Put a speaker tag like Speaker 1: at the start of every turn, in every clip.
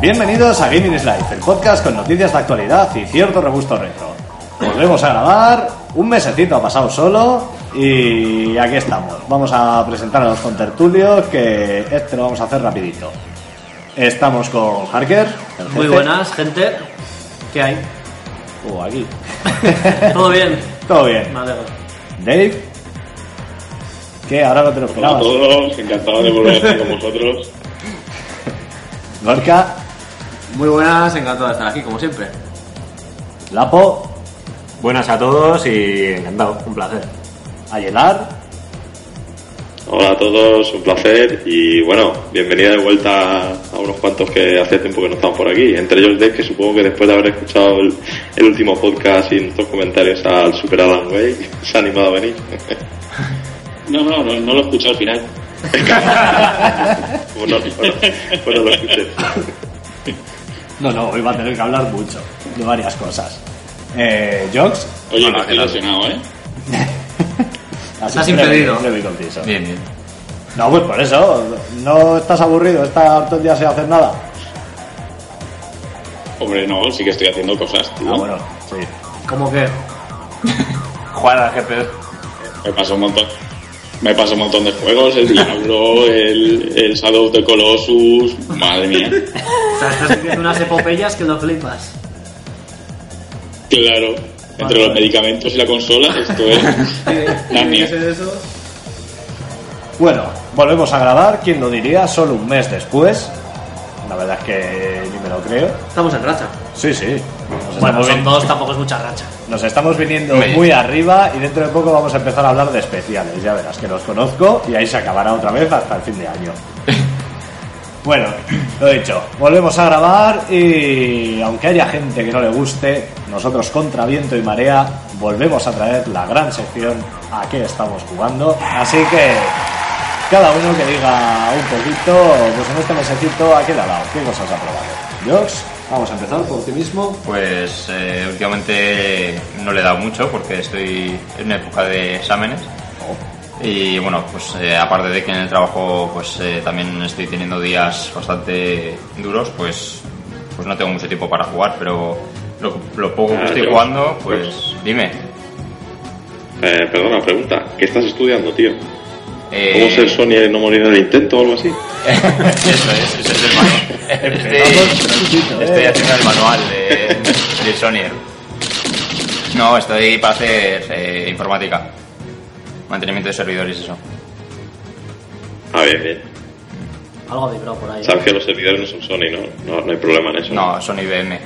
Speaker 1: Bienvenidos a Gaming is Life, el podcast con noticias de actualidad y cierto regusto retro. Volvemos a grabar, un mesecito ha pasado solo y aquí estamos. Vamos a presentar a los contertulios que este lo vamos a hacer rapidito. Estamos con Harker. el
Speaker 2: Muy
Speaker 1: jefe.
Speaker 2: buenas, gente. ¿Qué hay?
Speaker 1: Uh, aquí.
Speaker 2: ¿Todo bien?
Speaker 1: Todo bien.
Speaker 2: Me alegro.
Speaker 1: Dave. ¿Qué? Ahora no te lo
Speaker 3: Hola a
Speaker 1: esperabas.
Speaker 3: todos, encantado de volver a estar con vosotros.
Speaker 1: Gorka,
Speaker 4: Muy buenas, encantado de estar aquí, como siempre.
Speaker 1: Lapo,
Speaker 5: Buenas a todos y encantado, un placer.
Speaker 1: Ayelar.
Speaker 3: Hola a todos, un placer y bueno, bienvenida de vuelta a unos cuantos que hace tiempo que no están por aquí. Entre ellos Dex, que supongo que después de haber escuchado el, el último podcast y nuestros comentarios al Super Alan Way, se ha animado a venir.
Speaker 6: No, no, no, no lo escuché al final.
Speaker 3: Bueno, bueno, bueno, lo escuché.
Speaker 1: No, no, hoy va a tener que hablar mucho de varias cosas. Eh, Jox.
Speaker 6: Oye,
Speaker 4: Bueno,
Speaker 6: que estoy
Speaker 4: claro.
Speaker 6: lesionado, ¿eh?
Speaker 1: así
Speaker 2: Estás
Speaker 1: breve,
Speaker 2: impedido.
Speaker 1: breve y conciso.
Speaker 4: Bien, bien.
Speaker 1: No, pues por eso. ¿No estás aburrido? ¿Estás todo el día sin hacer nada?
Speaker 6: Hombre, no, sí que estoy haciendo cosas, tío.
Speaker 1: Ah, bueno, sí.
Speaker 2: ¿Cómo que?
Speaker 5: Jugar al GPS.
Speaker 6: Me paso un montón. Me paso un montón de juegos, el Diablo, el, el Shadow of the Colossus, madre mía.
Speaker 2: O sea, estás haciendo unas epopeyas que lo flipas.
Speaker 6: Claro, entre los medicamentos y la consola, esto es la mía.
Speaker 2: eso?
Speaker 1: Bueno, volvemos a grabar, ¿quién lo diría? Solo un mes después. La verdad es que ni me lo creo.
Speaker 2: Estamos en racha.
Speaker 1: Sí, sí. Nos,
Speaker 2: Bueno,
Speaker 1: estamos,
Speaker 2: son
Speaker 1: vin-
Speaker 2: dos, tampoco es mucha racha.
Speaker 1: nos estamos viniendo
Speaker 4: Hombre.
Speaker 1: muy arriba y dentro de poco vamos a empezar a hablar de especiales. Ya verás que los conozco y ahí se acabará otra vez hasta el fin de año. Bueno, lo dicho, volvemos a grabar y aunque haya gente que no le guste, nosotros contra viento y marea volvemos a traer la gran sección a qué estamos jugando. Así que cada uno que diga un poquito, pues en este mesecito a qué le ha dado, qué cosas ha probado. Jox, vamos a empezar por ti mismo.
Speaker 4: Pues eh, últimamente no le he dado mucho porque estoy en una época de exámenes. Y bueno, pues eh, aparte de que en el trabajo pues eh, también estoy teniendo días bastante duros, pues, pues no tengo mucho tiempo para jugar, pero lo, lo poco que
Speaker 3: Ah,
Speaker 4: estoy
Speaker 3: pero-
Speaker 4: jugando, pues dime.
Speaker 3: Eh, perdona, pregunta, ¿qué estás estudiando, tío?
Speaker 4: Eh,
Speaker 3: ¿Cómo ser Sony y no morir en el intento o algo así?
Speaker 4: Eso es, eso es el manual. Estoy, Este, estoy haciendo el manual de, de Sonier. No, estoy para hacer eh, informática. Mantenimiento de servidores, eso.
Speaker 3: A ver, Ah, bien.
Speaker 2: Algo ha vibrado por ahí. ¿eh?
Speaker 3: Sabes que los servidores no son Sony, ¿no? No, no hay problema en eso.
Speaker 4: No, son IBM.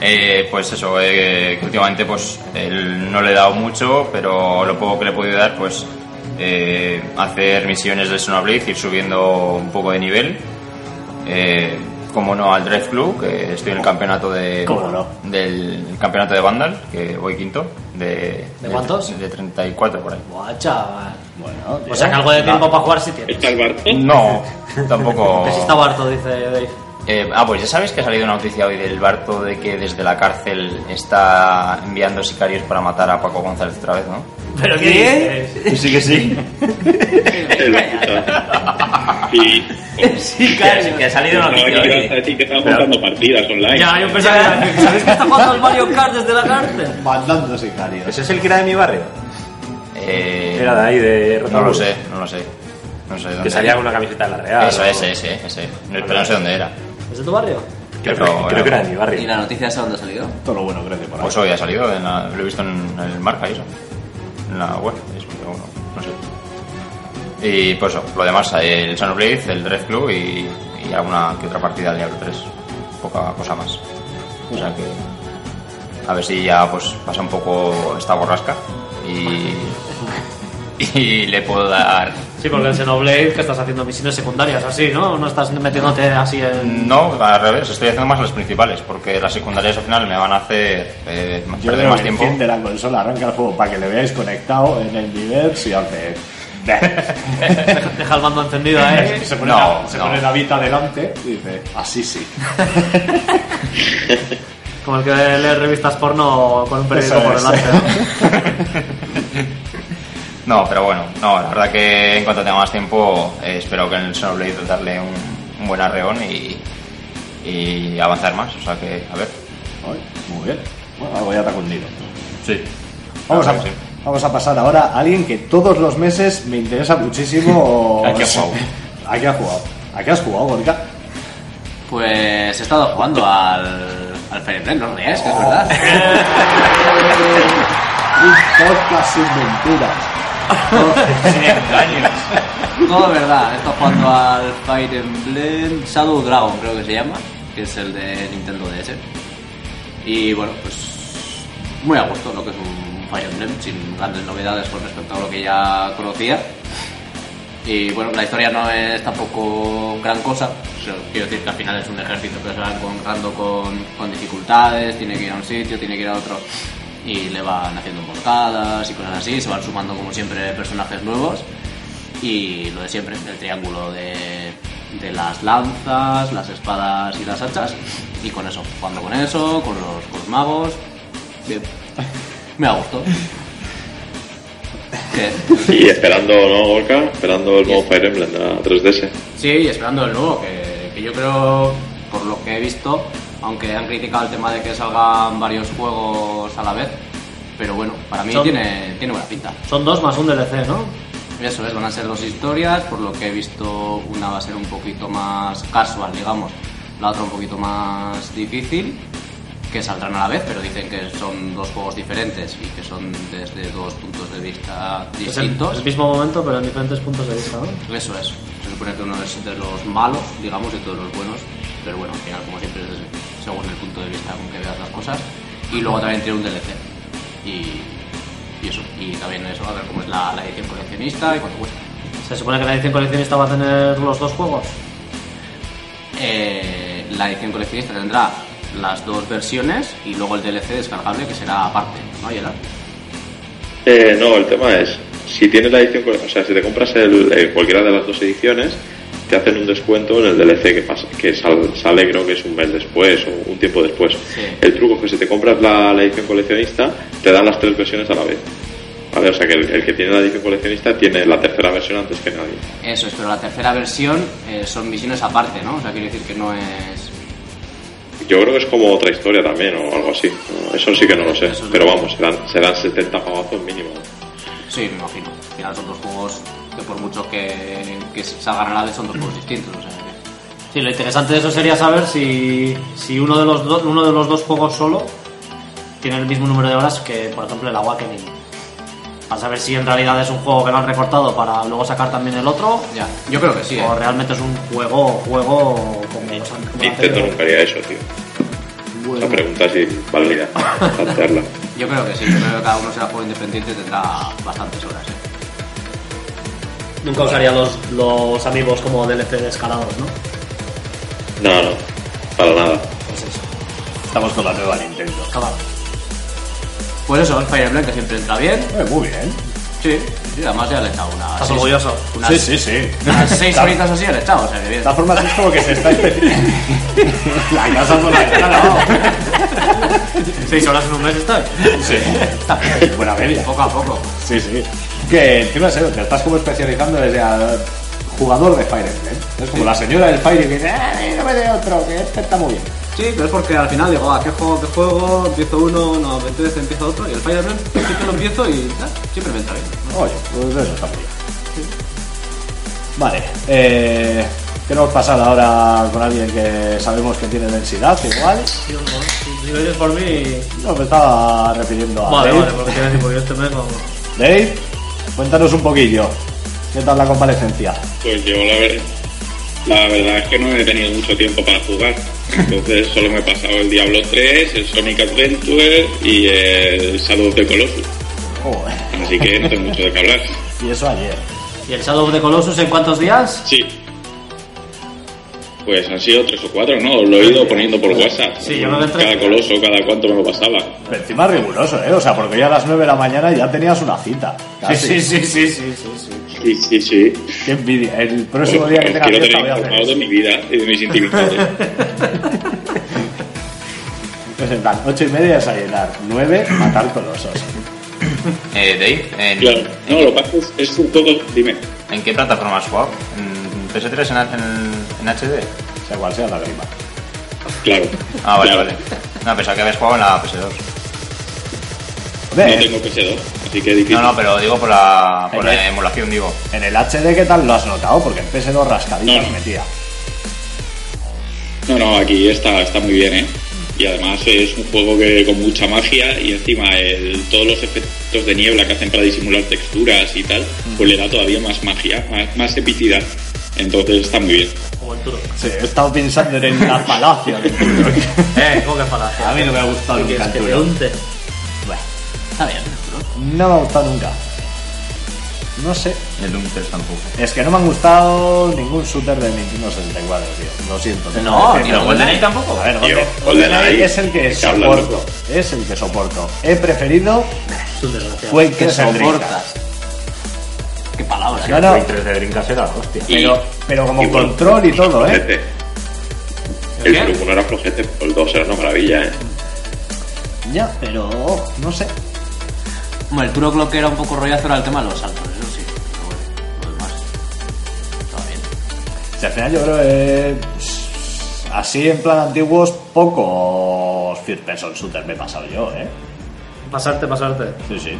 Speaker 4: Eh, pues eso, eh, que últimamente pues el- no le he dado mucho, pero lo poco que le he podido dar, pues eh, hacer misiones de Sonoblitz, ir subiendo un poco de nivel. Eh, como no al Drive Club, que estoy en el campeonato de
Speaker 1: Cómo no.
Speaker 4: del campeonato de Vandal, que voy quinto. ¿De,
Speaker 2: ¿De cuántos?
Speaker 4: De 34 por ahí.
Speaker 2: Buah, chaval.
Speaker 1: Bueno,
Speaker 2: O sea, que algo de tiempo para jugar sí tienes.
Speaker 3: ¿Está el Barton?
Speaker 4: No, tampoco.
Speaker 2: Que sí estaba harto, dice Dave.
Speaker 4: Eh, ah, pues ya sabes que ha salido una noticia hoy del Barto de que desde la cárcel está enviando sicarios para matar a Paco González otra vez, ¿no?
Speaker 2: ¿Pero qué dices?
Speaker 5: Pues Sí que sí.
Speaker 3: El Barton. Y
Speaker 2: Sí,
Speaker 4: Que, que ha salido una
Speaker 3: Pensaba que me ibas
Speaker 4: noticia
Speaker 3: a
Speaker 4: hoy.
Speaker 3: decir que estaba montando partidas online.
Speaker 2: Ya, yo pensaba que... ¿Sabéis que está jugando al Mario Kart desde la cárcel?
Speaker 1: Mandando sicarios.
Speaker 5: ¿Ese es el que era de mi barrio?
Speaker 4: Eh,
Speaker 5: Era de ahí, de
Speaker 4: no lo
Speaker 5: Rotorua.
Speaker 4: sé, no lo sé. No sé dónde.
Speaker 5: Que salía con una camiseta de la Real.
Speaker 4: Eso,
Speaker 5: o-
Speaker 4: ese, ese, ese. No, pero no sé dónde era.
Speaker 2: ¿Es de tu barrio?
Speaker 5: Creo, que- creo que era de mi
Speaker 7: ¿Y
Speaker 5: barrio.
Speaker 7: la noticia esa dónde ha salido?
Speaker 1: Todo lo bueno crece por ahí.
Speaker 4: Pues hoy ha salido, en la- lo he visto en el marca y eso. En la web, eso, pero bueno, no sé. Y pues eso, lo demás, el Sunblade, el Dread Club y, y alguna que otra partida al Diablo 3. Poca cosa más. O sea que. A ver si ya pues pasa un poco esta borrasca y. Y le puedo dar
Speaker 2: Sí, porque en Xenoblade que estás haciendo misiones secundarias así, ¿no? No estás metiéndote así en...
Speaker 4: No, al revés, estoy haciendo más las principales, porque las secundarias al final me van a hacer eh,
Speaker 1: Yo
Speaker 4: perder
Speaker 1: creo
Speaker 4: más
Speaker 1: que
Speaker 4: tiempo.
Speaker 1: enciende la consola, arranca el juego para que le veáis conectado en el universo y hace...
Speaker 2: Deja, deja el mando encendido, ¿eh?
Speaker 1: se pone,
Speaker 4: No,
Speaker 1: la, se
Speaker 4: no.
Speaker 1: pone la vita delante y dice, así sí.
Speaker 2: Como el que lee revistas porno con un periódico
Speaker 1: Eso
Speaker 2: por
Speaker 1: es.
Speaker 2: delante, ¿no?
Speaker 4: No, pero bueno, no, la verdad que en cuanto tenga más tiempo, eh, espero que en el Xenoblade darle un, un buen arreón y, y avanzar más. O sea que, a ver,
Speaker 1: Ay, Muy bien. Bueno, algo ya te ha cundido.
Speaker 4: sí.
Speaker 1: Vamos
Speaker 4: La
Speaker 1: a,
Speaker 4: verdad que sí.
Speaker 1: vamos a pasar ahora a alguien que todos los meses me interesa muchísimo.
Speaker 4: ¿A qué ha jugado?
Speaker 1: ¿A qué ha jugado? ¿A qué has jugado, Gorka?
Speaker 7: Pues he estado jugando al. al Fire Emblem, no os reáis, que es verdad.
Speaker 1: Un podcast sin mentiras.
Speaker 7: Todo verdad, he estado jugando al Fire Emblem Shadow Dragon, creo que se llama, que es el de Nintendo DS. Y bueno, pues. muy a gusto lo que es un Fire Emblem, sin grandes novedades con respecto a lo que ya conocía. Y bueno, la historia no es tampoco gran cosa. O sea, Quiero decir que al final es un ejército que se va encontrando con, con dificultades, tiene que ir a un sitio, tiene que ir a otro. Y le van haciendo emboscadas y cosas así, se van sumando como siempre personajes nuevos. Y lo de siempre, el triángulo de, de las lanzas, las espadas y las hachas. Y con eso, jugando con eso, con los, con los magos. Bien. Me ha gustado. ¿Qué?
Speaker 3: Y esperando, ¿no, Gorka? Esperando el nuevo Fire Emblem a 3DS.
Speaker 7: Sí, y esperando el nuevo, que, que yo creo, por lo que he visto, aunque han criticado el tema de que salgan varios juegos a la vez, pero bueno, para mí
Speaker 2: Son-
Speaker 7: tiene, tiene buena pinta.
Speaker 2: Son dos más un DLC, ¿no?
Speaker 7: Eso es, van a ser dos historias, por lo que he visto una va a ser un poquito más casual, digamos, la otra un poquito más difícil, que saldrán a la vez, pero dicen que son dos juegos diferentes y que son desde dos puntos de vista
Speaker 2: Es el,
Speaker 7: distintos.
Speaker 2: el mismo momento, pero en diferentes puntos de vista, ¿no?
Speaker 7: Eso es. Se supone que uno es de los malos, digamos, y otro de los buenos. Pero bueno, al final, como siempre, es según el punto de vista con que veas las cosas. Y luego también tiene un DLC. Y, y eso. Y también eso, a ver cómo es la, la edición coleccionista y cuánto cuesta.
Speaker 2: Se supone que la edición coleccionista va a tener los dos juegos.
Speaker 7: Eh, la edición coleccionista tendrá las dos versiones y luego el DLC descargable que será aparte, ¿no, Gerard?
Speaker 3: Eh, no, el tema es, si tienes la edición, cole- o sea, si te compras el, eh, cualquiera de las dos ediciones, te hacen un descuento en el DLC que, pasa, que sal- sale creo que es un mes después o un tiempo después. El truco es que si te compras la, la edición coleccionista, te dan las tres versiones a la vez. Vale, o sea que el, el que tiene la edición coleccionista tiene la tercera versión antes que nadie.
Speaker 7: Eso es, pero la tercera versión eh, son misiones aparte, ¿no? O sea, quiere decir que no es...
Speaker 3: Yo creo que es como otra historia también o algo así. No, Eso sí que no lo sé.
Speaker 7: Eso es
Speaker 3: Pero
Speaker 7: verdad.
Speaker 3: vamos, serán, serán 70 pavazos mínimo.
Speaker 7: Sí, me imagino. Al final son dos juegos que por mucho que, que salgan a la vez son dos juegos distintos. O sea, que-
Speaker 2: Sí, lo interesante de eso sería saber si, si uno, de los do- uno de los dos juegos solo tiene el mismo número de horas que, por ejemplo, el Awakening. Para saber si en realidad es un juego que lo han recortado para luego sacar también el otro.
Speaker 7: ya, yo creo que sí. ¿eh?
Speaker 2: O realmente es un juego, juego como los han- como
Speaker 3: Nintendo
Speaker 2: anterior.
Speaker 3: nunca haría eso, tío. Esa pregunta es inválida. plantearla.
Speaker 7: Yo creo que sí. Yo creo que cada uno será juego independiente y tendrá bastantes horas. ¿eh?
Speaker 2: Nunca usaría los, los amigos como DLC descarados, ¿no?
Speaker 3: No, no, para nada.
Speaker 2: Pues eso.
Speaker 1: Estamos con la nueva Nintendo.
Speaker 2: Acabado.
Speaker 7: Pues eso, el Fire Emblem que siempre entra bien.
Speaker 1: Eh, muy bien.
Speaker 7: Sí, sí, además ya le he echado una.
Speaker 2: ¿Estás
Speaker 7: seis-
Speaker 2: orgulloso?
Speaker 7: Unas,
Speaker 1: Sí, sí, sí.
Speaker 7: unas seis
Speaker 1: La-
Speaker 7: horitas así ya le he echado, o sea que bien.
Speaker 1: De todas formas es como que se está especializando. la casa por la ventana, vamos.
Speaker 2: ¿Seis horas en un mes está?
Speaker 1: Sí. Buena media.
Speaker 7: Poco a poco.
Speaker 1: Sí, sí. Que encima es eso, te estás como especializando desde a jugador de Fire Emblem. Es como la señora del Fire que dice, "Ay, no me dé otro, que este está muy bien.
Speaker 7: Sí, pero es porque al final digo, ¿a qué juego, qué juego? Empiezo uno, no, me interesa, empiezo otro. Y el Fire Emblem siempre lo empiezo y ah, siempre me entra bien.
Speaker 1: Oye, pues eso está muy bien. Vale, eh, queremos pasar ahora con alguien que sabemos que tiene densidad, igual.
Speaker 2: Si lo dices por mí...
Speaker 1: No, me estaba refiriendo a
Speaker 2: Vale,
Speaker 1: Dave.
Speaker 2: vale, porque te iba a decir, porque yo este mes vamos...
Speaker 1: Dave, cuéntanos un poquillo. ¿Qué tal la comparecencia?
Speaker 6: Pues yo la, ver- la verdad es que no he tenido mucho tiempo para jugar. Entonces solo me he pasado el Diablo 3, el Sonic Adventure y el Shadow of the Colossus.
Speaker 1: Joder,
Speaker 6: Así que no tengo mucho de qué hablar.
Speaker 1: y eso ayer.
Speaker 2: Y ¿Y el Shadow of the Colossus en cuántos días?
Speaker 3: Sí. Pues han sido tres o cuatro, ¿no? Lo he ido poniendo por WhatsApp.
Speaker 2: Sí, yo me lo entré.
Speaker 3: Cada coloso, cada cuánto me lo pasaba.
Speaker 1: Pero encima riguroso, ¿eh? O sea, porque ya a las 9 de la mañana ya tenías una cita. Casi.
Speaker 2: Ah, Sí, sí, sí, sí, sí, sí.
Speaker 3: Sí, sí, sí.
Speaker 1: Qué envidia. El próximo día que
Speaker 3: Os
Speaker 1: tenga
Speaker 3: quiero
Speaker 1: fiesta voy
Speaker 3: tener
Speaker 1: a hacer
Speaker 3: informado de
Speaker 1: eso.
Speaker 3: mi vida y de mis intimidades.
Speaker 1: Es en plan, 8 y media desayunar, 9 matar colosos.
Speaker 4: Eh, Dave, en,
Speaker 3: Claro. No, lo que pasa es, es un poco... Dime.
Speaker 4: ¿en qué plataforma has jugado? ¿En PS3 en, en- en HD?
Speaker 1: Sea cual sea la grima.
Speaker 3: Claro.
Speaker 4: Ah, vale,
Speaker 3: Claro.
Speaker 4: vale. No, pensaba que habías jugado en la PS2.
Speaker 1: Ve,
Speaker 3: No tengo PS2, así que difícil.
Speaker 4: No, no, pero digo por la, por la
Speaker 1: Ahí.
Speaker 4: emulación, digo.
Speaker 1: En el HD, ¿qué tal lo has notado? Porque en PS2 rascaditas
Speaker 3: No.
Speaker 1: metía.
Speaker 3: No, no, aquí está, está muy bien, ¿eh? Y además es un juego que con mucha magia y encima el- todos los efectos de niebla que hacen para disimular texturas y tal, pues le da todavía más magia, más, más epicidad. Entonces está muy bien.
Speaker 2: Como el Turok.
Speaker 1: Sí, he estado pensando en la palacio. del Turok.
Speaker 2: Eh, ¿cómo que falacia?
Speaker 1: A mí no me ha gustado
Speaker 2: ¿Tú
Speaker 1: nunca
Speaker 2: quieres
Speaker 1: el
Speaker 2: que te
Speaker 1: Turok.
Speaker 2: unte?
Speaker 1: Bueno,
Speaker 7: Está bien, ¿no?
Speaker 1: no me ha gustado nunca. No sé.
Speaker 4: El Doom 3 tampoco.
Speaker 1: Es que no me han gustado ningún shooter de Nintendo 64, tío. Lo siento. tengo
Speaker 7: No,
Speaker 1: que
Speaker 7: ni
Speaker 1: decirlo.
Speaker 7: lo
Speaker 4: ¿Goldeneye tampoco?
Speaker 1: A ver,
Speaker 3: Tío,
Speaker 1: Golden-
Speaker 3: GoldenEye,
Speaker 1: GoldenEye es el que
Speaker 3: está hablando.
Speaker 1: soporto. Es el que soporto. He preferido
Speaker 2: Es un desgraciado.
Speaker 1: Quake
Speaker 7: ¿Qué
Speaker 1: que soporta.
Speaker 7: soportas? Qué palabras.
Speaker 1: No, no,
Speaker 8: Quake 3 de Dreamcast era la hostia.
Speaker 3: Y-
Speaker 1: pero, pero como
Speaker 3: y bueno,
Speaker 1: control y
Speaker 3: no era
Speaker 1: todo, ¿eh?
Speaker 3: flojete. El Turbo no era flojete, pero el 2 era una maravilla, ¿eh?
Speaker 1: Ya, pero no sé.
Speaker 7: Bueno, el Turok lo que era un poco rollazo era el tema de los saltos, eso sí. Pero bueno, lo demás. Está bien.
Speaker 1: Si al final yo creo que pss, así en plan antiguos pocos first person shooter me he pasado yo, ¿eh?
Speaker 2: Pasarte, pasarte.
Speaker 1: Sí, sí.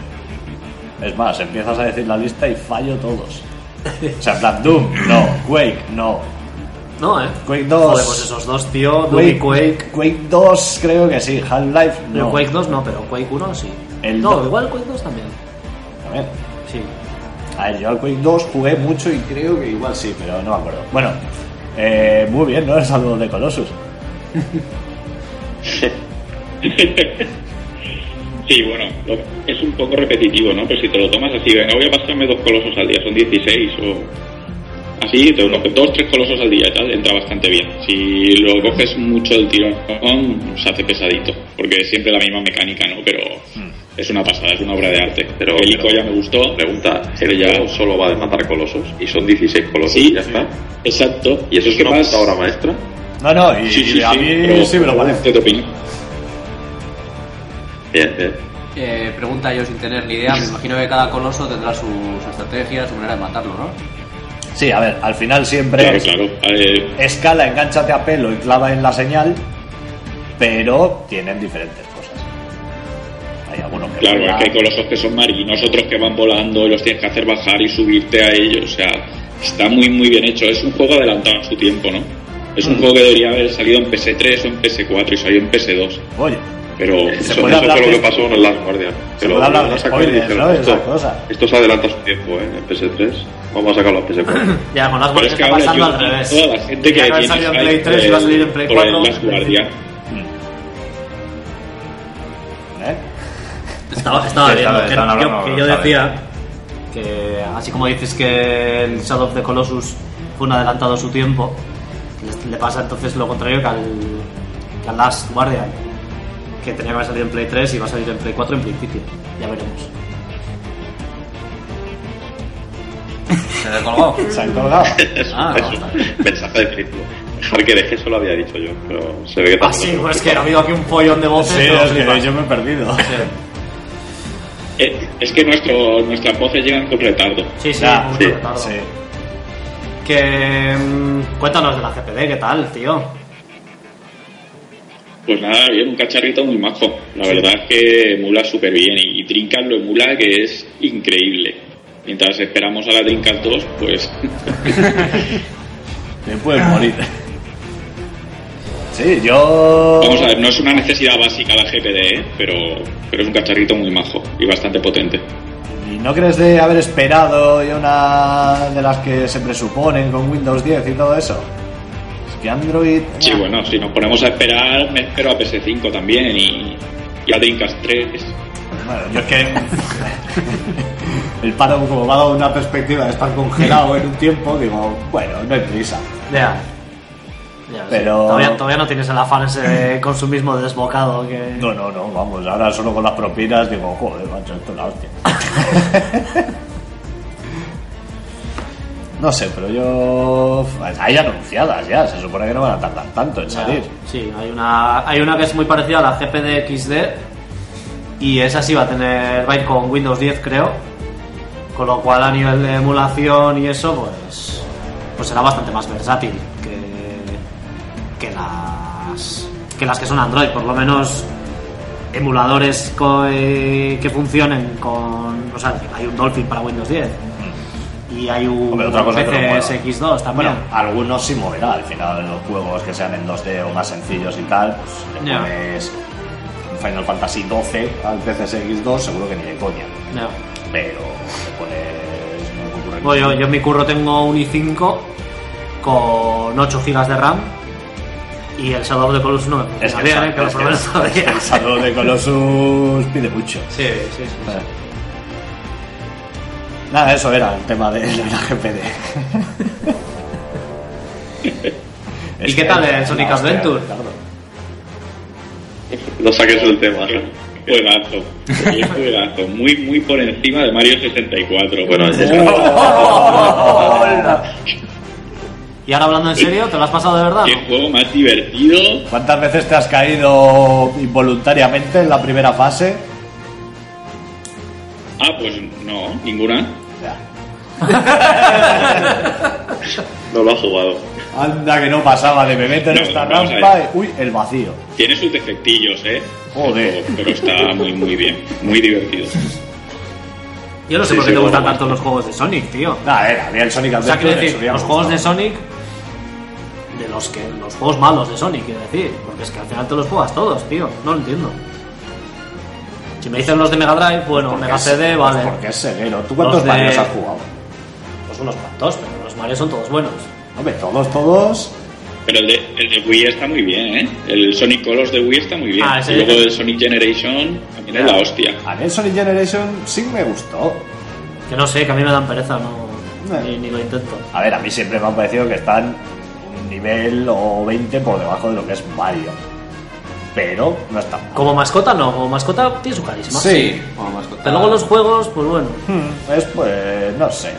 Speaker 1: Es más, empiezas a decir la lista y fallo todos. O sea, en plan Doom, no, Quake, no.
Speaker 2: No, eh.
Speaker 1: Quake 2.
Speaker 2: Joder, pues esos dos, tío. Doom y Quake.
Speaker 1: Quake 2 creo que sí, Half-Life
Speaker 2: No,
Speaker 1: no.
Speaker 2: Quake 2 no, pero Quake 1 sí.
Speaker 1: El
Speaker 2: no,
Speaker 1: do-
Speaker 2: igual Quake 2 también.
Speaker 1: A ver,
Speaker 2: Sí.
Speaker 1: a ver, yo al Quake 2 jugué mucho y creo que igual sí, pero no me acuerdo. Bueno, eh, muy bien, ¿no? El saludo de Colossus.
Speaker 3: Sí, bueno, lo- es un poco repetitivo, ¿no? Pero si te lo tomas así, venga, voy a pasarme dos colosos al día, son 16 o... Así, te coges dos, tres colosos al día y tal, entra bastante bien. Si lo coges mucho el tirón, se hace pesadito, porque es siempre la misma mecánica, ¿no? Pero
Speaker 9: Hmm.
Speaker 3: es una pasada, es una obra de arte. Pero el ICO ya me gustó.
Speaker 9: Pregunta, ¿el ya solo va de matar colosos? Y son 16 colosos,
Speaker 3: Sí,
Speaker 9: ya está.
Speaker 3: exacto.
Speaker 9: ¿Y eso es
Speaker 3: que
Speaker 9: una
Speaker 3: más-
Speaker 9: puta obra maestra?
Speaker 1: No, no, y,
Speaker 3: Sí, sí,
Speaker 1: a
Speaker 3: sí,
Speaker 1: mí
Speaker 3: pero-
Speaker 1: sí me lo parece.
Speaker 3: ¿Qué te opinas?
Speaker 9: Bien, bien.
Speaker 7: Eh, pregunta yo sin tener ni idea, me imagino que cada coloso tendrá su, su estrategia, su manera de matarlo, ¿no?
Speaker 1: Sí, a ver, al final siempre
Speaker 3: Claro,
Speaker 1: es
Speaker 3: claro. eh, A ver,
Speaker 1: escala, enganchate a pelo y clava en la señal, pero tienen diferentes cosas. Hay algunos que
Speaker 3: Claro, es
Speaker 1: vuelan.
Speaker 3: que hay colosos que son marinos, otros que van volando y los tienes que hacer bajar y subirte a ellos. O sea, está muy, muy bien hecho. Es un juego adelantado a su tiempo, ¿no? Es
Speaker 2: Mm.
Speaker 3: un juego que debería haber salido en PS3 o en PS4 y salió en PS2.
Speaker 1: Oye,
Speaker 3: Pero
Speaker 1: Se
Speaker 9: Eso,
Speaker 1: puede
Speaker 9: eso
Speaker 1: hablar
Speaker 9: fue lo
Speaker 1: de-
Speaker 9: que pasó con el Last Guardian.
Speaker 1: se
Speaker 9: Que lo-
Speaker 1: puede hablar de
Speaker 9: lo sacaron y
Speaker 1: spoilers,
Speaker 9: dijeron,
Speaker 1: ¿no? Esa
Speaker 9: esto,
Speaker 1: cosa.
Speaker 9: esto se adelanta a su tiempo, ¿eh? En PS3. Vamos a sacarlo a PS4.
Speaker 2: Ya, con las
Speaker 3: Pero
Speaker 2: Wars
Speaker 3: es que
Speaker 2: está
Speaker 3: ahora
Speaker 2: pasando
Speaker 3: yo,
Speaker 2: al revés.
Speaker 3: toda la gente que
Speaker 2: Ya
Speaker 3: tiene
Speaker 2: salido en
Speaker 3: hype
Speaker 2: Play 3 y va a salir en Play
Speaker 3: por el
Speaker 2: 4.
Speaker 3: Last Guardian.
Speaker 1: ¿eh?
Speaker 2: Estaba, estaba
Speaker 4: Sí,
Speaker 2: bien,
Speaker 4: estaba-
Speaker 2: que,
Speaker 4: estaban
Speaker 2: que-
Speaker 4: hablando,
Speaker 2: que yo
Speaker 4: estaba
Speaker 2: decía que así como dices que el Shadow of the Colossus fue un adelantado a su tiempo, le, le pasa entonces lo contrario que al, que al Last Guardian, que tenía que haber salido en Play 3 y va a salir en Play 4 en principio. Ya veremos.
Speaker 7: Se le colgó.
Speaker 1: Se han colgado.
Speaker 9: Eso,
Speaker 7: Ah,
Speaker 9: eso. Mensaje de Facebook. Harker, es que eso lo había dicho yo, pero se ve que
Speaker 2: Ah,
Speaker 9: tampoco
Speaker 2: sí,
Speaker 9: lo-
Speaker 2: pues es que ha habido aquí un follón de voces.
Speaker 1: Sí, es
Speaker 2: pero
Speaker 1: que
Speaker 2: flipas.
Speaker 1: yo me he perdido.
Speaker 3: Eh, Es que nuestro, nuestras voces llegan con retardo.
Speaker 2: Sí, sí,
Speaker 1: Ya,
Speaker 2: muy
Speaker 9: sí,
Speaker 2: retardo.
Speaker 1: Sí.
Speaker 2: Que. mm, Cuéntanos de la GPD, ¿qué tal, tío?
Speaker 3: Pues nada, bien, un cacharrito muy majo. La verdad es que emula súper bien y, y Dreamcast lo emula que es increíble. Mientras esperamos a la Dreamcast 2, pues
Speaker 1: Te puedes morir. Sí, yo.
Speaker 3: vamos a ver, no es una necesidad básica la GPD, ¿eh? pero, pero es un cacharrito muy majo y bastante potente.
Speaker 1: ¿Y no crees de haber esperado y una de las que se presuponen con Windows 10 y todo eso? Es que Android.
Speaker 3: Sí, bueno, si nos ponemos a esperar, me espero a PS5 también y, y a Dreamcast 3.
Speaker 1: Bueno, Bueno, yo es que. el paro, como me ha dado una perspectiva de estar congelado en un tiempo, digo, bueno, no hay prisa.
Speaker 2: Ya. Ya,
Speaker 1: Pero-
Speaker 2: Todavía, todavía no tienes el afán ese de consumismo desbocado que...
Speaker 1: No, no, no, vamos, ahora solo con las propinas digo, joder, macho, esto es la hostia. no sé, pero yo. pues, Hay anunciadas ya, se supone que no van a tardar tanto en salir.
Speaker 2: Sí, hay una, hay una que es muy parecida a la GPD-XD y esa sí va a tener, va a ir con Windows 10 creo, con lo cual a nivel de emulación y eso pues, pues será bastante más versátil que, que, las, que las que son Android, por lo menos emuladores co- eh, que funcionen con, o sea, hay un Dolphin para Windows 10 y hay un
Speaker 1: Hombre, otra cosa que no mola.
Speaker 2: PCSX2 también.
Speaker 1: Bueno, algunos sí moverá al final los juegos que sean en 2D o más sencillos y tal, pues le
Speaker 2: Ya.
Speaker 1: pones Final Fantasy XII al PCSX2, seguro que ni de coña.
Speaker 2: No.
Speaker 1: Pero le pones un concurrente.
Speaker 2: Bueno, Pues yo, yo en mi curro tengo un i5 con 8 GB de RAM y el Shadow of the Colossus no me funciona
Speaker 1: Es que, el
Speaker 2: bien,
Speaker 1: sa-
Speaker 2: ¿eh? que lo
Speaker 1: es
Speaker 2: probé el
Speaker 1: que
Speaker 2: otro día.
Speaker 1: el Shadow de Colossus pide mucho.
Speaker 2: Sí, sí, sí.
Speaker 1: Nada, eso era el tema de la GPD.
Speaker 2: ¿Y qué tal el Sonic
Speaker 1: Hostia,
Speaker 2: Adventure?
Speaker 1: Ricardo.
Speaker 3: No saques el tema.
Speaker 6: Juegazo, un juegazo, muy, muy por encima de Mario 64.
Speaker 3: Bueno,
Speaker 6: Bueno,
Speaker 3: es-
Speaker 2: Y ahora hablando en serio, ¿te lo has pasado de verdad?
Speaker 6: qué juego más divertido.
Speaker 1: ¿Cuántas veces te has caído involuntariamente en la primera fase?
Speaker 6: Ah, pues no, ninguna.
Speaker 1: Ya.
Speaker 3: no lo ha jugado.
Speaker 1: Anda que no pasaba de me meto en
Speaker 6: No,
Speaker 1: esta
Speaker 6: vamos a
Speaker 1: rampa.
Speaker 6: ver.
Speaker 1: y- Uy, el vacío.
Speaker 6: Tiene sus defectillos, ¿eh?
Speaker 1: Joder.
Speaker 6: Pero está muy, muy bien, muy divertido.
Speaker 2: Yo no sé
Speaker 6: Sí,
Speaker 2: por qué
Speaker 6: sí,
Speaker 2: te
Speaker 6: bueno,
Speaker 2: gustan
Speaker 6: bueno.
Speaker 2: tanto los juegos de Sonic, tío.
Speaker 1: Nada, era bien Sonic
Speaker 2: O sea,
Speaker 1: Adventure.
Speaker 2: quiero decir,
Speaker 1: eso ya me
Speaker 2: los juegos de
Speaker 1: gustaba.
Speaker 2: Sonic, de los que los juegos malos de Sonic, quiero decir, porque es que al final te los juegas todos, tío. No lo entiendo. Si me dicen los de Mega Drive, bueno,
Speaker 1: Porque
Speaker 2: Mega
Speaker 1: es-
Speaker 2: CD, vale.
Speaker 1: pues Porque es severo. ¿Tú cuántos
Speaker 2: Los de-
Speaker 1: Marios has jugado?
Speaker 2: Pues unos cuantos, pero los Mario son todos buenos.
Speaker 1: Hombre, todos, todos.
Speaker 6: Pero el de, el de Wii está muy bien, ¿eh? El Sonic Colors de Wii está muy bien.
Speaker 2: Ah, ese
Speaker 6: y luego
Speaker 2: es-
Speaker 6: del Sonic Generation también es la hostia.
Speaker 1: A mí el Sonic Generation sí me gustó.
Speaker 2: Que no sé, que a mí me dan pereza, no,
Speaker 1: No.
Speaker 2: Ni, ni lo intento.
Speaker 1: A ver, a mí siempre me han parecido que están un nivel o 20 por debajo de lo que es Mario. Pero no está mal.
Speaker 2: Como mascota no, como mascota tiene su carisma.
Speaker 1: Sí.
Speaker 7: Como mascota.
Speaker 2: Pero luego los juegos, pues bueno,
Speaker 7: Mm.
Speaker 1: Hmm, Es pues, no sé.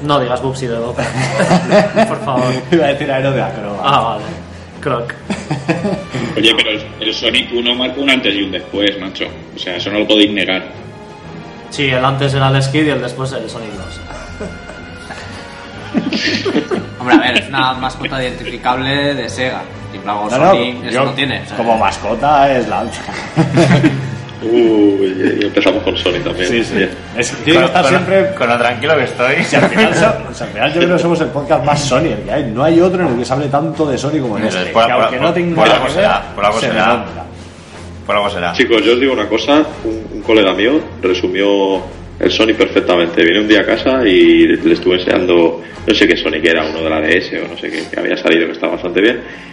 Speaker 2: no digas Bubsy de boca. Por
Speaker 7: Ah.
Speaker 2: favor.
Speaker 1: Iba a decir Aero de Acrobat.
Speaker 2: Ah, vale. Croc.
Speaker 6: Oye, pero el, el Sonic 1 marca un antes y un después, macho. O sea, eso no lo podéis negar.
Speaker 2: Sí, el antes era el Skid y el después el Sonic 2.
Speaker 7: Hombre, a ver, es una mascota identificable de Sega. Y Plago
Speaker 1: No, no,
Speaker 7: Sonic, pues eso
Speaker 1: yo
Speaker 7: no tiene. o sea,
Speaker 1: Como mascota es la hostia.
Speaker 3: Uy, y empezamos con Sony también.
Speaker 1: Sí, sí.
Speaker 3: Bien.
Speaker 1: Es que tiene que estar siempre.
Speaker 4: con lo tranquilo que estoy.
Speaker 1: Si al, final, so- si al final yo creo que somos el podcast más Sony el que hay. No hay otro en el que se hable tanto de Sony como en
Speaker 4: Pero
Speaker 1: este.
Speaker 4: por-
Speaker 1: que
Speaker 4: por-
Speaker 1: aunque no
Speaker 4: por-
Speaker 1: tenga
Speaker 4: por
Speaker 1: nada
Speaker 4: algo
Speaker 1: que
Speaker 4: será,
Speaker 1: ver,
Speaker 4: por algo
Speaker 1: se
Speaker 4: será.
Speaker 1: nombra.
Speaker 4: Por Pues algo será.
Speaker 3: Chicos, yo os digo una cosa, un, un colega mío resumió el Sony perfectamente. Vine un día a casa y le estuve enseñando, no sé qué Sony que era, uno de la DS o no sé qué, que había salido que estaba bastante bien.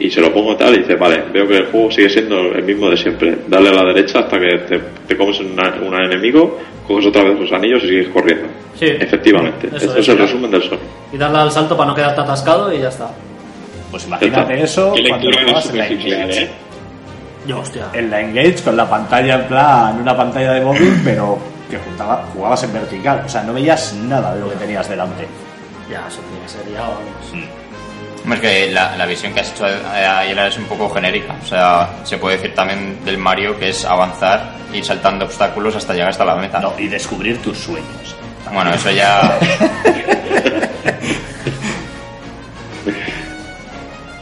Speaker 3: Y se lo pongo tal y dice, vale, veo que el juego sigue siendo el mismo de siempre. Dale a la derecha hasta que te, te comes un un enemigo, coges otra vez los anillos y sigues corriendo.
Speaker 2: Sí.
Speaker 3: Efectivamente.
Speaker 2: Eso
Speaker 3: Eso
Speaker 2: es,
Speaker 3: es el
Speaker 2: ya.
Speaker 3: resumen del Sony.
Speaker 2: Y darle al salto para no quedarte atascado y ya está.
Speaker 1: Pues imagínate eso
Speaker 6: Qué
Speaker 1: cuando
Speaker 6: lectura más
Speaker 1: jugabas en la
Speaker 6: superficial,
Speaker 1: Engage.
Speaker 6: ¿eh?
Speaker 2: Yo, hostia.
Speaker 1: En la Engage con la pantalla en plan, una pantalla de móvil, pero que juntaba- jugabas en vertical. O sea, no veías nada de lo que tenías delante.
Speaker 2: Ya, eso tiene que ser ya, vamos.
Speaker 4: Hombre, Es que la, la visión que has hecho eh, ayer es un poco genérica. O sea, se puede decir también del Mario que es avanzar, ir saltando obstáculos hasta llegar hasta la meta.
Speaker 1: No, y descubrir tus sueños.
Speaker 4: Bueno, eso ya.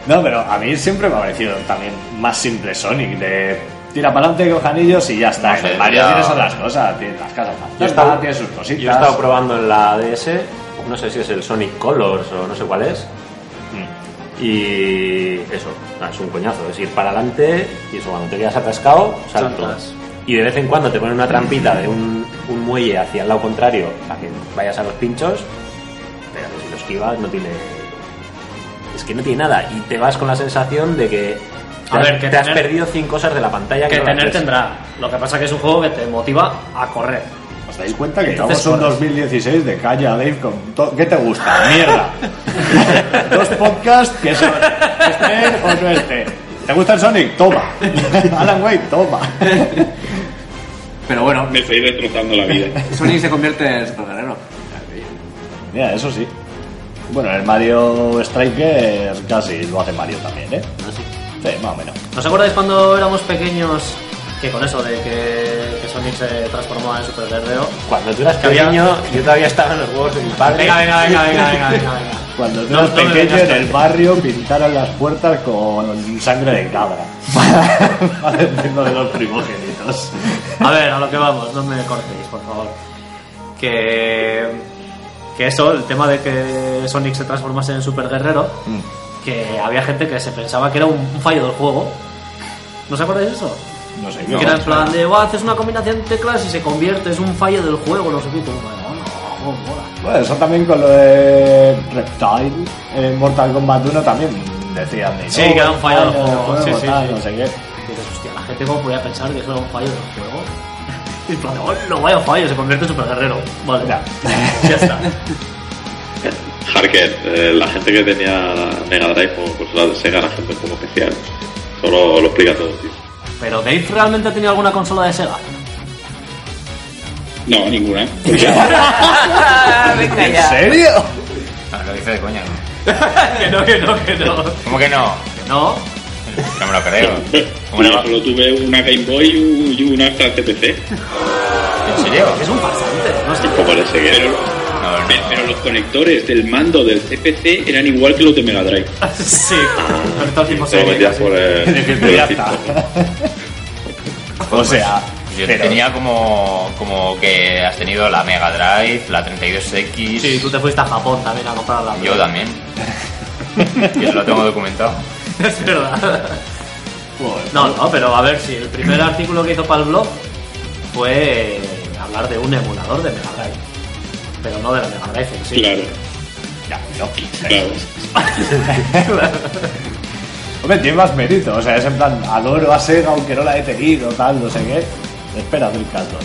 Speaker 1: No, pero a mí siempre me ha parecido también más simple Sonic, de tira para adelante, coge anillos y ya está.
Speaker 4: No sé,
Speaker 1: En el Mario
Speaker 4: ya-
Speaker 1: tienes otras cosas, tienes las casas
Speaker 5: Yo he
Speaker 1: fantasmas,
Speaker 5: estado-
Speaker 1: tienes sus cositas.
Speaker 5: Yo he estado probando en la DS, no sé si es el Sonic Colors o no sé cuál es.
Speaker 2: Mm.
Speaker 5: Y eso, nada, es un coñazo, es ir para adelante y eso, cuando te quedas atascado, saltas.
Speaker 2: Saltas.
Speaker 5: Y de vez en cuando te ponen una trampita de un, un muelle hacia el lado contrario para que vayas a los pinchos, pero que si lo esquivas no tiene... Es que no tiene nada y te vas con la sensación de que
Speaker 2: A
Speaker 5: Te-
Speaker 2: ver, que
Speaker 5: te has
Speaker 2: tener-
Speaker 5: perdido 100 cosas de la pantalla
Speaker 2: Que
Speaker 5: no las
Speaker 2: tener
Speaker 5: ves.
Speaker 2: tendrá. Lo que pasa que es un juego que te motiva a correr.
Speaker 1: ¿Os dais cuenta que
Speaker 2: Entonces, pues-
Speaker 1: estamos en
Speaker 2: bueno.
Speaker 1: 2016 de calle a Dave con to- ¿Qué te gusta? Mierda. Dos podcasts que son estén o no estén. ¿Te gusta el Sonic? Toma. Alan Wake, toma.
Speaker 7: Pero bueno,
Speaker 3: Me estoy destrozando la vida.
Speaker 7: Sonic se convierte en super guerrero.
Speaker 1: Mira, eso sí. Bueno, el Mario Strikers casi lo hace Mario también, ¿eh?
Speaker 2: Ah,
Speaker 1: Sí, más o menos.
Speaker 2: ¿Os acordáis cuando éramos pequeños que con eso de que, que Sonic se transformaba en Super Verdeo?
Speaker 5: Cuando tú eras
Speaker 2: Que había-
Speaker 5: pequeño, yo todavía estaba en los huevos de mi padre.
Speaker 2: Venga, venga, venga, venga, venga, venga, venga.
Speaker 1: Cuando tú
Speaker 2: No,
Speaker 1: eras
Speaker 2: no me
Speaker 1: pequeño en
Speaker 2: vengas
Speaker 1: el barrio pintaron las puertas con sangre de cabra. Para- Para decirlo de los primogénitos.
Speaker 2: A ver, a lo que vamos, no me cortéis, por favor. Que. Que eso, el tema de que Sonic se transformase en Super Guerrero,
Speaker 1: Mm.
Speaker 2: que había gente que se pensaba que era un, un fallo del juego. ¿No os acordáis de eso?
Speaker 1: No sé,
Speaker 2: que era en plan de, "Buah, haces una combinación de teclas y se convierte, es un fallo del juego, no sé qué. y tú, bueno, no, no, mola.
Speaker 1: Bueno, eso también con lo de Reptile en Mortal Kombat 1 también decían. de, "Oh,
Speaker 2: Sí,
Speaker 1: "No,
Speaker 2: que era un fallo del
Speaker 1: fallo del
Speaker 2: juego", sí, sí,
Speaker 1: tal,
Speaker 2: sí.
Speaker 1: No sé qué.
Speaker 2: Y dices, hostia, la gente cómo podía pensar que eso era un fallo del juego. Y en plan, de, "Oh, no vaya fallo, se convierte en super guerrero. Vale,
Speaker 1: Ya.
Speaker 2: ya, está.
Speaker 10: Harker, eh, la gente que tenía Mega Drive o consola de Sega era gente un poco especial. Solo lo explica todo, tío.
Speaker 2: Pero Dave realmente ha tenido alguna consola de Sega.
Speaker 3: No, ninguna.
Speaker 7: Venga
Speaker 1: ¿En serio?
Speaker 4: No, lo dice de coña. ¿no?
Speaker 2: que no, que no, que no.
Speaker 4: ¿Cómo que no?
Speaker 2: Que no.
Speaker 4: No me lo creo. ¿Cómo
Speaker 3: Yo
Speaker 4: no?
Speaker 3: solo tuve una Game Boy y un- y una hasta CPC.
Speaker 4: ¿En serio?
Speaker 2: Es un farsante, no sé.
Speaker 10: Como el SG.
Speaker 3: Pero,
Speaker 4: No, no.
Speaker 3: pe- pero los conectores del mando del CPC eran igual que los de Mega Drive.
Speaker 2: Sí, con todo tipo
Speaker 10: Te lo
Speaker 2: serie.
Speaker 10: metías
Speaker 2: casi.
Speaker 10: por el. por el
Speaker 1: ya
Speaker 10: cinto.
Speaker 1: está.
Speaker 2: Pues
Speaker 1: O sea,
Speaker 4: Pues Yo
Speaker 1: pero-
Speaker 4: tenía como, como que has tenido la Mega Drive, la 32X.
Speaker 2: Sí, tú te fuiste a Japón también a comprar la
Speaker 4: Yo también. Yo lo tengo documentado.
Speaker 2: Es verdad. No, no, pero a ver si el primer artículo que hizo para el blog fue hablar de un emulador de Mega Drive. Pero no de la Mega Drive en sí.
Speaker 3: Claro,
Speaker 1: Ya, no.
Speaker 3: claro.
Speaker 1: Hombre, tiene más mérito. O sea, es en plan, adoro a Sega aunque no la he tenido, tal, no sé qué. Espera, del caldo.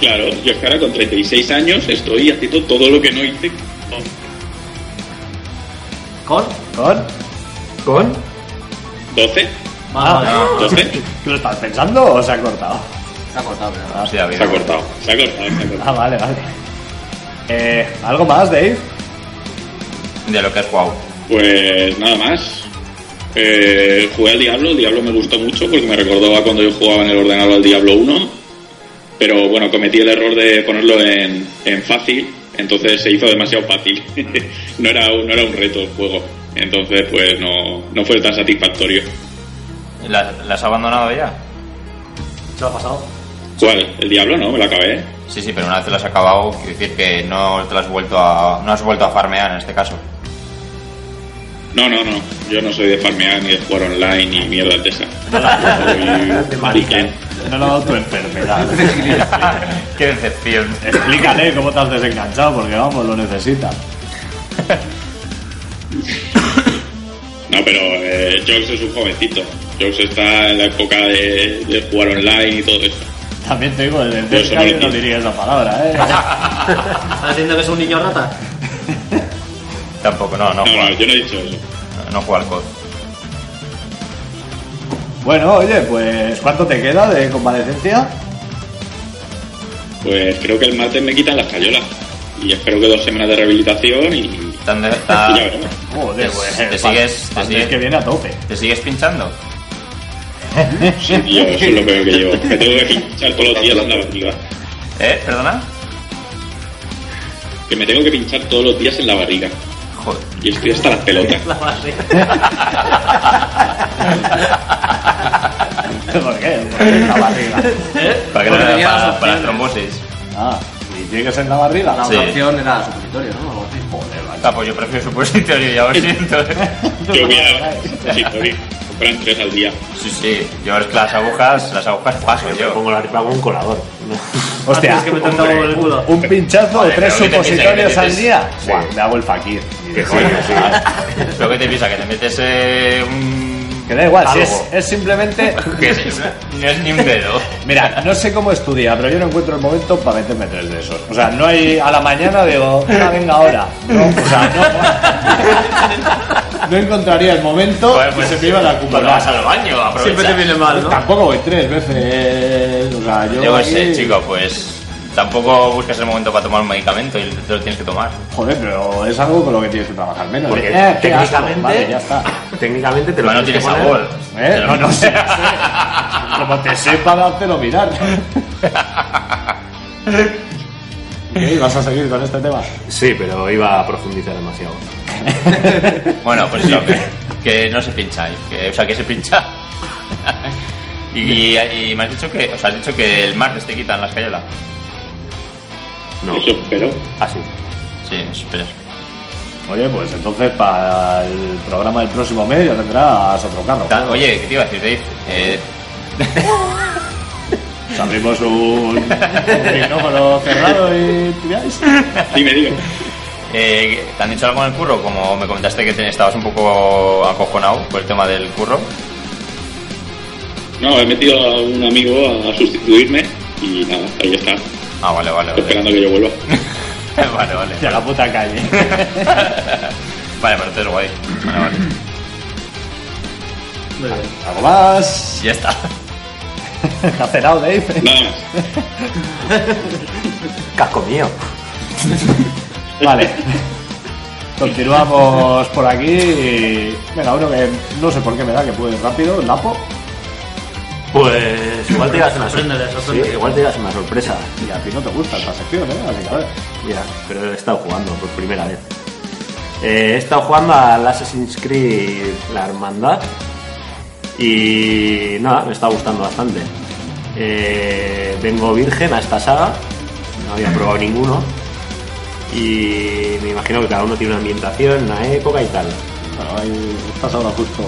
Speaker 3: Claro, yo es que ahora con 36 años estoy haciendo todo lo que no hice.
Speaker 2: ¿Con?
Speaker 1: ¿Con?
Speaker 5: ¿Con?
Speaker 3: 12,
Speaker 2: Vale,
Speaker 1: Ah.
Speaker 2: vale.
Speaker 3: 12,
Speaker 1: ¿Lo estás pensando o se ha cortado?
Speaker 7: Se ha cortado, pero
Speaker 4: Sí, David.
Speaker 10: Se ha cortado.
Speaker 3: se ha cortado, se ha cortado.
Speaker 1: Ah, vale, vale. Eh, ¿Algo más, Dave?
Speaker 4: De lo que has jugado.
Speaker 3: Pues nada más. Eh, jugué al Diablo, Diablo me gustó mucho porque me recordó a cuando yo jugaba en el ordenador al Diablo 1. Pero bueno, cometí el error de ponerlo en, en fácil, entonces se hizo demasiado fácil. no, era, un- no era un reto el juego, entonces pues no, no fue tan satisfactorio.
Speaker 4: ¿La- ¿La has abandonado ya?
Speaker 2: ¿Se lo ha pasado?
Speaker 3: ¿Cuál? ¿El Diablo? No, me lo acabé.
Speaker 4: Sí, sí, pero una vez te lo has acabado, quiero decir que no te lo has vuelto a, no has vuelto a farmear en este caso.
Speaker 3: No, no, no. Yo no soy de farmear, ni de jugar online, ni mierda de esa. Soy
Speaker 4: ¿eh?
Speaker 3: maricón.
Speaker 1: No lo ha dado tu enfermedad.
Speaker 4: Qué decepción.
Speaker 1: Explícale cómo te has desenganchado, porque vamos, lo necesitas.
Speaker 3: No, pero eh, Jokes es un jovencito. Jokes está en la época de, de jugar online y todo eso.
Speaker 1: También te digo, desde
Speaker 3: Pero eso
Speaker 1: cerca
Speaker 3: no lo
Speaker 1: yo no
Speaker 3: entiendo.
Speaker 1: diría esa palabra, ¿eh?
Speaker 2: ¿Estás diciendo que es un niño rata?
Speaker 4: Tampoco, no, no
Speaker 3: No, no,
Speaker 4: juega,
Speaker 3: yo no he dicho eso.
Speaker 4: no juega al COD.
Speaker 1: Bueno, oye, pues ¿cuánto te queda de convalecencia?
Speaker 3: Pues creo que el martes me quitan las cayolas. Y espero que dos semanas de rehabilitación y...
Speaker 4: Tan de- ta-
Speaker 3: y ya veremos.
Speaker 1: Joder,
Speaker 4: Te-
Speaker 1: pues.
Speaker 4: te
Speaker 1: eh,
Speaker 4: sigues-
Speaker 1: pa-
Speaker 4: te
Speaker 1: pa-
Speaker 4: sigues.
Speaker 1: es que viene a tope.
Speaker 4: ¿Te sigues pinchando?
Speaker 3: Sí, tío, eso es lo peor que llevo. Me tengo que pinchar todos los días en la barriga.
Speaker 4: ¿Eh? ¿Perdona?
Speaker 3: Que me tengo que pinchar todos los días en la barriga.
Speaker 4: Joder.
Speaker 3: Y estoy hasta las pelotas.
Speaker 2: La base.
Speaker 1: ¿Por qué? Porque en la barriga.
Speaker 2: ¿Eh?
Speaker 4: ¿Para, qué
Speaker 7: Porque
Speaker 4: te-
Speaker 7: tenía
Speaker 4: para,
Speaker 7: las
Speaker 4: para
Speaker 7: opciones.
Speaker 4: las trombosis.
Speaker 1: Ah, y tienes en la barriga.
Speaker 7: la
Speaker 4: Sí.
Speaker 7: otra opción era supositorio, ¿no? Algo así.
Speaker 4: Ah, pues yo prefiero supositorio, ya lo siento. ¿eh?
Speaker 3: Yo voy a...
Speaker 1: ¿eh?
Speaker 3: Sí, voy a comprar tres al día.
Speaker 4: Sí, sí, yo es que las agujas, las agujas paso
Speaker 5: Yo
Speaker 4: yo.
Speaker 5: pongo la hago un colador.
Speaker 1: Hostia,
Speaker 2: Antes que me tentaba por el culo.
Speaker 1: un pinchazo de
Speaker 4: Vale,
Speaker 1: tres
Speaker 4: pero ¿qué te piensas que
Speaker 1: supositorios al
Speaker 4: dices?
Speaker 1: día.
Speaker 4: Sí.
Speaker 1: Buah, me hago el fakir. Que sí, que sí.
Speaker 4: Lo que te piensa, que te metes eh, un.
Speaker 1: Que da igual, si
Speaker 4: algo,
Speaker 1: es, es simplemente.
Speaker 4: que es- no es ni un dedo.
Speaker 1: Mira, no sé cómo estudia, pero yo no encuentro el momento para meterme tres de esos. O sea, no hay a la mañana digo, "Ah, venga ahora. No, o sea, no. No encontraría el momento
Speaker 4: Joder,
Speaker 1: que
Speaker 4: pues
Speaker 1: se me iba la
Speaker 4: Cuando vas
Speaker 1: cumbre.
Speaker 4: al baño, aprovecha.
Speaker 2: Siempre te viene mal, ¿no?
Speaker 1: Tampoco voy tres veces. O sea, yo.
Speaker 4: Yo qué
Speaker 1: aquí-
Speaker 4: sé, chico, pues. Tampoco buscas el momento para tomar un medicamento y te lo tienes que tomar.
Speaker 1: Joder, pero es algo con lo que tienes que trabajar menos.
Speaker 5: Porque
Speaker 1: Eh, qué asco.
Speaker 5: técnicamente-
Speaker 1: Vale, ya está.
Speaker 5: Técnicamente te lo
Speaker 4: Pero no tiene
Speaker 5: tienes que poner-
Speaker 4: sabor.
Speaker 1: Eh, No, no sé. Como te sepa, dártelo mirar. ¿Qué? ¿Vas a seguir con este tema?
Speaker 5: Sí, pero iba a profundizar demasiado.
Speaker 4: Bueno, pues eso, que, que no se pincha, que, o sea, que se pincha. y, y me has dicho que, o sea, has dicho que el martes te quitan la escayola.
Speaker 5: No.
Speaker 6: Eso espero.
Speaker 5: Así.
Speaker 4: Sí, espera.
Speaker 1: Oye, pues entonces para el programa del próximo mes ya tendrás otro carro.
Speaker 4: Ta- Oye, ¿qué te iba a decir, Dave? Eh,
Speaker 1: Pues Abrimos un, un micrófono cerrado y tiráis.
Speaker 6: Dime, dime.
Speaker 4: eh, ¿Te han dicho algo en el curro? Como me comentaste que te- estabas un poco acojonado por el tema del curro.
Speaker 6: No, he metido a un amigo a sustituirme y nada, ahí está.
Speaker 4: Ah, vale, vale,
Speaker 6: Estoy
Speaker 4: vale.
Speaker 6: esperando que yo vuelva.
Speaker 4: vale, vale.
Speaker 1: Y a la puta calle.
Speaker 4: Vale, pero te lo guay. Vale, vale.
Speaker 1: ¿Algo más?
Speaker 4: Ya está.
Speaker 1: ¿Te has cenado, Dave?
Speaker 6: Nada más.
Speaker 5: Casco mío.
Speaker 1: Vale. Continuamos por aquí. Venga, uno que no sé por qué me da que puede ir rápido, el Lapo.
Speaker 5: Pues igual te llevas una
Speaker 2: Sorpréndele,
Speaker 5: sorpresa. Sí,
Speaker 2: sorpréndele.
Speaker 5: igual te llevas una sorpresa.
Speaker 1: Y a ti no te gusta esta sección, ¿eh? Así que a ver.
Speaker 5: Ya, pero he estado jugando por primera vez. Eh, he estado jugando al Assassin's Creed La Hermandad y nada, me está gustando bastante. Eh, vengo virgen a esta saga, no había probado ninguno y me imagino que cada uno tiene una ambientación, una época y tal.
Speaker 1: Bueno, ahí estás ahora justo.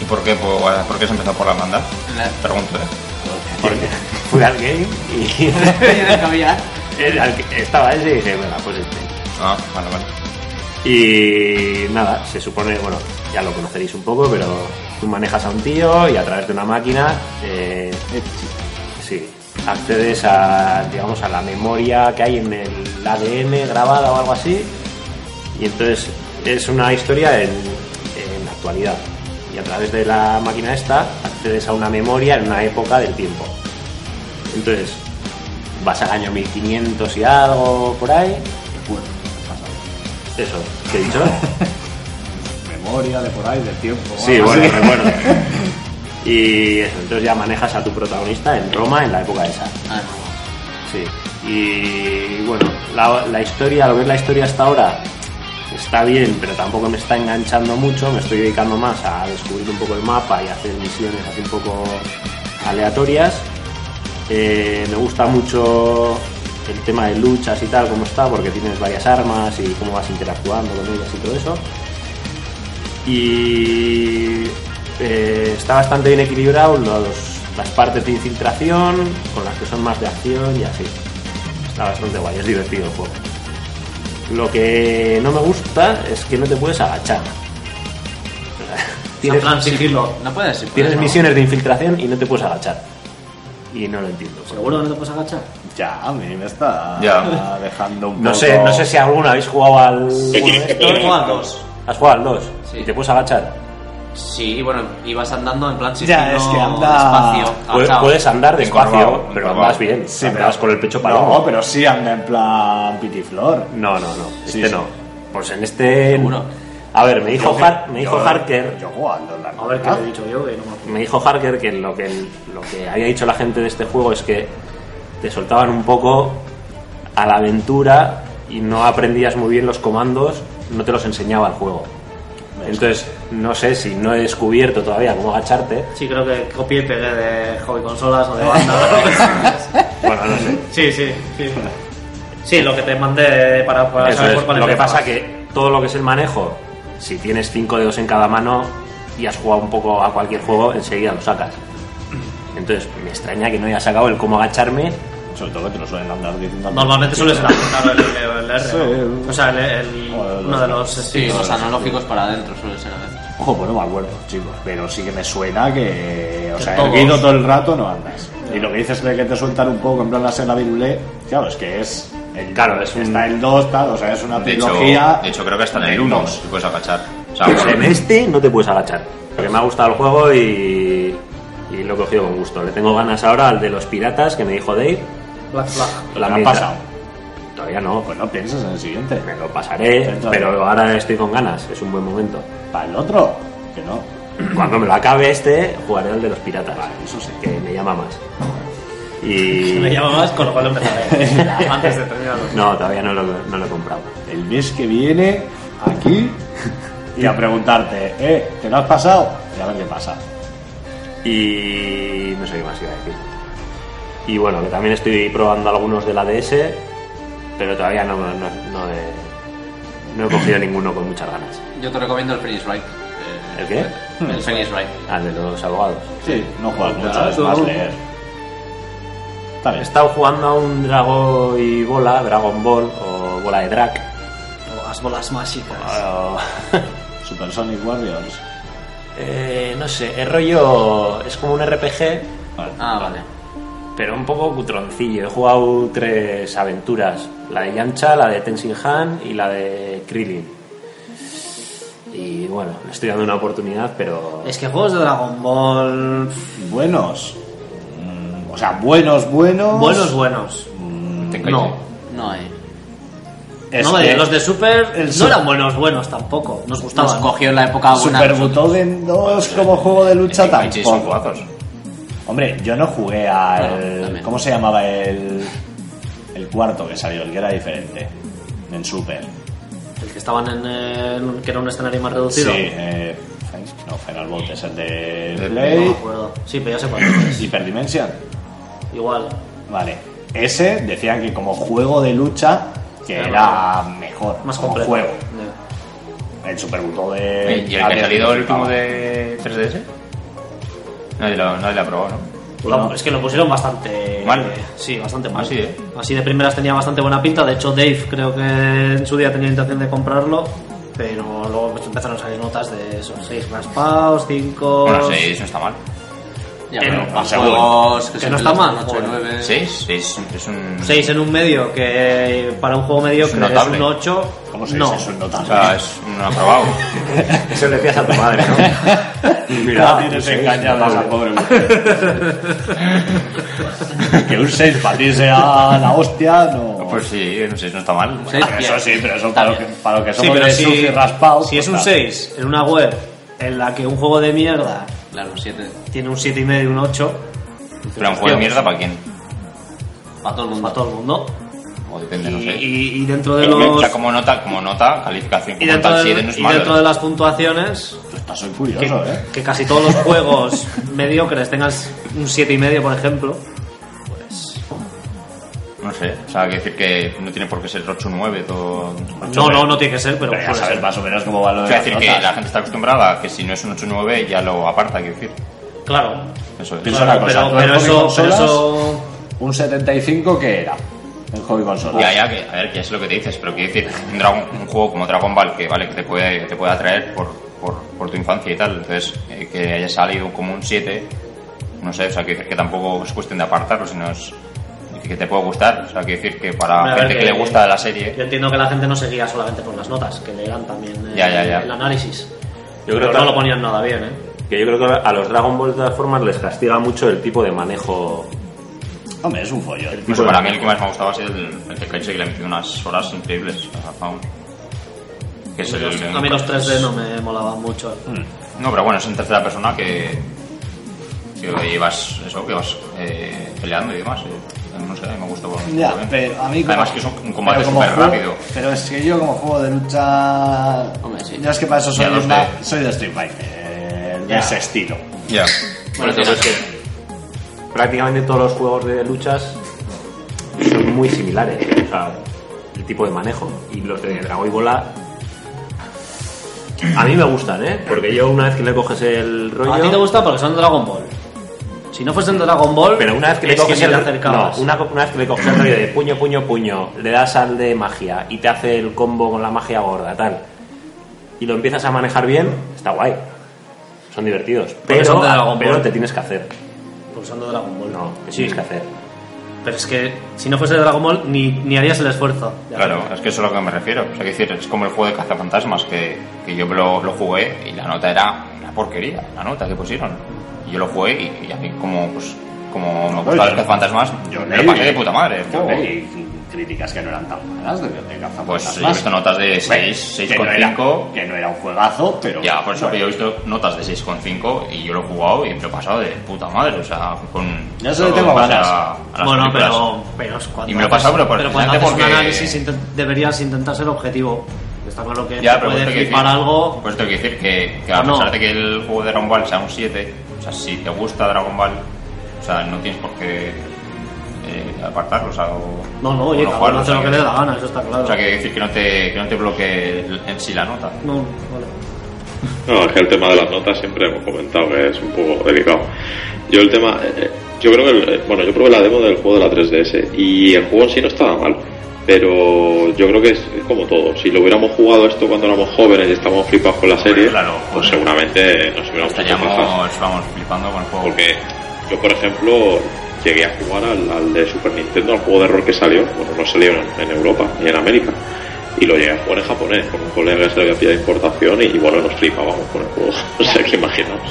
Speaker 4: ¿Y por qué, Pues, por, por qué se empezó por la hermandad?
Speaker 7: La-
Speaker 4: Pregunto, ¿eh?
Speaker 5: Porque fui al game y
Speaker 7: Oye, descabellada.
Speaker 5: el- al que estaba ese y dije, venga, pues este.
Speaker 4: Ah, vale, vale.
Speaker 5: Y nada, se supone, bueno, ya lo conoceréis un poco, pero tú manejas a un tío y a través de una máquina, eh, sí, accedes a, digamos, a la memoria que hay en el ADN grabada o algo así. Y entonces es una historia en, en la actualidad. Y a través de la máquina esta accedes a una memoria en una época del tiempo. Entonces vas al año 1500 y algo por ahí. Eso, ¿qué he dicho?
Speaker 1: Memoria de por ahí, del tiempo.
Speaker 5: Sí,
Speaker 1: Ah,
Speaker 5: bueno, recuerdo. Y eso, entonces ya manejas a tu protagonista en Roma en la época esa.
Speaker 7: Ah,
Speaker 5: Sí. Y bueno, la, la historia, lo que es la historia hasta ahora, está bien, pero tampoco me está enganchando mucho. Me estoy dedicando más a descubrir un poco el mapa y hacer misiones así un poco aleatorias. Eh, me gusta mucho el tema de luchas y tal, cómo está, porque tienes varias armas y cómo vas interactuando con ellas y todo eso. Y eh, está bastante bien equilibrado los- las partes de infiltración con las que son más de acción y así. Está bastante guay, es divertido el juego. Lo que no me gusta es que no te puedes agachar.
Speaker 2: En
Speaker 5: Tienes-
Speaker 2: plan, sigilo.
Speaker 7: No puede ser.
Speaker 5: Tienes
Speaker 7: no.
Speaker 5: misiones de infiltración y no te puedes agachar. Y no lo entiendo.
Speaker 2: ¿Seguro que no te puedes agachar?
Speaker 1: Ya, a mí me está
Speaker 4: Ya.
Speaker 1: dejando un poco.
Speaker 5: No sé, no sé si alguno habéis jugado al. ¿eh?
Speaker 6: Que tienes que
Speaker 2: Yo he
Speaker 6: poner-
Speaker 2: jugado al dos.
Speaker 5: ¿Has jugado al 2?
Speaker 7: Sí.
Speaker 5: ¿Y te puedes agachar?
Speaker 7: Sí, y bueno, ibas andando en plan sigilo.
Speaker 1: Ya, es que anda-
Speaker 7: Despacio. Ah,
Speaker 5: Puedes,
Speaker 7: agachado.
Speaker 5: puedes andar despacio,
Speaker 4: Encorvado,
Speaker 5: pero
Speaker 4: encorvado.
Speaker 5: andas bien.
Speaker 1: Sí, pero-
Speaker 5: andas con el pecho para
Speaker 1: No, pero sí anda en plan pitiflor.
Speaker 5: No, no, no.
Speaker 1: Sí,
Speaker 5: Este
Speaker 1: sí.
Speaker 5: no. Pues en este.
Speaker 7: Seguro.
Speaker 5: A ver, me dijo,
Speaker 1: Yo-
Speaker 5: Har- me dijo
Speaker 1: yo-
Speaker 5: Harker.
Speaker 1: Yo jugando en la
Speaker 2: A ver qué
Speaker 1: ¿verdad?
Speaker 2: le he dicho yo, que no me acuerdo.
Speaker 5: Me dijo Harker que lo que, lo que había dicho la gente de este juego es que te soltaban un poco a la aventura y no aprendías muy bien los comandos, no te los enseñaba el juego. Entonces, no sé si no he descubierto todavía cómo agacharte.
Speaker 2: Sí, creo que copié y pegué de hobby consolas o de banda.
Speaker 5: Bueno, no sé.
Speaker 2: sí, sí, sí. Sí, lo que te mandé para, para
Speaker 5: Eso
Speaker 2: saber
Speaker 5: es.
Speaker 2: por cuál
Speaker 5: Lo que
Speaker 2: empezabas.
Speaker 5: pasa que todo lo que es el manejo, si tienes 5 dedos en cada mano y has jugado un poco a cualquier juego, enseguida lo sacas. Entonces me extraña que no haya sacado el cómo agacharme
Speaker 1: Sobre todo que te lo suelen andar diciendo.
Speaker 2: Normalmente suele ser apuntar el, el, el R. ¿no?
Speaker 1: Sí.
Speaker 2: O sea, el, el-
Speaker 1: O el-
Speaker 2: uno de los
Speaker 7: Sí,
Speaker 2: estilos.
Speaker 7: los analógicos para adentro suelen ser a veces.
Speaker 1: Ojo, pues no me acuerdo, chicos. Pero sí que me suena que. O
Speaker 2: Que
Speaker 1: sea,
Speaker 2: todos.
Speaker 1: erguido todo el rato no andas. Y lo que dices de que te sueltan un poco en plan la sena virulé, claro, es que es. El,
Speaker 5: Claro, es un-
Speaker 1: Está el 2, tal, o sea, es una
Speaker 4: De hecho,
Speaker 1: trilogía.
Speaker 4: de hecho, creo que hasta en el
Speaker 1: del
Speaker 4: 1
Speaker 1: dos.
Speaker 4: te puedes agachar. O sea,
Speaker 5: Pero en
Speaker 4: bueno,
Speaker 5: este no te puedes agachar. Porque me ha gustado el juego y, y lo he cogido con gusto. Le tengo ganas ahora al de los piratas que me dijo Dave.
Speaker 2: Black Flag.
Speaker 1: Lo han
Speaker 5: mitad.
Speaker 1: pasado.
Speaker 5: Todavía no,
Speaker 1: Pues no piensas en el siguiente.
Speaker 5: me lo pasaré,
Speaker 1: Entonces-
Speaker 5: pero ahora estoy con ganas, es un buen momento.
Speaker 1: Para el otro, que no.
Speaker 5: Cuando me lo acabe este, jugaré al de los piratas,
Speaker 1: Eso sí.
Speaker 5: que me llama más. Y...
Speaker 2: Me llama más, con lo cual empezaré. Antes de terminarlo.
Speaker 5: No, todavía no lo, no lo he comprado.
Speaker 1: El mes que viene, aquí, y a preguntarte, ¿eh? ¿Te lo has pasado? Y a ver qué pasa.
Speaker 5: Y no sé qué más iba a decir. Y bueno, que también estoy probando algunos de la DS, pero todavía no, no, no he, no he cogido ninguno con muchas ganas.
Speaker 7: Yo te recomiendo el Phoenix Wright. eh,
Speaker 5: ¿El qué?
Speaker 1: Hmm.
Speaker 7: El Phoenix Wright.
Speaker 5: Al de los abogados.
Speaker 1: Sí, no juegas mucho,
Speaker 2: Claro,
Speaker 1: es más
Speaker 2: tú-
Speaker 1: leer. Está
Speaker 5: He
Speaker 1: bien.
Speaker 5: estado jugando a un Dragon y Bola, Dragon Ball o Bola de Drag.
Speaker 2: Las bolas mágicas.
Speaker 5: o-
Speaker 1: Super Sonic Warriors.
Speaker 5: eh, no sé, el rollo es como un RPG,
Speaker 1: Vale.
Speaker 7: Ah, vale.
Speaker 5: pero un poco cutroncillo. He jugado tres aventuras: la de Yancha, la de Tenshinhan y la de Krillin. Y bueno, le estoy dando una oportunidad, pero.
Speaker 2: Es que juegos de Dragon Ball.
Speaker 1: Buenos. Mm, O sea, buenos, buenos. Mm,
Speaker 2: Buenos, buenos.
Speaker 4: Tenkaichi.
Speaker 2: No.
Speaker 7: No hay.
Speaker 1: Es
Speaker 2: no me
Speaker 1: que
Speaker 2: digas, los de Super
Speaker 1: el
Speaker 2: no
Speaker 1: Super-
Speaker 2: eran buenos, buenos tampoco. Nos
Speaker 7: Nos
Speaker 2: gustaban.
Speaker 7: cogió en la época buena. pues,
Speaker 1: Super Butoden 2 como juego de lucha
Speaker 4: Tenkaichi son
Speaker 1: tampoco.
Speaker 4: jugazos.
Speaker 1: Hombre, yo no jugué
Speaker 7: Bueno,
Speaker 1: al.
Speaker 7: también.
Speaker 1: ¿Cómo se llamaba el. El cuarto que salió, el que era diferente? En Super.
Speaker 2: El que estaban en. eh, que era un escenario más
Speaker 1: Sí,
Speaker 2: reducido.
Speaker 1: eh, Fin- no, Final Bolt es el de
Speaker 4: De
Speaker 2: No me
Speaker 1: Play.
Speaker 2: acuerdo. Sí, pero ya sé cuál es.
Speaker 1: Hyperdimension.
Speaker 2: Igual.
Speaker 1: Vale. Ese decían que como juego de lucha que
Speaker 2: Era
Speaker 1: era mejor
Speaker 2: Ah, Más
Speaker 1: como
Speaker 2: completo. Eh,
Speaker 1: juego.
Speaker 2: Ya.
Speaker 1: El Super Buto de.
Speaker 4: ¿Y el que ha salido el último de 3DS? Nadie lo, nadie lo ha probado, ¿no?
Speaker 2: Vamos, Es que lo pusieron bastante
Speaker 4: Mal.
Speaker 2: eh, sí, bastante
Speaker 1: Ah,
Speaker 2: mal.
Speaker 4: Así, ¿eh?
Speaker 2: Así de primeras tenía bastante buena pinta. De hecho, Dave creo que en su día tenía intención de comprarlo. Pero luego pues, empezaron a salir notas de esos 6 raspados, 5.
Speaker 4: Bueno, 6 no está mal.
Speaker 7: Ya,
Speaker 2: Que
Speaker 7: pero
Speaker 2: no,
Speaker 7: para
Speaker 1: seguro.
Speaker 7: juegos
Speaker 2: Que
Speaker 7: siempre
Speaker 2: no está
Speaker 7: los
Speaker 2: mal,
Speaker 7: 8
Speaker 2: joder.
Speaker 7: 9.
Speaker 4: 6 6 es un.
Speaker 2: 6 en un medio, que para un juego medio es
Speaker 4: Es notable.
Speaker 2: un 8.
Speaker 1: ¿Cómo se dice
Speaker 2: no.
Speaker 1: eso en
Speaker 4: O
Speaker 1: notable?
Speaker 4: sea, es un aprobado.
Speaker 5: Eso le decías a tu madre, ¿no?
Speaker 1: Mira, tienes engañada
Speaker 2: ¿eh?
Speaker 1: a esa pobre mujer. que un 6 para ti sea la hostia, no.
Speaker 4: Pues sí, un 6 no está mal.
Speaker 7: Seis,
Speaker 1: Pero
Speaker 7: bien.
Speaker 1: eso sí, pero eso
Speaker 7: Está
Speaker 1: para lo que,
Speaker 7: bien.
Speaker 1: para lo que
Speaker 2: Sí,
Speaker 1: somos
Speaker 2: pero
Speaker 1: de
Speaker 2: si,
Speaker 1: sushi raspado.
Speaker 2: si es
Speaker 1: pues
Speaker 2: un
Speaker 1: tal.
Speaker 2: 6 en una web en la que un juego de mierda
Speaker 7: Claro, 7.
Speaker 2: tiene un 7,5 y un 8,
Speaker 4: Pero un juego de mierda para quién?
Speaker 7: Para todo
Speaker 2: para
Speaker 7: el mundo.
Speaker 2: todo el mundo.
Speaker 4: O depende,
Speaker 2: Y,
Speaker 4: no sé.
Speaker 2: y- y dentro de
Speaker 4: Pero, O
Speaker 2: los.
Speaker 4: sea, como nota, como nota, calificación
Speaker 2: Y
Speaker 4: como
Speaker 2: dentro, de,
Speaker 4: tal, 7 no es
Speaker 2: y
Speaker 4: malo.
Speaker 2: dentro de las puntuaciones,
Speaker 1: Hostia, pues soy
Speaker 2: que,
Speaker 1: curioso, ¿eh?
Speaker 2: que casi todos los juegos mediocres tengas un 7,5, por ejemplo.
Speaker 4: No sé, o sea, que decir que no tiene por qué ser 8 o 9 todo.
Speaker 2: No, no, no tiene que ser, pero,
Speaker 1: Pero ya
Speaker 2: puede
Speaker 1: sabes
Speaker 2: ser.
Speaker 1: más o menos cómo va lo
Speaker 4: O
Speaker 1: de
Speaker 4: sea,
Speaker 1: las
Speaker 4: pues, decir que
Speaker 1: notas.
Speaker 4: la gente está acostumbrada a que si no es un 8 o 9 ya lo aparta, quiero decir.
Speaker 2: Claro.
Speaker 4: Eso es.
Speaker 1: Piensa una cosa,
Speaker 2: pero,
Speaker 1: tú
Speaker 2: pero
Speaker 1: en
Speaker 2: eso, pero
Speaker 1: consolas-
Speaker 2: eso.
Speaker 1: Un 75 que era en hobby consola.
Speaker 4: Ya, ya, que, a ver, que es lo que te dices, pero quiero decir, un, Dragon- un juego como Dragon Ball que vale que te puede, te puede atraer por, por, por tu infancia y tal, entonces eh, que haya salido como un 7, no sé, o sea, que, que tampoco es cuestión de apartarlo, sino es que te puede gustar, o sea, que decir que para
Speaker 2: Hombre, a ver,
Speaker 4: gente que, le gusta la serie, ¿eh?
Speaker 2: Yo entiendo que la gente no se guía solamente por las notas, que leerán también eh,
Speaker 4: Ya, ya, ya.
Speaker 2: el análisis.
Speaker 5: Yo creo
Speaker 2: Pero
Speaker 5: que-
Speaker 2: no lo ponían nada bien, ¿eh?
Speaker 5: Que yo creo que a los Dragon Ball de todas formas les castiga mucho el tipo de manejo.
Speaker 1: Hombre, es un follón.
Speaker 4: no sé, pues para mí el que más me ha gustado ha sido el, el Tenkaichi, que le ha metido unas horas increíbles a Faun. Que es el,
Speaker 2: a mí los 3D no me molaban mucho.
Speaker 4: No, pero bueno, es en tercera persona que. que ahí vas, eso, que vas eh, peleando y demás. eh. No sé, a mí me gustó.
Speaker 1: Ya,
Speaker 4: bastante.
Speaker 1: pero a mí como-
Speaker 4: Además, que es un- un combate
Speaker 1: pero como
Speaker 4: súper
Speaker 1: juego-
Speaker 4: rápido.
Speaker 1: Pero es que yo como juego de lucha...
Speaker 7: Hombre, sí.
Speaker 1: Yo es que para eso soy,
Speaker 4: Ya, los
Speaker 1: una-
Speaker 4: de-
Speaker 1: soy de Street Fighter, eh, de
Speaker 2: Ya.
Speaker 1: ese estilo.
Speaker 4: Ya.
Speaker 7: Bueno,
Speaker 5: Pero es que prácticamente todos los juegos de luchas son muy similares. O sea, el tipo de manejo. Y los de Dragon y Bola. A mí me gustan, ¿eh? Porque yo una vez que le coges el rollo.
Speaker 2: A ti te gusta porque son Dragon Ball. Si no fuesen Dragon Ball,
Speaker 5: Pero una vez que
Speaker 2: es
Speaker 5: le coges
Speaker 2: si
Speaker 5: el
Speaker 2: te acercabas.
Speaker 5: no, una, co- una vez que le coges el rollo de puño, puño, puño, le das al de magia y te hace el combo con la magia gorda, tal, y lo empiezas a manejar bien, está guay. Son divertidos.
Speaker 2: eso
Speaker 5: Pero,
Speaker 2: te da Dragon
Speaker 5: pero
Speaker 2: Ball.
Speaker 5: te tienes que hacer.
Speaker 2: Pulsando Dragon Ball.
Speaker 5: No, te
Speaker 2: sí.
Speaker 5: tienes que hacer.
Speaker 2: Pero es que si no fuese Dragon Ball, ni, ni harías el esfuerzo. de
Speaker 4: Claro,
Speaker 2: hacerlo.
Speaker 4: es que eso es a lo que me refiero. O sea, que decir, es como el juego de cazafantasmas que, que yo lo, lo jugué y la nota era una porquería, la nota que pusieron. Y yo lo jugué y, y a mí como, pues, como me gustaban
Speaker 1: yo-
Speaker 4: los cazafantasmas,
Speaker 1: yo
Speaker 4: yo
Speaker 1: leí.
Speaker 4: lo pasé de puta madre. el
Speaker 1: Yo
Speaker 4: juego.
Speaker 1: leí críticas que no eran tan malas de, de Cazafantasmas.
Speaker 4: Pues yo he visto notas de
Speaker 1: Bueno,
Speaker 4: 6,
Speaker 1: que no era-
Speaker 4: 6,5.
Speaker 1: Que no era un juegazo, pero.
Speaker 4: Ya, por eso
Speaker 1: bueno.
Speaker 4: que yo he visto notas de 6,5 y yo lo he jugado y me lo he pasado de puta madre. O sea, con.
Speaker 1: Ya se le tengo
Speaker 4: pasa
Speaker 1: ganas.
Speaker 4: a- a las
Speaker 2: Bueno,
Speaker 4: películas.
Speaker 2: pero, pero es cuando
Speaker 4: Y me lo he pasado, pero por-
Speaker 2: cuando haces
Speaker 4: precisamente
Speaker 2: un
Speaker 4: porque-
Speaker 2: análisis inten- deberías intentar ser objetivo. Está claro que
Speaker 4: Ya,
Speaker 2: te
Speaker 4: pero
Speaker 2: puede
Speaker 4: pues tengo que
Speaker 2: flipar
Speaker 4: decir-
Speaker 2: algo.
Speaker 4: Pues tengo que decir que, que a
Speaker 2: ¿O no?
Speaker 4: pesar de que el juego de Dragon Ball sea un 7, o sea, si te gusta Dragon Ball, o sea, no tienes por qué eh, apartarlo, o sea, o,
Speaker 2: No, no,
Speaker 4: o
Speaker 2: oye, cada uno
Speaker 4: jugarlo, o
Speaker 2: hace
Speaker 4: sea,
Speaker 2: lo que le da la gana, eso está claro.
Speaker 4: O sea, que decir que no te, que no te bloquee el- en sí la nota.
Speaker 2: No, vale.
Speaker 3: No, es que el tema de las notas siempre hemos comentado que es un poco delicado. Yo el tema, eh, eh, yo creo que, el- eh, bueno, yo probé la demo del juego de la 3DS y el juego en sí no estaba mal, pero yo creo que es, es como todo. Si lo hubiéramos jugado esto cuando éramos jóvenes y estábamos flipados con la serie,
Speaker 4: claro,
Speaker 3: pues
Speaker 4: joder.
Speaker 3: seguramente nos hubiéramos hecho pajas.
Speaker 4: Estaríamos, vamos, flipando con el juego.
Speaker 3: Porque yo, por ejemplo, llegué a jugar al, al de Super Nintendo, al juego de error que salió. Bueno, no salió en, en Europa ni en América. Y lo llegué a jugar en japonés con un colega que se lo había pillado de importación y, y, bueno, nos flipábamos con el juego. o sea, que imaginaos.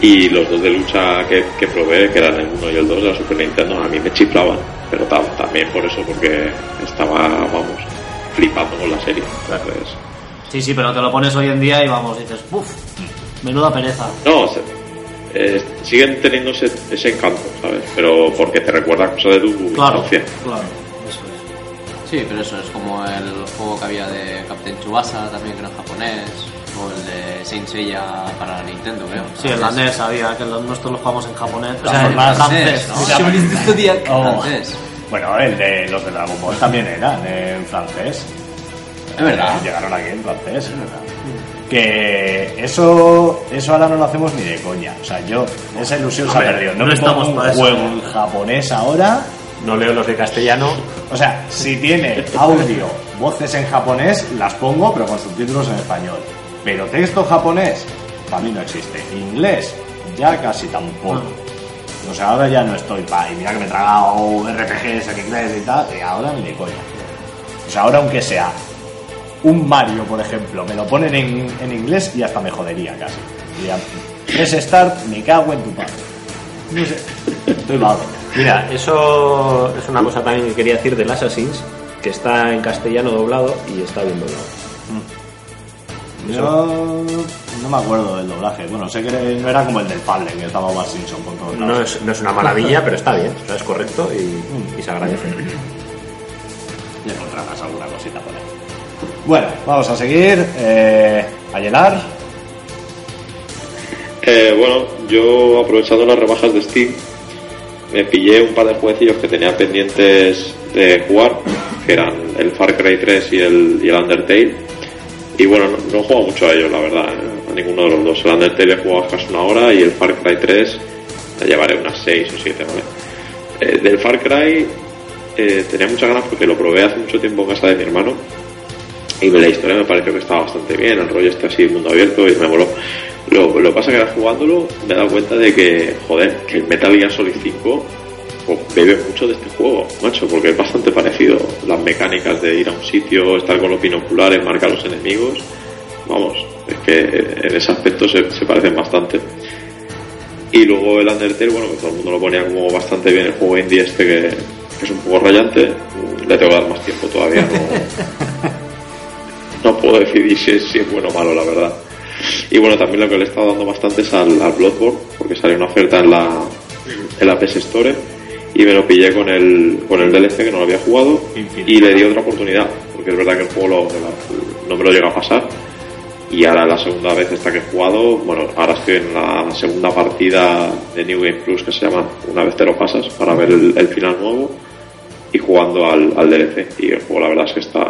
Speaker 3: Y los dos de lucha que, que probé, que eran el 1 y el 2 de la Super Nintendo, a mí me chiflaban. Pero tam- también por eso, porque estaba, vamos, flipando con la serie. Entonces,
Speaker 2: Sí, sí, pero te lo pones hoy en día y vamos, dices, uff, menuda pereza.
Speaker 3: No, se- eh, siguen teniendo ese, ese encanto, ¿sabes? Pero porque te recuerda cosas de tu
Speaker 2: Claro,
Speaker 3: infancia.
Speaker 2: claro, eso es.
Speaker 7: Sí, pero eso es como el juego que había de Captain Tsubasa, también que era en japonés, o el de Saint Seiya para la Nintendo, creo.
Speaker 2: Sí, el danés sabía que los- nosotros lo jugamos en japonés. O sea,
Speaker 7: Ah,
Speaker 2: en
Speaker 7: el francés,
Speaker 2: francés,
Speaker 7: ¿no?
Speaker 2: ¿no?
Speaker 1: Sí,
Speaker 7: Shaolin
Speaker 1: sí.
Speaker 7: Zodiac,
Speaker 1: Oh.
Speaker 7: francés.
Speaker 1: Bueno, el de los de Dragon Ball también eran en francés.
Speaker 7: Es verdad.
Speaker 1: Llegaron aquí en francés, es verdad. Que eso, eso ahora no lo hacemos ni de coña. O sea, yo, esa ilusión se ha
Speaker 2: Hombre,
Speaker 1: perdido.
Speaker 2: no
Speaker 1: me
Speaker 2: estamos
Speaker 1: pongo
Speaker 2: para
Speaker 1: un
Speaker 2: eso.
Speaker 1: juego en japonés ahora.
Speaker 5: No leo los de castellano.
Speaker 1: O sea, si tiene audio, voces en japonés, las pongo, pero con subtítulos en español. Pero texto japonés, para mí no existe. Inglés, ya casi tampoco. O sea, ahora ya no estoy para. Y mira que me he tragado RPGs en inglés y tal, y ahora ni de coña. O sea, ahora aunque sea un Mario, por ejemplo, me lo ponen en, en inglés y hasta me jodería casi. Diría, "Press start, me cago en tu padre. No sé, estoy malo.
Speaker 5: Mira, eso es una cosa también que quería decir del Assassin's, que está en castellano doblado y está bien doblado.
Speaker 1: Yo no me acuerdo del doblaje. Bueno, sé que no era como el del Fallen, que estaba Bart Simpson con todo el
Speaker 5: No es, no es una maravilla, pero está bien, o sea, es correcto y, y se agradece.
Speaker 1: Y encontrarás alguna cosita por ahí. Bueno, vamos a seguir. Eh, a llenar.
Speaker 3: Eh, bueno, yo aprovechando las rebajas de Steam, me pillé un par de jueguecillos que tenía pendientes de jugar, que eran el Far Cry 3 y el, y el Undertale. Y bueno, no, no he jugado mucho a ellos, la verdad, eh, a ninguno de los dos. El Undertale he jugado casi una hora y el Far Cry 3 la llevaré unas 6 o 7, ¿vale? Eh, del Far Cry eh, tenía muchas ganas porque lo probé hace mucho tiempo en casa de mi hermano y la historia me pareció que estaba bastante bien, el rollo está así, mundo abierto y me moló. Lo, lo que pasa que ahora jugándolo me he dado cuenta de que, joder, que el Metal Gear Solid 5 pues, bebe mucho de este juego, macho, porque es bastante parecido. Las mecánicas de ir a un sitio, estar con los binoculares, marcar a los enemigos, vamos, es que en ese aspecto se, se parecen bastante. Y luego el Undertale, bueno, que todo el mundo lo ponía como bastante bien el juego indie este que, que es un poco rayante, le tengo que dar más tiempo todavía, no, no puedo decidir si es, si es bueno o malo, la verdad. Y bueno, también lo que le he estado dando bastante es al, al Bloodborne, porque salió una oferta en la, en la PS Store y me lo pillé con el, con el DLC que no lo había jugado y le di otra oportunidad, porque es verdad que el juego lo- no me lo llega a pasar. Y ahora la segunda vez esta que he jugado, bueno, ahora estoy en la segunda partida de New Game Plus que se llama Una vez te lo pasas para ver el, el final nuevo y jugando al, al DLC. Y el juego la verdad es que está,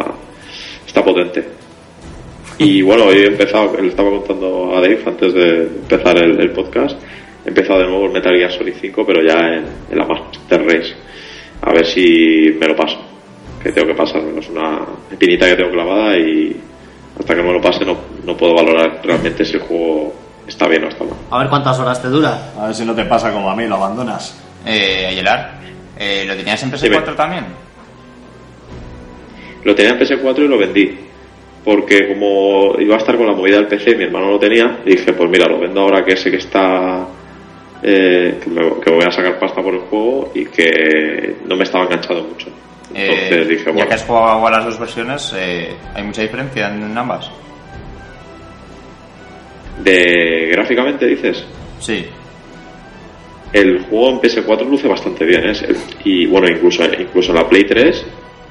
Speaker 3: está potente. Y bueno, hoy he empezado, le estaba contando a Dave antes de empezar el, el podcast, he empezado de nuevo el Metal Gear Solid 5, pero ya en, en la Master Race. A ver si me lo paso. Que tengo que pasármelo. Es una espinita que tengo clavada y hasta que no me lo pase no, no puedo valorar realmente si el juego está bien o está mal.
Speaker 2: A ver cuántas horas te dura.
Speaker 1: A ver si no te pasa como a mí, lo abandonas.
Speaker 4: Eh, Ayelar, eh, ¿lo tenías en PS4
Speaker 3: Dime.
Speaker 4: también?
Speaker 3: Lo tenía en PS4 y lo vendí. Porque como iba a estar con la movida del PC, mi hermano lo tenía, y dije, pues mira, lo vendo ahora que sé que está... eh, que, me, que voy a sacar pasta por el juego y que no me estaba enganchado mucho.
Speaker 4: Eh,
Speaker 3: Entonces dije,
Speaker 4: ya
Speaker 3: bueno,
Speaker 4: que has jugado a las dos versiones, eh, ¿hay mucha diferencia en ambas?
Speaker 3: de gráficamente dices,
Speaker 4: Sí.
Speaker 3: el juego en PS4 luce bastante bien, ¿eh? El- y bueno, incluso, incluso en la Play 3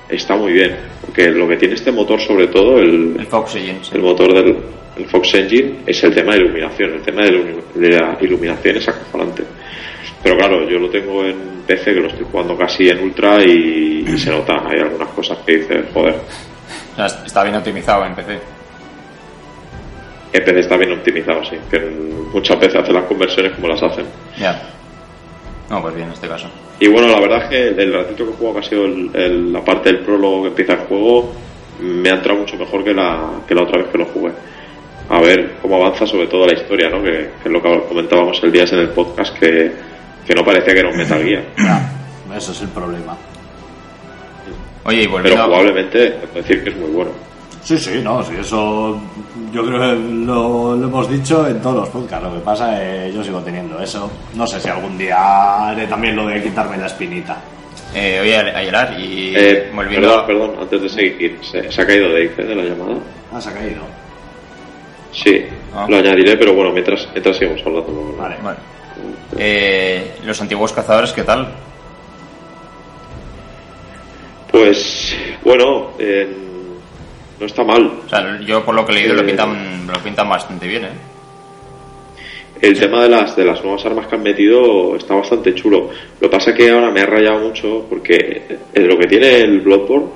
Speaker 3: está muy bien, porque lo que tiene este motor sobre todo, el,
Speaker 4: El Fox Engine, sí.
Speaker 3: el motor del el Fox Engine es el tema de iluminación. El tema de, ilu- de la iluminación es acojonante. Pero claro, yo lo tengo en PC, que lo estoy jugando casi en ultra y, y se nota. Hay algunas cosas que dices, joder,
Speaker 4: O sea, está bien optimizado en PC.
Speaker 3: el PC está bien optimizado, sí. Que muchas veces hace las conversiones como las hacen.
Speaker 4: Ya. No, pues bien, en este caso.
Speaker 3: Y bueno, la verdad es que el, el ratito que he jugado, que ha sido el- el- la parte del prólogo que empieza el juego, me ha entrado mucho mejor que la, que la otra vez que lo jugué. A ver cómo avanza sobre todo la historia, ¿no? Que, que es lo que comentábamos el día ese en el podcast, que, que no parecía que era un Metal Gear.
Speaker 1: Eso es el problema.
Speaker 4: Oye, y
Speaker 3: Pero
Speaker 4: volviendo a...
Speaker 3: jugablemente, puedo decir que es muy bueno.
Speaker 1: Sí, sí, no, sí, eso yo creo que lo, lo hemos dicho en todos los podcasts. Lo que pasa es que yo sigo teniendo eso. No sé si algún día haré también lo de quitarme la espinita.
Speaker 4: Eh, oye, Ayelar, y
Speaker 3: Eh,
Speaker 4: volviendo
Speaker 3: perdón, perdón, antes de seguir, se, se ha caído de Ice, de la llamada.
Speaker 1: Ah, se ha caído.
Speaker 3: Sí,
Speaker 4: Ah.
Speaker 3: lo añadiré, pero bueno, mientras, mientras sigamos hablando. ¿no?
Speaker 1: Vale.
Speaker 4: Vale. Eh, los antiguos cazadores, ¿qué tal?
Speaker 3: Pues bueno, eh, no está mal.
Speaker 4: O sea, yo por lo que he leído lo
Speaker 3: Eh,
Speaker 4: pintan, lo pintan bastante bien, ¿eh?
Speaker 3: El tema de las, de las nuevas armas que han metido está bastante chulo. Lo que pasa que ahora me ha rayado mucho porque eh, lo que tiene el Bloodborne,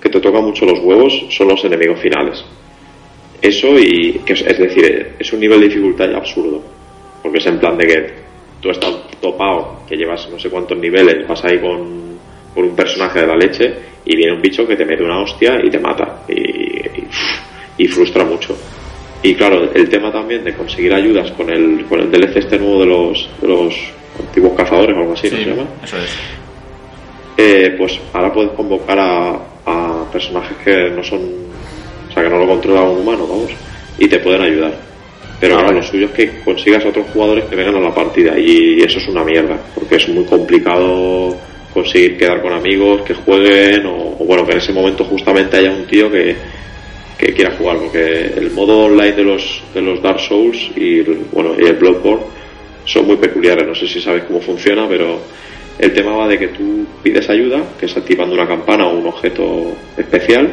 Speaker 3: que te toca mucho los huevos, son los enemigos finales. Eso y, que es, es decir, eh, es un nivel de dificultad ya absurdo. Porque es en plan de que tú estás topado, que llevas no sé cuántos niveles, vas ahí con, con un personaje de la leche y viene un bicho que te mete una hostia y te mata. Y, y- y frustra mucho. Y claro, el tema también de conseguir ayudas con el, con el DLC este nuevo de los, de los antiguos cazadores o algo así, ¿no se llama?
Speaker 4: eso es.
Speaker 3: Eh, pues ahora puedes convocar a, a personajes que no son, o sea, que no lo controla un humano, vamos, y te pueden ayudar. Pero ahora lo suyo es que consigas a otros jugadores que vengan a la partida y eso es una mierda, porque es muy complicado conseguir quedar con amigos que jueguen o, o bueno, que en ese momento justamente haya un tío que, que quiera jugar, porque el modo online de los, de los Dark Souls y el, bueno, y el Bloodborne son muy peculiares, no sé si sabes cómo funciona, pero el tema va de que tú pides ayuda, que es activando una campana o un objeto especial,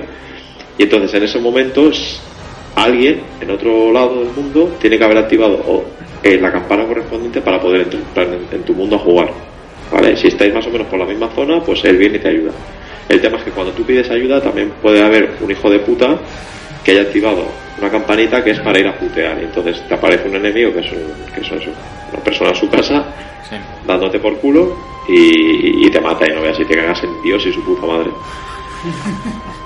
Speaker 3: y entonces en ese momento s- alguien en otro lado del mundo tiene que haber activado o, eh, la campana correspondiente para poder entrar en, en tu mundo a jugar. ¿Vale? Si estáis más o menos por la misma zona, pues él viene y te ayuda. El tema es que cuando tú pides ayuda también puede haber un hijo de puta que haya activado una campanita que es para ir a putear. Y entonces te aparece un enemigo que es, un- que es un- una persona en su casa
Speaker 4: Sí.
Speaker 3: dándote por culo y, y te mata y no veas y te cagas en Dios y su puta madre.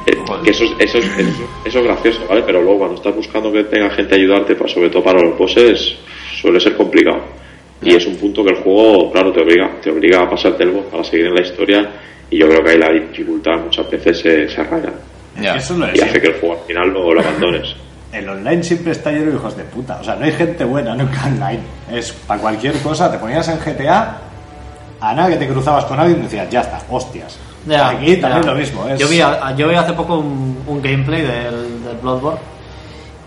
Speaker 3: Eh,
Speaker 4: Joder.
Speaker 3: que eso, es- eso, es- eso, es- eso es gracioso, ¿vale? Pero luego cuando estás buscando que tenga gente a ayudarte, pa- sobre todo para los bosses, suele ser complicado. Y es un punto que el juego, claro, te obliga, te obliga a pasarte el boss para seguir en la historia y yo creo que ahí la dificultad muchas veces se, se raya
Speaker 4: Ya.
Speaker 1: Eso es lo de
Speaker 3: y hace que
Speaker 1: siempre.
Speaker 3: el juego al final lo, lo abandones.
Speaker 1: El online siempre está lleno de hijos de puta. O sea, no hay gente buena nunca online. Es para cualquier cosa. Te ponías en GTA, a nada que te cruzabas con alguien y decías, ya está, hostias.
Speaker 2: Ya,
Speaker 1: Aquí
Speaker 2: ya.
Speaker 1: también lo mismo. Es...
Speaker 2: Yo, vi, a- yo vi hace poco un, un gameplay del, del Bloodborne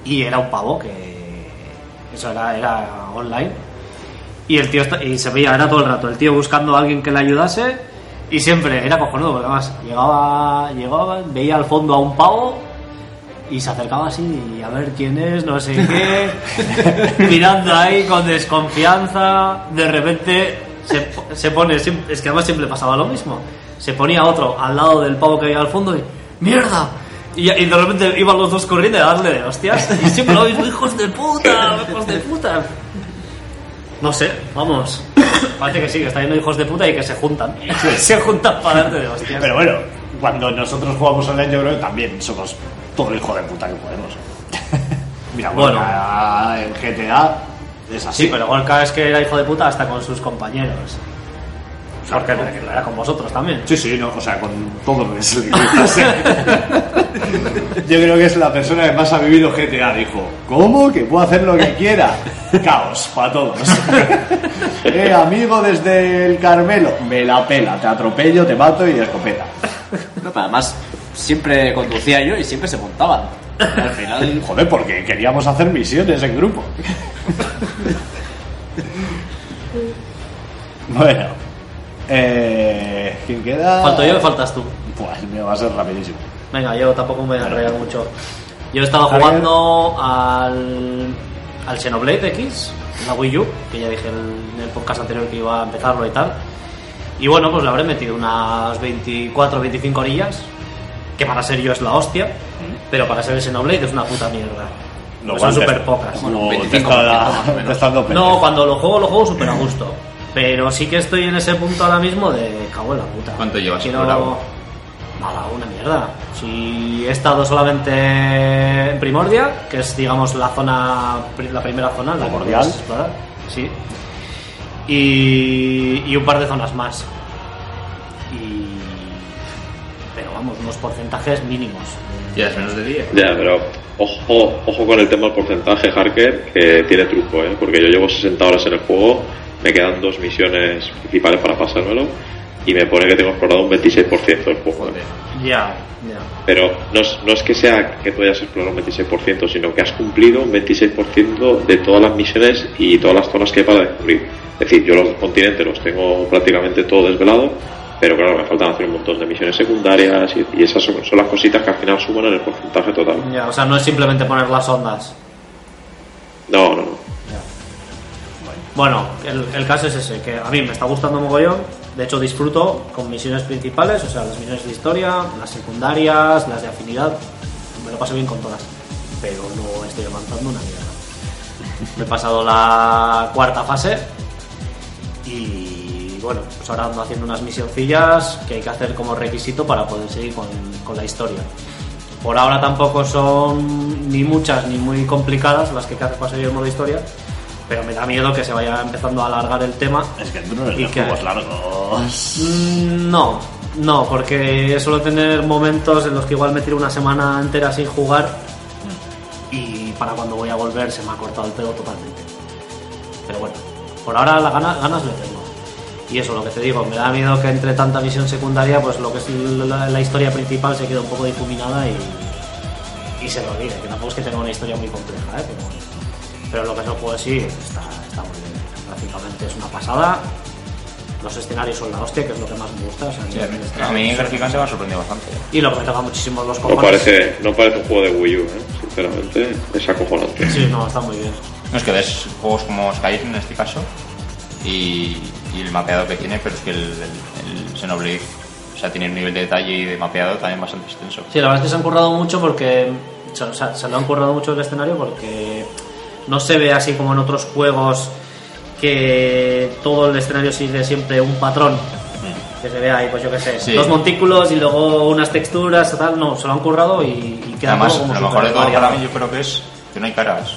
Speaker 2: y era un pavo que. Eso era, era online. Y el tío esta- y se veía, era todo el rato, el tío buscando a alguien que le ayudase y siempre era cojonudo, porque además llegaba, llegaba, veía al fondo a un pavo y se acercaba así y a ver quién es, no sé qué, mirando ahí con desconfianza, de repente se, po- se pone, sim- es que además siempre pasaba lo mismo, se ponía otro al lado del pavo que había al fondo y ¡mierda! Y, y de repente iban los dos corriendo a darle de hostias y siempre lo mismo, hijos de puta, hijos de puta. No sé, vamos. Parece que sí, que está yendo hijos de puta y que se juntan. se juntan para darte de hostias.
Speaker 1: Pero bueno, cuando nosotros jugamos online, yo creo que también somos todo el hijo de puta que podemos. Mira, bueno,
Speaker 2: Bueno.
Speaker 1: a- en GTA es así.
Speaker 2: Sí, pero Gorka es que era hijo de puta hasta con sus compañeros. Porque no era con vosotros también.
Speaker 1: Sí, sí, no, o sea, con todo lo que se le ocurra hacer. Yo creo que es la persona que más ha vivido GTA, dijo. ¿Cómo? Que puedo hacer lo que quiera. Caos, para todos. eh, amigo desde el Carmelo, me la pela, te atropello, te mato y escopeta.
Speaker 7: No, pero además, siempre conducía yo y siempre se montaban. Al final,
Speaker 1: Joder, porque queríamos hacer misiones en grupo. bueno. Eh, ¿Quién queda?
Speaker 2: Falto yo o faltas tú.
Speaker 1: Pues me va a ser rapidísimo.
Speaker 2: Venga, yo tampoco me voy a enrollar mucho. Yo estaba
Speaker 1: Javier.
Speaker 2: jugando al, al Xenoblade X, la Wii U, que ya dije en el podcast anterior que iba a empezarlo y tal. Y bueno, pues le habré metido unas 24 25 orillas, que para ser yo es la hostia, pero para ser el Xenoblade es una puta mierda. Pues son súper pocas.
Speaker 1: No, te
Speaker 7: 25%
Speaker 1: está,
Speaker 7: más o menos.
Speaker 1: te está dando
Speaker 2: No,
Speaker 1: pendejo.
Speaker 2: cuando lo juego, lo juego súper a gusto. Pero sí que estoy en ese punto ahora mismo de cago en la puta.
Speaker 4: ¿Cuánto llevas
Speaker 2: Quiero...
Speaker 4: explorado?
Speaker 2: Nada, una mierda. Si he estado solamente en Primordia, que es, digamos, la zona, pri- la primera zona, en la que
Speaker 1: Primordial.
Speaker 2: puedes explorar. Sí. Y, y un par de zonas más. Y. Pero vamos, unos porcentajes mínimos.
Speaker 4: Ya es menos de 10.
Speaker 3: Ya, pero ojo, ojo con el tema del porcentaje, Harker, que tiene truco, ¿eh? Porque yo llevo 60 horas en el juego, me quedan dos misiones principales para pasármelo y me pone que tengo explorado un 26% del juego. ¿eh?
Speaker 4: Joder.
Speaker 2: Ya, ya.
Speaker 3: Pero no es, no es que sea que tú hayas explorado un 26%, sino que has cumplido un 26% de todas las misiones y todas las zonas que hay para descubrir. Es decir, yo los continentes los tengo prácticamente todo desvelado, pero claro, me faltan hacer un montón de misiones secundarias y, y esas son, son las cositas que al final suman en el porcentaje total.
Speaker 2: Ya, o sea, no es simplemente poner las ondas.
Speaker 3: No, no, no.
Speaker 2: Bueno, el, el caso es ese, que a mí me está gustando mogollón. De hecho, disfruto con misiones principales, o sea, las misiones de historia, las secundarias, las de afinidad. Me lo paso bien con todas, pero no estoy avanzando una mierda. Me he pasado la cuarta fase y bueno, pues ahora ando haciendo unas misioncillas que hay que hacer como requisito para poder seguir con, con la historia. Por ahora tampoco son ni muchas ni muy complicadas las que hay que hacer para seguir el modo historia, pero me da miedo que se vaya empezando a alargar el tema.
Speaker 1: Es que tú no eres
Speaker 2: ¿Y
Speaker 1: de
Speaker 2: qué?
Speaker 1: juegos largos.
Speaker 2: Mm, No, no, porque suelo tener momentos en los que igual me tiro una semana entera sin jugar y para cuando voy a volver se me ha cortado el pedo totalmente. Pero bueno, por ahora las ganas, ganas le tengo. Y eso, lo que te digo, me da miedo que entre tanta misión secundaria, pues lo que es la, la historia principal se queda un poco difuminada y, y se lo olvide, que tampoco es que tenga una historia muy compleja, ¿eh? pero, pero lo que es el juego sí está, está muy bien. Gráficamente es una pasada, los escenarios son la hostia, que es lo que más me gusta. o sea,
Speaker 4: Sí,
Speaker 2: a nivel de
Speaker 4: a mí gráficamente me ha sorprendido bastante.
Speaker 2: y lo que me toca muchísimo los
Speaker 3: No
Speaker 2: cojones.
Speaker 3: parece, no parece un juego de Wii U, ¿eh? sinceramente. Es acojonante.
Speaker 2: Sí, no, está muy bien.
Speaker 4: No es que ves juegos como Skyrim en este caso y, y el mapeado que tiene, pero es que el, el, el Xenoblade o sea, tiene un nivel de detalle y de mapeado también bastante extenso.
Speaker 2: Sí, la verdad es que se han currado mucho porque. se- O sea, se lo han currado mucho el escenario porque no se ve así como en otros juegos que todo el escenario sigue siempre un patrón. Que se ve ahí, pues yo qué sé,
Speaker 4: Sí.
Speaker 2: dos montículos y luego unas texturas, tal. No, se lo han currado y, y queda
Speaker 4: Además,
Speaker 2: todo como
Speaker 4: lo
Speaker 2: súper
Speaker 4: mejor de todo
Speaker 2: variado.
Speaker 4: para mí yo creo que es que no hay caras.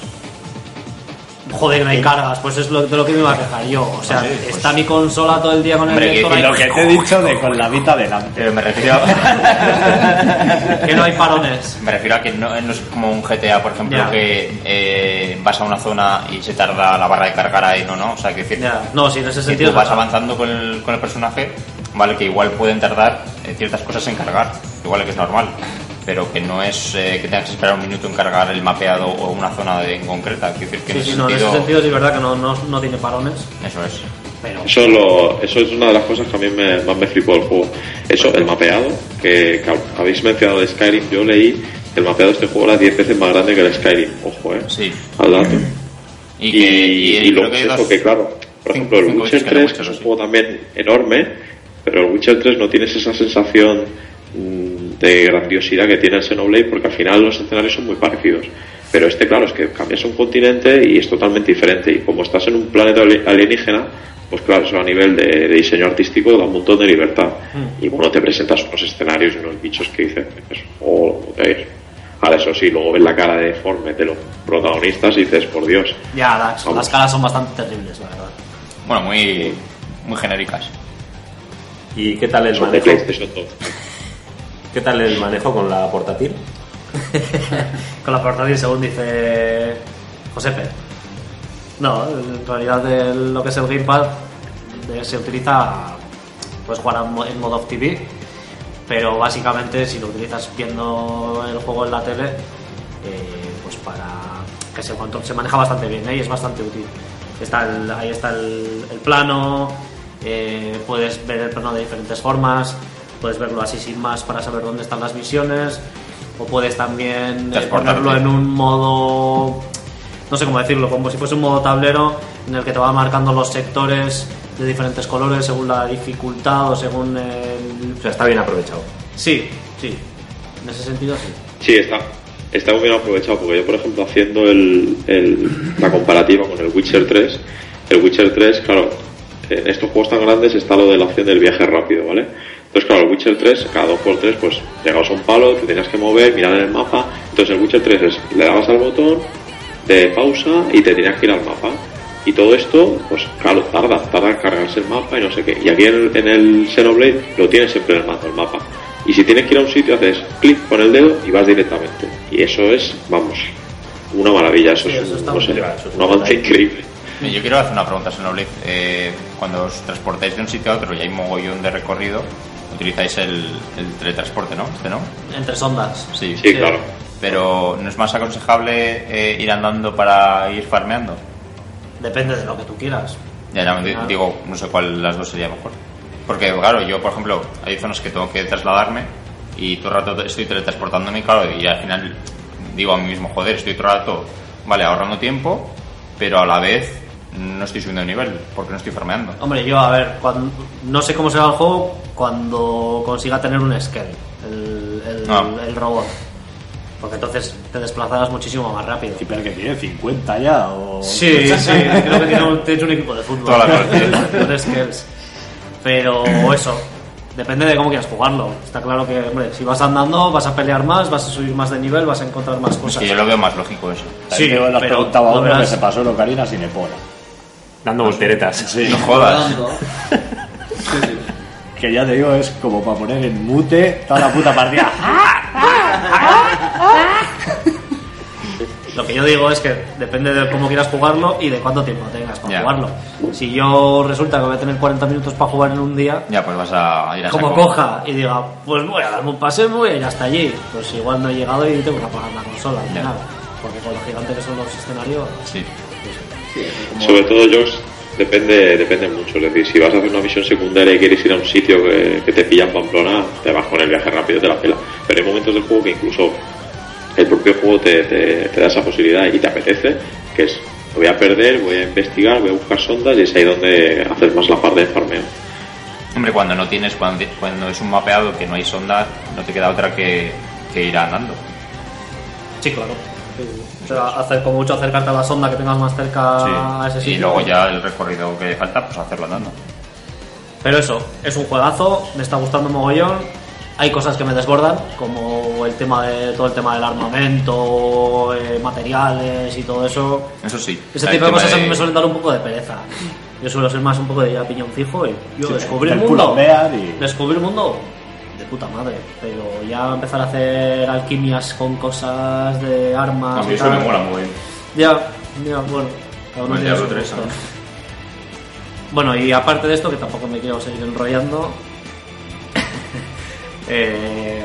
Speaker 2: Joder, no hay cargas, pues es lo, de lo que me iba a quejar yo. O sea,
Speaker 4: Ah, sí, pues-
Speaker 2: está mi consola todo el día con el
Speaker 4: Hombre, que-
Speaker 2: vector
Speaker 1: Y
Speaker 2: ahí.
Speaker 1: lo que te he dicho de con la vida delante.
Speaker 4: Pero me refiero a,
Speaker 2: que no hay parones.
Speaker 4: me refiero a que no, no es como un GTA, por ejemplo,
Speaker 2: Ya.
Speaker 4: que eh, vas a una zona y se tarda la barra de cargar ahí, no, no. O sea, que decir,
Speaker 2: Ya, No, sí, en ese
Speaker 4: Si
Speaker 2: sentido.
Speaker 4: tú vas
Speaker 2: nada.
Speaker 4: avanzando con el, con el personaje, vale, que igual pueden tardar eh, ciertas cosas en cargar, igual que es normal, pero que no es eh, que tengas que esperar un minuto en cargar el mapeado o una zona de- en concreta. Quiero decir que
Speaker 2: Sí,
Speaker 4: en,
Speaker 2: sí,
Speaker 4: ese
Speaker 2: no, en ese
Speaker 4: sentido,
Speaker 2: sentido sí es verdad que no, no, no tiene parones,
Speaker 4: Eso es.
Speaker 2: pero
Speaker 3: Eso, es lo- eso es una de las cosas que a mí me, más me flipó del juego. Eso, el mapeado, que, que habéis mencionado de Skyrim, yo leí que el mapeado de este juego era 10 veces más grande que el Skyrim. Ojo, ¿eh?
Speaker 4: Sí.
Speaker 3: Al dato.
Speaker 4: Y, que, y,
Speaker 3: y lo
Speaker 4: creo
Speaker 3: que
Speaker 4: hay
Speaker 3: es eso,
Speaker 4: dos-
Speaker 3: que claro, por
Speaker 4: cinco-
Speaker 3: ejemplo, el
Speaker 4: cinco
Speaker 3: Witcher
Speaker 4: bichos que no
Speaker 3: 3, que es
Speaker 4: muchos,
Speaker 3: un
Speaker 4: sí.
Speaker 3: juego también enorme, pero el Witcher 3 no tienes esa sensación mm, de grandiosidad que tiene el Xenoblade porque al final los escenarios son muy parecidos. Pero este, claro, es que cambias un continente y es totalmente diferente. Y como estás en un planeta ali- alienígena, pues claro, eso a nivel de, de diseño artístico da un montón de libertad.
Speaker 4: Mm.
Speaker 3: Y bueno, te presentas unos escenarios y unos bichos que dices, oh, joder". Ahora, eso sí, luego ves la cara deforme de los protagonistas y dices, por Dios.
Speaker 2: Ya, las,
Speaker 3: Vamos.
Speaker 2: las caras son bastante terribles, la verdad.
Speaker 4: Bueno, muy, muy genéricas.
Speaker 5: ¿Y qué tal el
Speaker 3: Son de
Speaker 5: manejo?
Speaker 3: PlayStation 2.
Speaker 5: ¿Qué tal el manejo con la portátil?
Speaker 2: Con la portátil, según dice Josepe. No, en realidad el- lo que es el Gamepad eh, se utiliza pues jugar en mo- en modo off TV, pero básicamente si lo utilizas viendo el juego en la tele, eh, pues para que se, contro- se maneja bastante bien ¿eh? y es bastante útil. Está el- ahí está el, el plano, eh, puedes ver el plano de diferentes formas, puedes verlo así sin más para saber dónde están las misiones, o puedes también eh,
Speaker 4: Transportarte.
Speaker 2: ponerlo en un modo no sé cómo decirlo, como si fuese un modo tablero en el que te va marcando los sectores de diferentes colores según la dificultad o según el...
Speaker 5: O sea, está bien aprovechado.
Speaker 2: Sí, sí, en ese sentido sí.
Speaker 3: Sí, está, está muy bien aprovechado, porque yo, por ejemplo, haciendo el, el- la comparativa con el Witcher 3, el Witcher 3, claro, en estos juegos tan grandes está lo de la opción del viaje rápido, ¿vale? Entonces, claro, el Witcher 3, cada 2x3, pues llegabas a un palo, te tenías que mover, mirar en el mapa. Entonces, el Witcher 3 es, le dabas al botón de pausa y te tenías que ir al mapa. Y todo esto, pues claro, tarda, tarda en cargarse el mapa y no sé qué. Y aquí en el, en el Xenoblade lo tienes siempre en el mando, el mapa. Y si tienes que ir a un sitio, haces clic con el dedo y vas directamente. Y eso es, vamos, una maravilla. Eso
Speaker 2: Sí,
Speaker 3: es
Speaker 2: eso
Speaker 3: un,
Speaker 2: está
Speaker 3: no
Speaker 2: muy
Speaker 3: sé,
Speaker 2: bien,
Speaker 5: eso es
Speaker 3: un
Speaker 5: muy
Speaker 3: avance
Speaker 5: bien.
Speaker 3: increíble.
Speaker 4: Mira, Yo quiero hacer una pregunta, señor Blake. Eh, cuando os transportáis de un sitio a otro y hay mogollón de recorrido, utilizáis el, el teletransporte, ¿no? Este, ¿no?
Speaker 2: Entre sondas.
Speaker 4: Sí.
Speaker 3: Sí, claro.
Speaker 4: Pero ¿no es más aconsejable eh, ir andando para ir farmeando?
Speaker 2: Depende de lo que tú quieras.
Speaker 4: Ya, ya, di-
Speaker 2: Ah.
Speaker 4: digo, no sé cuál de las dos sería mejor. Porque, claro, yo, por ejemplo, hay zonas que tengo que trasladarme y todo el rato te- estoy teletransportándome, y, claro, y al final digo a mí mismo, joder, estoy todo el rato, vale, ahorrando tiempo, pero a la vez no estoy subiendo de nivel, porque no estoy farmeando.
Speaker 2: Hombre, yo, a ver, cuan- no sé cómo será el juego cuando consiga tener un scale, el, el-
Speaker 4: Ah.
Speaker 2: el robot. Porque entonces te desplazarás muchísimo más rápido.
Speaker 1: Y pero que tiene 50 ya o...
Speaker 2: Sí, sí, creo que tiene un, tienes un equipo de fútbol.
Speaker 4: Toda la parte.
Speaker 2: Con skills. Pero eso, depende de cómo quieras jugarlo. Está claro que, hombre, si vas andando, vas a pelear más, vas a subir más de nivel, vas a encontrar más
Speaker 4: Es
Speaker 2: cosas.
Speaker 4: que yo lo veo más lógico eso.
Speaker 1: Sí,
Speaker 2: Sí,
Speaker 1: pero
Speaker 2: pero
Speaker 1: preguntaba
Speaker 2: lo
Speaker 1: uno que
Speaker 2: verás.
Speaker 1: se pasó en Ocarina sin Epona.
Speaker 5: Dando volteretas.
Speaker 1: Sí.
Speaker 4: No jodas.
Speaker 7: Redondo. Sí, sí.
Speaker 1: Que ya te digo, es como para poner en mute toda la puta partida.
Speaker 2: Lo que yo digo es que depende de cómo quieras jugarlo y de cuánto tiempo tengas para
Speaker 4: Ya.
Speaker 2: jugarlo. Si yo resulta que voy a tener 40 minutos para jugar en un día,
Speaker 4: Ya, pues vas a ir a
Speaker 2: como
Speaker 4: saco.
Speaker 2: coja y diga, pues voy a darme un paseo, voy a ir hasta allí. Pues igual no he llegado y tengo que apagar la consola, ni
Speaker 4: Ya.
Speaker 2: nada. Porque con lo gigante que son los escenarios,
Speaker 4: Sí.
Speaker 3: Sobre todo, yo depende, depende mucho. Es decir, si vas a hacer una misión secundaria y quieres ir a un sitio que, que te pilla en Pamplona, te vas con el viaje rápido de la pela. Pero hay momentos del juego que incluso el propio juego te, te- te da esa posibilidad y te apetece, que es voy a perder, voy a investigar, voy a buscar sondas y es ahí donde haces más la parte de farmeo.
Speaker 4: Hombre, cuando no tienes, cuando, cuando es un mapeado que no hay sonda, no te queda otra que, que ir andando.
Speaker 2: Sí, claro. O sea, hacer, como mucho acercarte a la sonda que tengas más cerca a ese
Speaker 4: Sí.
Speaker 2: sitio.
Speaker 4: Y luego ya el recorrido que falta, pues hacerlo andando.
Speaker 2: Pero eso, es un juegazo, me está gustando mogollón. Hay cosas que me desbordan, como el tema de todo el tema del armamento, eh, materiales y todo eso.
Speaker 4: Eso sí.
Speaker 2: Ese
Speaker 4: El
Speaker 2: tipo de
Speaker 4: tema
Speaker 2: cosas a mí
Speaker 4: de-
Speaker 2: me suelen dar un poco de pereza. Yo suelo ser más un poco de ya piñón fijo y yo
Speaker 1: Sí,
Speaker 2: descubrí el
Speaker 1: del
Speaker 2: mundo.
Speaker 1: pulambear y-
Speaker 2: Descubrí el mundo de puta madre. Pero ya empezar a hacer alquimias con cosas de armas.
Speaker 4: A mí
Speaker 2: y
Speaker 4: eso
Speaker 2: tal,
Speaker 4: me mola muy bien.
Speaker 2: Ya, ya, bueno. cada uno
Speaker 4: Bueno,
Speaker 2: tiene
Speaker 4: Diablo
Speaker 2: su
Speaker 4: 3,
Speaker 2: gusto.
Speaker 4: ¿no?
Speaker 2: Bueno, y aparte de esto, que tampoco me quiero seguir enrollando, eh,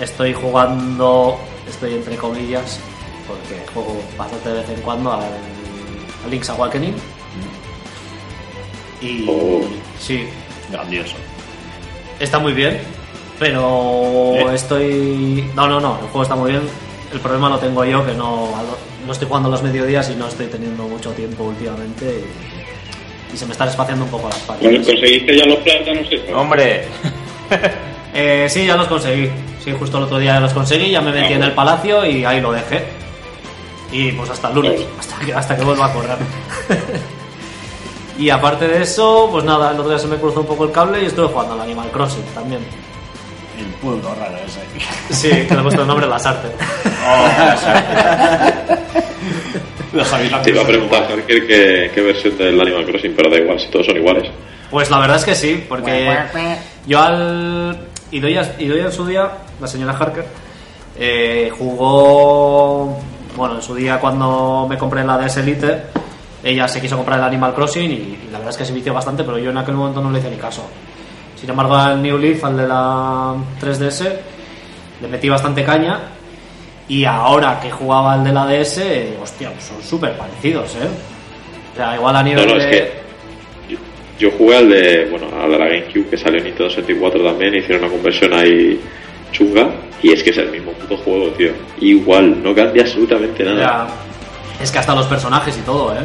Speaker 2: estoy jugando, estoy entre comillas, porque juego bastante de vez en cuando al, al Link's Awakening. Y
Speaker 3: Oh.
Speaker 2: sí,
Speaker 1: Grandioso.
Speaker 2: Está muy bien, pero
Speaker 1: ¿Eh?
Speaker 2: estoy... No, no, no, el juego está muy bien. El problema lo tengo yo, que no, no estoy jugando a los mediodías y no estoy teniendo mucho tiempo últimamente y, y se me están espaciando un poco las
Speaker 6: Bueno,
Speaker 2: partidas.
Speaker 6: conseguiste ya los plátanos eso.
Speaker 4: Hombre,
Speaker 2: Eh, sí, ya los conseguí. Sí, justo el otro día ya los conseguí, ya me metí en el palacio y ahí lo dejé. Y pues hasta el lunes, hasta que, hasta que vuelva a correr. y aparte de eso, pues nada, el otro día se me cruzó un poco el cable y estuve jugando al Animal Crossing también.
Speaker 1: El pueblo raro ese.
Speaker 2: Sí, que le he puesto el nombre las artes.
Speaker 1: Los habitantes
Speaker 3: Te iba a
Speaker 1: son
Speaker 3: preguntar,
Speaker 1: iguales.
Speaker 3: Ángel, qué, qué versión del Animal Crossing, pero da igual si todos son iguales.
Speaker 2: Pues la verdad es que sí, porque yo al. Y doy, en su día, la señora Harker, eh, jugó. Bueno, en su día cuando me compré la DS Elite, ella se quiso comprar el Animal Crossing y, y la verdad es que se vició bastante, pero yo en aquel momento no le hice ni caso. Sin embargo, al New Leaf, al de la 3DS, le metí bastante caña. Y ahora que jugaba al de la DS, eh, hostia, pues son súper parecidos, ¿eh? O sea, igual a
Speaker 3: No,
Speaker 2: nivel
Speaker 3: no, es
Speaker 2: de-
Speaker 3: que yo, yo jugué al de, bueno, al de la GameCube que salió en Nintendo 64 también, hicieron una conversión ahí chunga, y es que es el mismo puto juego, tío. Igual, no cambia absolutamente nada.
Speaker 2: Ya. Es que hasta los personajes y todo, ¿eh?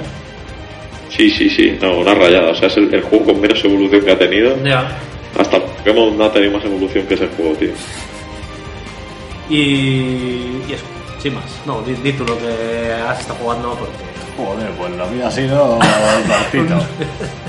Speaker 3: Sí, sí, sí, no, una rayada. O sea, es el, el juego con menos evolución que ha tenido.
Speaker 2: Ya.
Speaker 3: Hasta Pokémon no ha tenido más evolución que ese juego, tío.
Speaker 2: Y, y eso, sin más. No, di, di tú lo que has estado jugando porque...
Speaker 1: Joder, pues la vida ha sido cortito.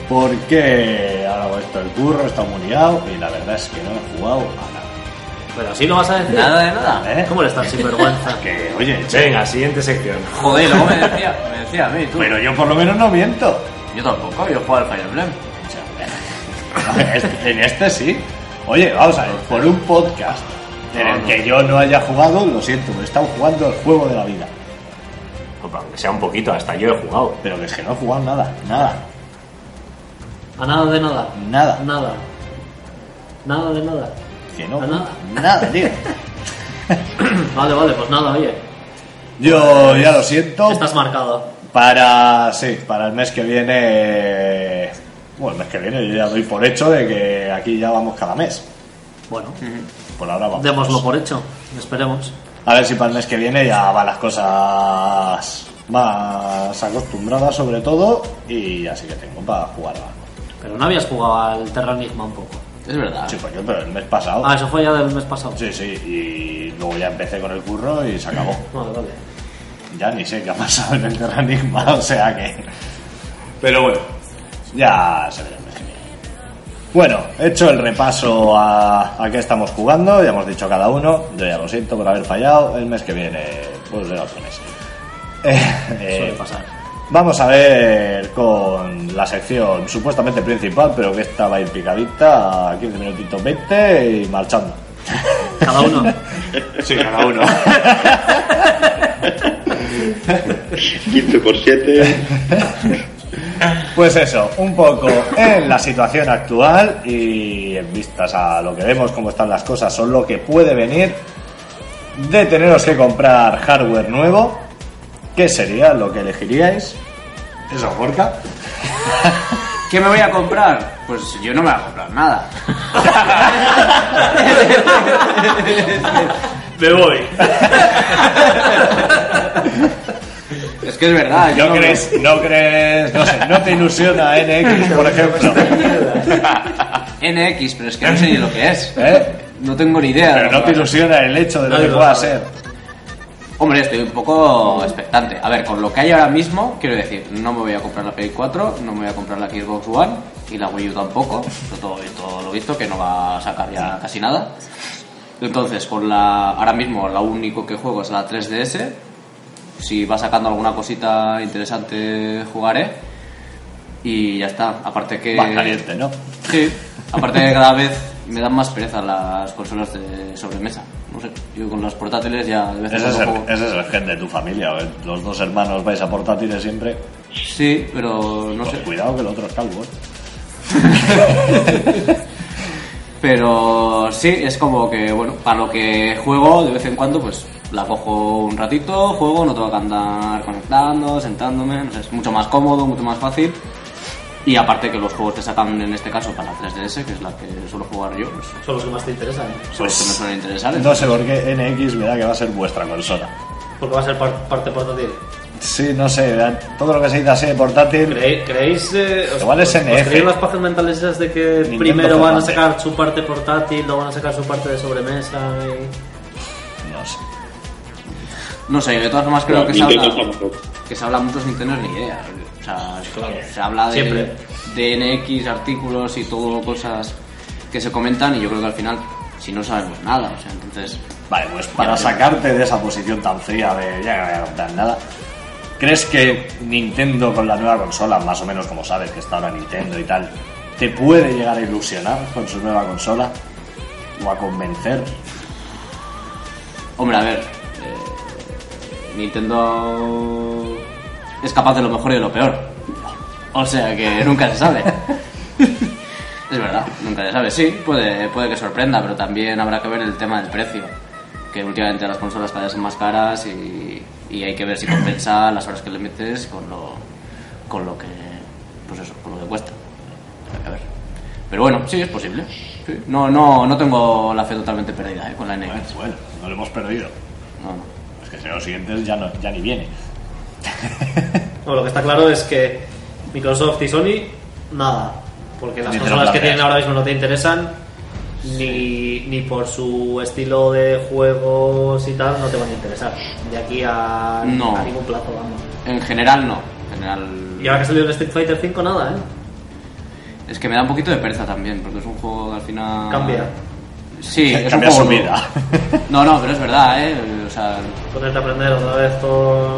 Speaker 1: Porque ahora hago esto el curro, está muy liado y la verdad es que no he jugado a
Speaker 2: Pero así lo vas a decir.
Speaker 7: Nada de nada.
Speaker 1: nada. ¿eh?
Speaker 2: ¿Cómo eres tan sinvergüenza?
Speaker 1: Porque, Oye, che,
Speaker 5: Venga, siguiente sección.
Speaker 7: Joder, luego me decía, me decía a mí, tú.
Speaker 1: pero yo por lo menos no miento.
Speaker 7: Yo tampoco, yo juego al Fire Emblem.
Speaker 1: Este- en este sí. Oye, vamos a ver, por un podcast en el que yo no haya jugado, lo siento, me están jugando el juego de la vida.
Speaker 5: Opa, aunque sea un poquito, hasta yo he jugado.
Speaker 1: Pero que es que no he jugado nada, nada,
Speaker 2: A nada de nada.
Speaker 1: nada.
Speaker 2: Nada. Nada de nada.
Speaker 1: Que no,
Speaker 2: A nada.
Speaker 1: nada, tío.
Speaker 2: Vale, vale, pues nada, oye.
Speaker 1: Yo ya lo
Speaker 7: Oh.
Speaker 1: siento.
Speaker 2: Estás marcado.
Speaker 1: Para, sí, para el mes que viene. Bueno, el mes que viene yo ya doy por hecho de que aquí ya vamos cada mes.
Speaker 2: Bueno,
Speaker 1: Por ahora vamos.
Speaker 2: démoslo por hecho. Esperemos.
Speaker 1: A ver si para el mes que viene ya van las cosas más acostumbradas, sobre todo. Y así que tengo para jugar. algo.
Speaker 2: Pero no habías jugado al Terranigma un poco.
Speaker 7: Es verdad.
Speaker 1: Sí, coño, pero el mes pasado.
Speaker 2: Ah, eso fue ya del mes pasado.
Speaker 1: Sí, sí, y luego ya empecé con el curro y se acabó.
Speaker 2: Vale, vale.
Speaker 1: Ya ni sé qué ha pasado en el Terranigma, o sea que. Pero bueno, ya se verá el mes que viene. Bueno, hecho el repaso a, a qué estamos jugando, ya hemos dicho cada uno, yo ya lo siento por haber fallado, el mes que viene, pues de otro mes. Eh, eh,
Speaker 2: Suele pasar.
Speaker 1: vamos a ver con la sección supuestamente principal, pero que esta va a ir picadita, a 15 minutitos 20 y marchando.
Speaker 2: Cada uno.
Speaker 1: Sí, cada uno.
Speaker 3: 15 por 7.
Speaker 1: Pues eso, un poco en la situación actual y en vistas a lo que vemos, cómo están las cosas, son lo que puede venir de teneros que comprar hardware nuevo. ¿Qué sería lo que elegiríais? Eso, Gorka.
Speaker 7: ¿Qué me voy a comprar? Pues yo no me voy a comprar nada.
Speaker 2: Me voy.
Speaker 7: Es que es verdad.
Speaker 1: ¿No
Speaker 7: no me-
Speaker 1: crees, no crees, no sé, no te ilusiona NX, por ejemplo?
Speaker 7: NX, pero es que no sé ni lo que es.
Speaker 1: ¿Eh?
Speaker 7: No tengo ni idea. de
Speaker 1: Pero
Speaker 7: lo
Speaker 1: no
Speaker 7: que
Speaker 1: te
Speaker 7: va.
Speaker 1: ilusiona el hecho de lo
Speaker 2: No,
Speaker 1: que
Speaker 2: no,
Speaker 1: pueda
Speaker 2: no.
Speaker 1: ser.
Speaker 7: Hombre, estoy un poco expectante. A ver, con lo que hay ahora mismo, quiero decir, no me voy a comprar la Play 4, no me voy a comprar la Xbox One y la Wii U tampoco. Sobre todo, todo lo visto, que no va a sacar ya casi nada. Entonces, con la ahora mismo lo único que juego es la 3DS. Si va sacando alguna cosita interesante, jugaré. Y ya está. Aparte que...
Speaker 1: Más caliente, ¿no?
Speaker 7: Sí, aparte que cada vez me dan más pereza las consolas de sobremesa. No sé, yo con los portátiles ya de vez en
Speaker 1: Ese es,
Speaker 7: cuando
Speaker 1: el,
Speaker 7: juego.
Speaker 1: ese es el gen de tu familia. ¿eh? Los dos hermanos vais a portátiles siempre.
Speaker 7: Sí, pero no
Speaker 1: Con
Speaker 7: sé.
Speaker 1: Cuidado que el otro es calvo. ¿eh?
Speaker 7: Pero sí, es como que, bueno, para lo que juego de vez en cuando, pues la cojo un ratito, juego, no tengo que andar conectando, sentándome, no sé, es mucho más cómodo, mucho más fácil. Y aparte que los juegos te sacan, en este caso, para la 3DS, que es la que suelo jugar yo, pues,
Speaker 2: Son los que más te interesan. ¿eh?
Speaker 7: son los que me suelen interesar.
Speaker 1: No sé por qué NX me da que va a ser vuestra consola.
Speaker 2: Porque va a ser par- parte portátil.
Speaker 1: Sí, no sé, da- todo lo que se dice así de portátil.
Speaker 2: ¿Creéis? ¿Creéis eh, os-
Speaker 1: Igual es
Speaker 2: os- os
Speaker 1: NF.
Speaker 2: creéis las páginas mentales esas de que
Speaker 1: Nintendo
Speaker 2: primero van a
Speaker 1: Fernández.
Speaker 2: sacar su parte portátil, luego van a sacar su parte de sobremesa? y-
Speaker 1: No sé.
Speaker 7: No sé, de todas formas
Speaker 6: Pero
Speaker 7: creo que se
Speaker 6: Nintendo
Speaker 7: habla,
Speaker 6: estamos locos.
Speaker 7: que se habla mucho de Nintendo ni idea. ¿eh? O sea, se habla de,
Speaker 2: Siempre.
Speaker 7: de NX artículos y todo cosas que se comentan y yo creo que al final si no sabemos nada, o sea, entonces
Speaker 1: Vale, pues para sacarte de esa posición tan fría de ya no voy a contar nada, ¿crees que Nintendo con la nueva consola, más o menos como sabes que está ahora Nintendo y tal, te puede llegar a ilusionar con su nueva consola? ¿O a convencer?
Speaker 7: Hombre, a ver. eh, Nintendo es capaz de lo mejor y de lo peor. O sea que nunca se sabe. es verdad, nunca se sabe. Sí, puede, puede que sorprenda, pero también habrá que ver el tema del precio. Que últimamente las consolas cada vez son más caras y, y hay que ver si compensa las horas que le metes con lo, con lo que. Pues eso, con lo que cuesta. Habrá que ver. Pero bueno, sí, es posible. Sí. No, no, no tengo la fe totalmente perdida eh, con la NX.
Speaker 1: Bueno, Pues, bueno, no lo hemos perdido.
Speaker 7: No, no.
Speaker 1: Es que si los siguientes ya, no, ya ni viene.
Speaker 2: No, lo que está claro es que Microsoft y Sony, nada. Porque las
Speaker 1: Ni te lo
Speaker 2: consolas que
Speaker 1: planteas.
Speaker 2: tienen ahora mismo no te interesan, ni, ni por su estilo de juegos y tal, no te van a interesar. De aquí a,
Speaker 7: No.
Speaker 2: a ningún plazo, vamos.
Speaker 7: En general no. En general.
Speaker 2: Y ahora que ha salido el Street Fighter 5, nada, ¿eh?
Speaker 7: Es que me da un poquito de pereza también, porque es un juego que al final.
Speaker 2: Cambia.
Speaker 7: Sí, es
Speaker 1: Cambia
Speaker 7: un
Speaker 1: su
Speaker 7: juego nuevo.
Speaker 1: vida.
Speaker 7: No, no, pero es verdad, ¿eh? O sea,
Speaker 2: Ponerte a aprender otra vez con...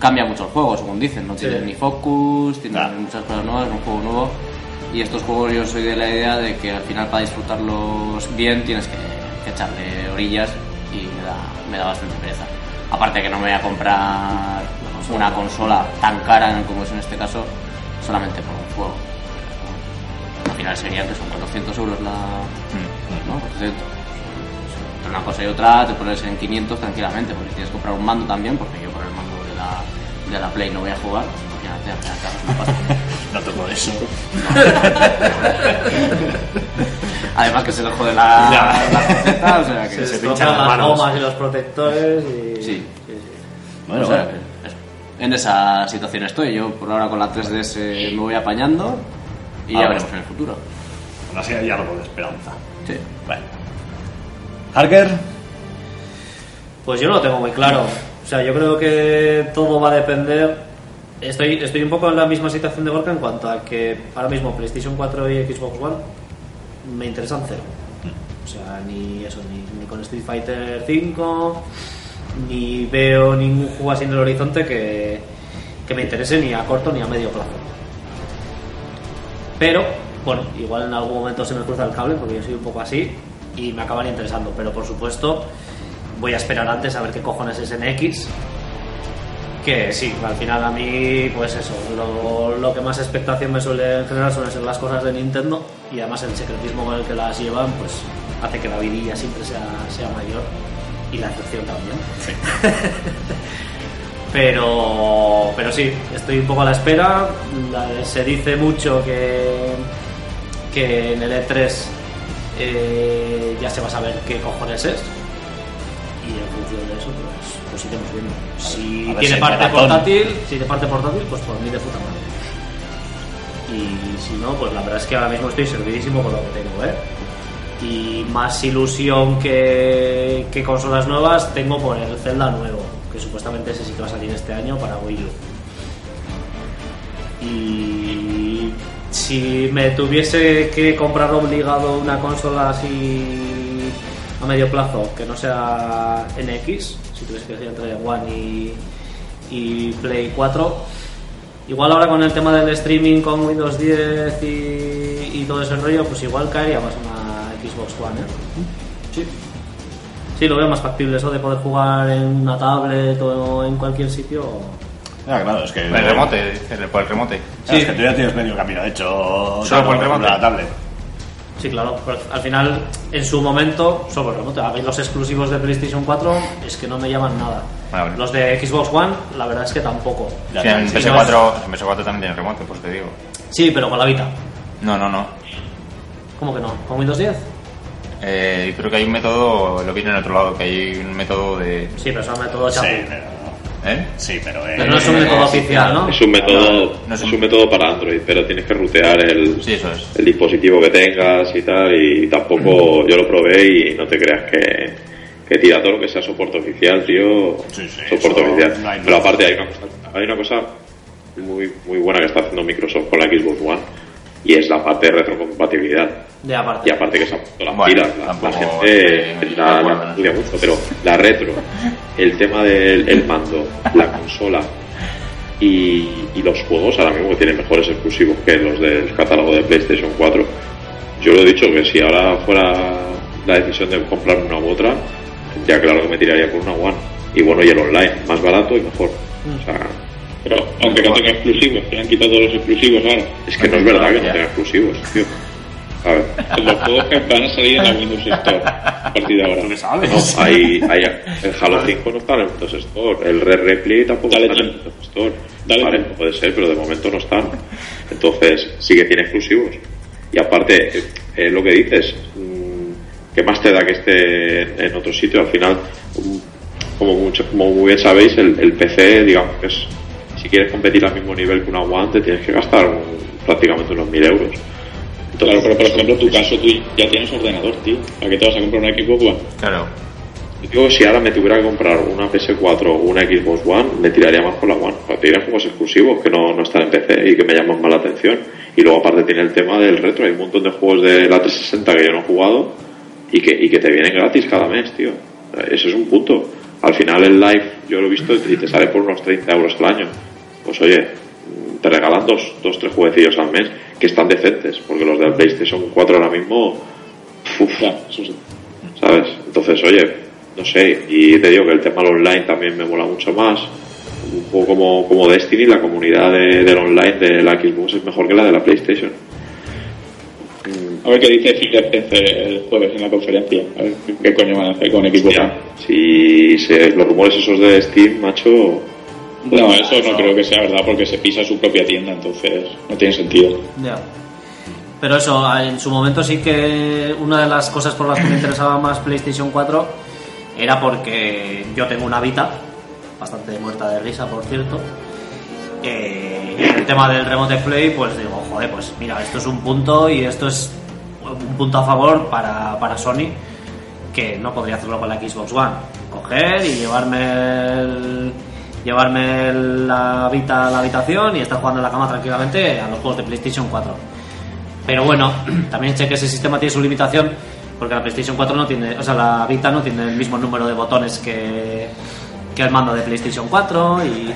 Speaker 7: cambia mucho el juego, según dicen. No
Speaker 2: Sí.
Speaker 7: tiene ni focus, tiene
Speaker 1: Claro.
Speaker 7: muchas cosas nuevas, es un juego nuevo. Y estos juegos yo soy de la idea de que al final para disfrutarlos bien tienes que, que echarle orillas y me da, me da bastante pereza. Aparte que no me voy a comprar una consola tan cara como es en este caso solamente por un juego. Al final serían que son 400 euros la... ¿no? 400. Entre una cosa y otra te pones en 500 tranquilamente, porque tienes que comprar un mando también, porque yo con el mando de la, de la Play no voy a jugar. Imagínate, al final te hagas una pasta.
Speaker 1: No toco eso.
Speaker 7: Además que se le jode la, la coseta, o sea que...
Speaker 2: Se,
Speaker 7: Sí,
Speaker 2: pinchan las gomas y los protectores y...
Speaker 7: Sí.
Speaker 1: Bueno,
Speaker 7: o sea,
Speaker 1: bueno.
Speaker 7: que eso. En esa situación estoy, yo por ahora con la 3DS me voy apañando y
Speaker 1: Ah,
Speaker 7: ya
Speaker 1: bueno.
Speaker 7: veremos en el futuro.
Speaker 1: Bueno, así hay algo de esperanza.
Speaker 7: Sí.
Speaker 1: Bueno. Harker,
Speaker 2: Pues yo no lo tengo muy claro. O sea, yo creo que todo va a depender. Estoy, estoy un poco en la misma situación de Gorka en cuanto a que ahora mismo PlayStation 4 y Xbox One me interesan cero. O sea, ni eso, ni, ni con Street Fighter 5, ni veo ningún juego así en el horizonte que, que me interese ni a corto ni a medio plazo. Pero, bueno, igual en algún momento se me cruza el cable porque yo soy un poco así y me acaban interesando. Pero por supuesto, voy a esperar antes a ver qué cojones es NX. Que sí, al final a mí, pues eso, lo, lo que más expectación me suele generar suelen ser las cosas de Nintendo y además el secretismo con el que las llevan, pues hace que la vidilla siempre sea, sea mayor y la excepción también. pero, pero sí, estoy un poco a la espera. La- se dice mucho que, que en el E3 eh, ya se va a saber qué cojones es y en función de eso pues, pues iremos viendo si
Speaker 1: a ver
Speaker 2: tiene
Speaker 1: si hay
Speaker 2: parte
Speaker 1: maratón.
Speaker 2: portátil si tiene parte portátil pues por mí de puta madre y si no pues la verdad es que ahora mismo estoy servidísimo con lo que tengo ¿eh? y más ilusión que, que consolas nuevas tengo por el Zelda nuevo que supuestamente ese sí que va a salir este año para Wii U y si me tuviese que comprar obligado una consola así a medio plazo, que no sea NX, si tuviese que elegir entre One y, y Play 4, igual ahora con el tema del streaming con Windows 10 y, y todo ese rollo, pues igual caería más una Xbox One, ¿eh? Sí. Sí, lo veo más factible eso de poder jugar en una tablet o en cualquier sitio.
Speaker 1: Ah, claro, es que.
Speaker 4: El remote, el- por el remote.
Speaker 1: Claro, Es que tú ya tienes medio camino hecho.
Speaker 4: Solo por el
Speaker 1: Con
Speaker 4: remote.
Speaker 1: La tablet.
Speaker 2: Sí, claro, pero al final, en su momento, solo el remoto. A mí los exclusivos de PlayStation 4 es que no me llaman nada.
Speaker 4: Ah, vale.
Speaker 2: Los de Xbox One, la verdad es que tampoco.
Speaker 1: Ya
Speaker 4: Sí,
Speaker 1: está,
Speaker 4: en
Speaker 1: sí,
Speaker 4: PS4, en PS4 también tiene remote, pues te digo.
Speaker 2: Sí, pero con la Vita.
Speaker 4: No, no, no.
Speaker 2: ¿Cómo que no? ¿Con Windows 10?
Speaker 4: Eh, creo que hay un método, lo vi en el otro lado, que hay un método de.
Speaker 2: Sí, pero eso es un método
Speaker 1: Sí,
Speaker 2: chapu.
Speaker 1: pero.
Speaker 4: ¿Eh?
Speaker 1: Sí, pero. eh,
Speaker 2: Pero no es un método oficial, ¿no?
Speaker 3: Es un método,
Speaker 4: no es
Speaker 3: es
Speaker 4: un-
Speaker 3: un método para Android, pero tienes que rutear el,
Speaker 4: Sí, eso es.
Speaker 3: el dispositivo que tengas y tal. Y tampoco yo lo probé y no te creas que, que tira todo lo que sea soporte oficial, tío.
Speaker 1: Sí, sí,
Speaker 3: soporte
Speaker 1: eso
Speaker 3: oficial.
Speaker 1: no hay
Speaker 3: Pero
Speaker 1: duda.
Speaker 3: aparte hay una, cosa, hay una cosa muy, muy buena que está haciendo Microsoft con la Xbox One y es la parte de retrocompatibilidad.
Speaker 2: De aparte.
Speaker 3: Y aparte que se han puesto las
Speaker 4: Bueno,
Speaker 3: pilas, la- la,
Speaker 4: tampoco
Speaker 3: gente eh,
Speaker 4: estoy
Speaker 3: la,
Speaker 4: de
Speaker 3: la
Speaker 4: acuerdo.
Speaker 3: estudia mucho, pero la retro, el tema del el mando, la consola y, y los juegos ahora mismo que tienen mejores exclusivos que los del catálogo de PlayStation 4. Yo lo he dicho que si ahora fuera la decisión de comprar una u otra, ya claro que me tiraría por una One. Y bueno, y el online, más barato y mejor.
Speaker 4: Mm.
Speaker 3: O sea,
Speaker 6: Pero aunque no tenga exclusivos, que le han quitado todos los exclusivos ahora.
Speaker 3: es que no es verdad que no tenga exclusivos, tío. A ver.
Speaker 6: Los juegos que van a salir en la Windows Store a partir de ahora.
Speaker 3: No, hay, hay, el Halo 5 no está en el Windows Store, el Red Replay tampoco
Speaker 6: Dale
Speaker 3: está en el
Speaker 6: tiempo.
Speaker 3: Windows Store.
Speaker 6: Dale
Speaker 3: Vale,
Speaker 6: tiempo.
Speaker 3: puede ser, pero de momento no están. Entonces, sí que tiene exclusivos. Y aparte, eh, eh, lo que dices, mm, ¿qué más te da que esté en- en otro sitio? Al final, mm, como, mucho- como muy bien sabéis, el, el PC, digamos que es, si quieres competir al mismo nivel que una One, te tienes que gastar un- prácticamente unos 1000 euros.
Speaker 6: Claro, pero por ejemplo, tu caso, tú ya tienes ordenador, tío. ¿Para qué te vas a comprar una Xbox One?
Speaker 4: Claro.
Speaker 3: Yo digo que si ahora me tuviera que comprar una PS4 o una Xbox One, me tiraría más por la One. Porque tiene juegos exclusivos que no, no están en PC y que me llaman más la atención. Y luego aparte tiene el tema del retro. Hay un montón de juegos de la 360 que yo no he jugado y que, y que te vienen gratis cada mes, tío. Eso es un punto. Al final el live, yo lo he visto, y te sale por unos 30 euros al año. Pues oye, te regalan dos, dos tres jueguecillos al mes que están decentes. Porque los del PlayStation 4 ahora mismo... uf,
Speaker 6: Claro, eso sí.
Speaker 3: ¿sabes? Entonces, oye, no sé, y te digo que el tema del online también me mola mucho más. Un poco como, como Destiny, la comunidad de- del online de la Xbox es mejor que la de la PlayStation.
Speaker 6: A ver qué dice Phil Spencer el jueves en la conferencia. A ver qué coño van a hacer con Xbox
Speaker 3: Ya,
Speaker 6: One.
Speaker 3: si se- los rumores esos de Steam, macho, pues,
Speaker 6: No, eso no creo que sea verdad porque se pisa su propia tienda, entonces no tiene sentido.
Speaker 2: Ya. Pero eso, en su momento sí que una de las cosas por las que me interesaba más PlayStation 4 era porque yo tengo una Vita, bastante muerta de risa, por cierto. Eh, y el tema del remote play, pues digo, joder, pues mira, esto es un punto y esto es un punto a favor para, para Sony que no podría hacerlo con la Xbox One. Coger y llevarme el- llevarme el- la Vita a la habitación y estar jugando en la cama tranquilamente a los juegos de PlayStation 4. Pero bueno, también sé que ese sistema tiene su limitación porque la PlayStation 4 no tiene, o sea, la Vita no tiene el mismo número de botones que, que el mando de PlayStation 4 y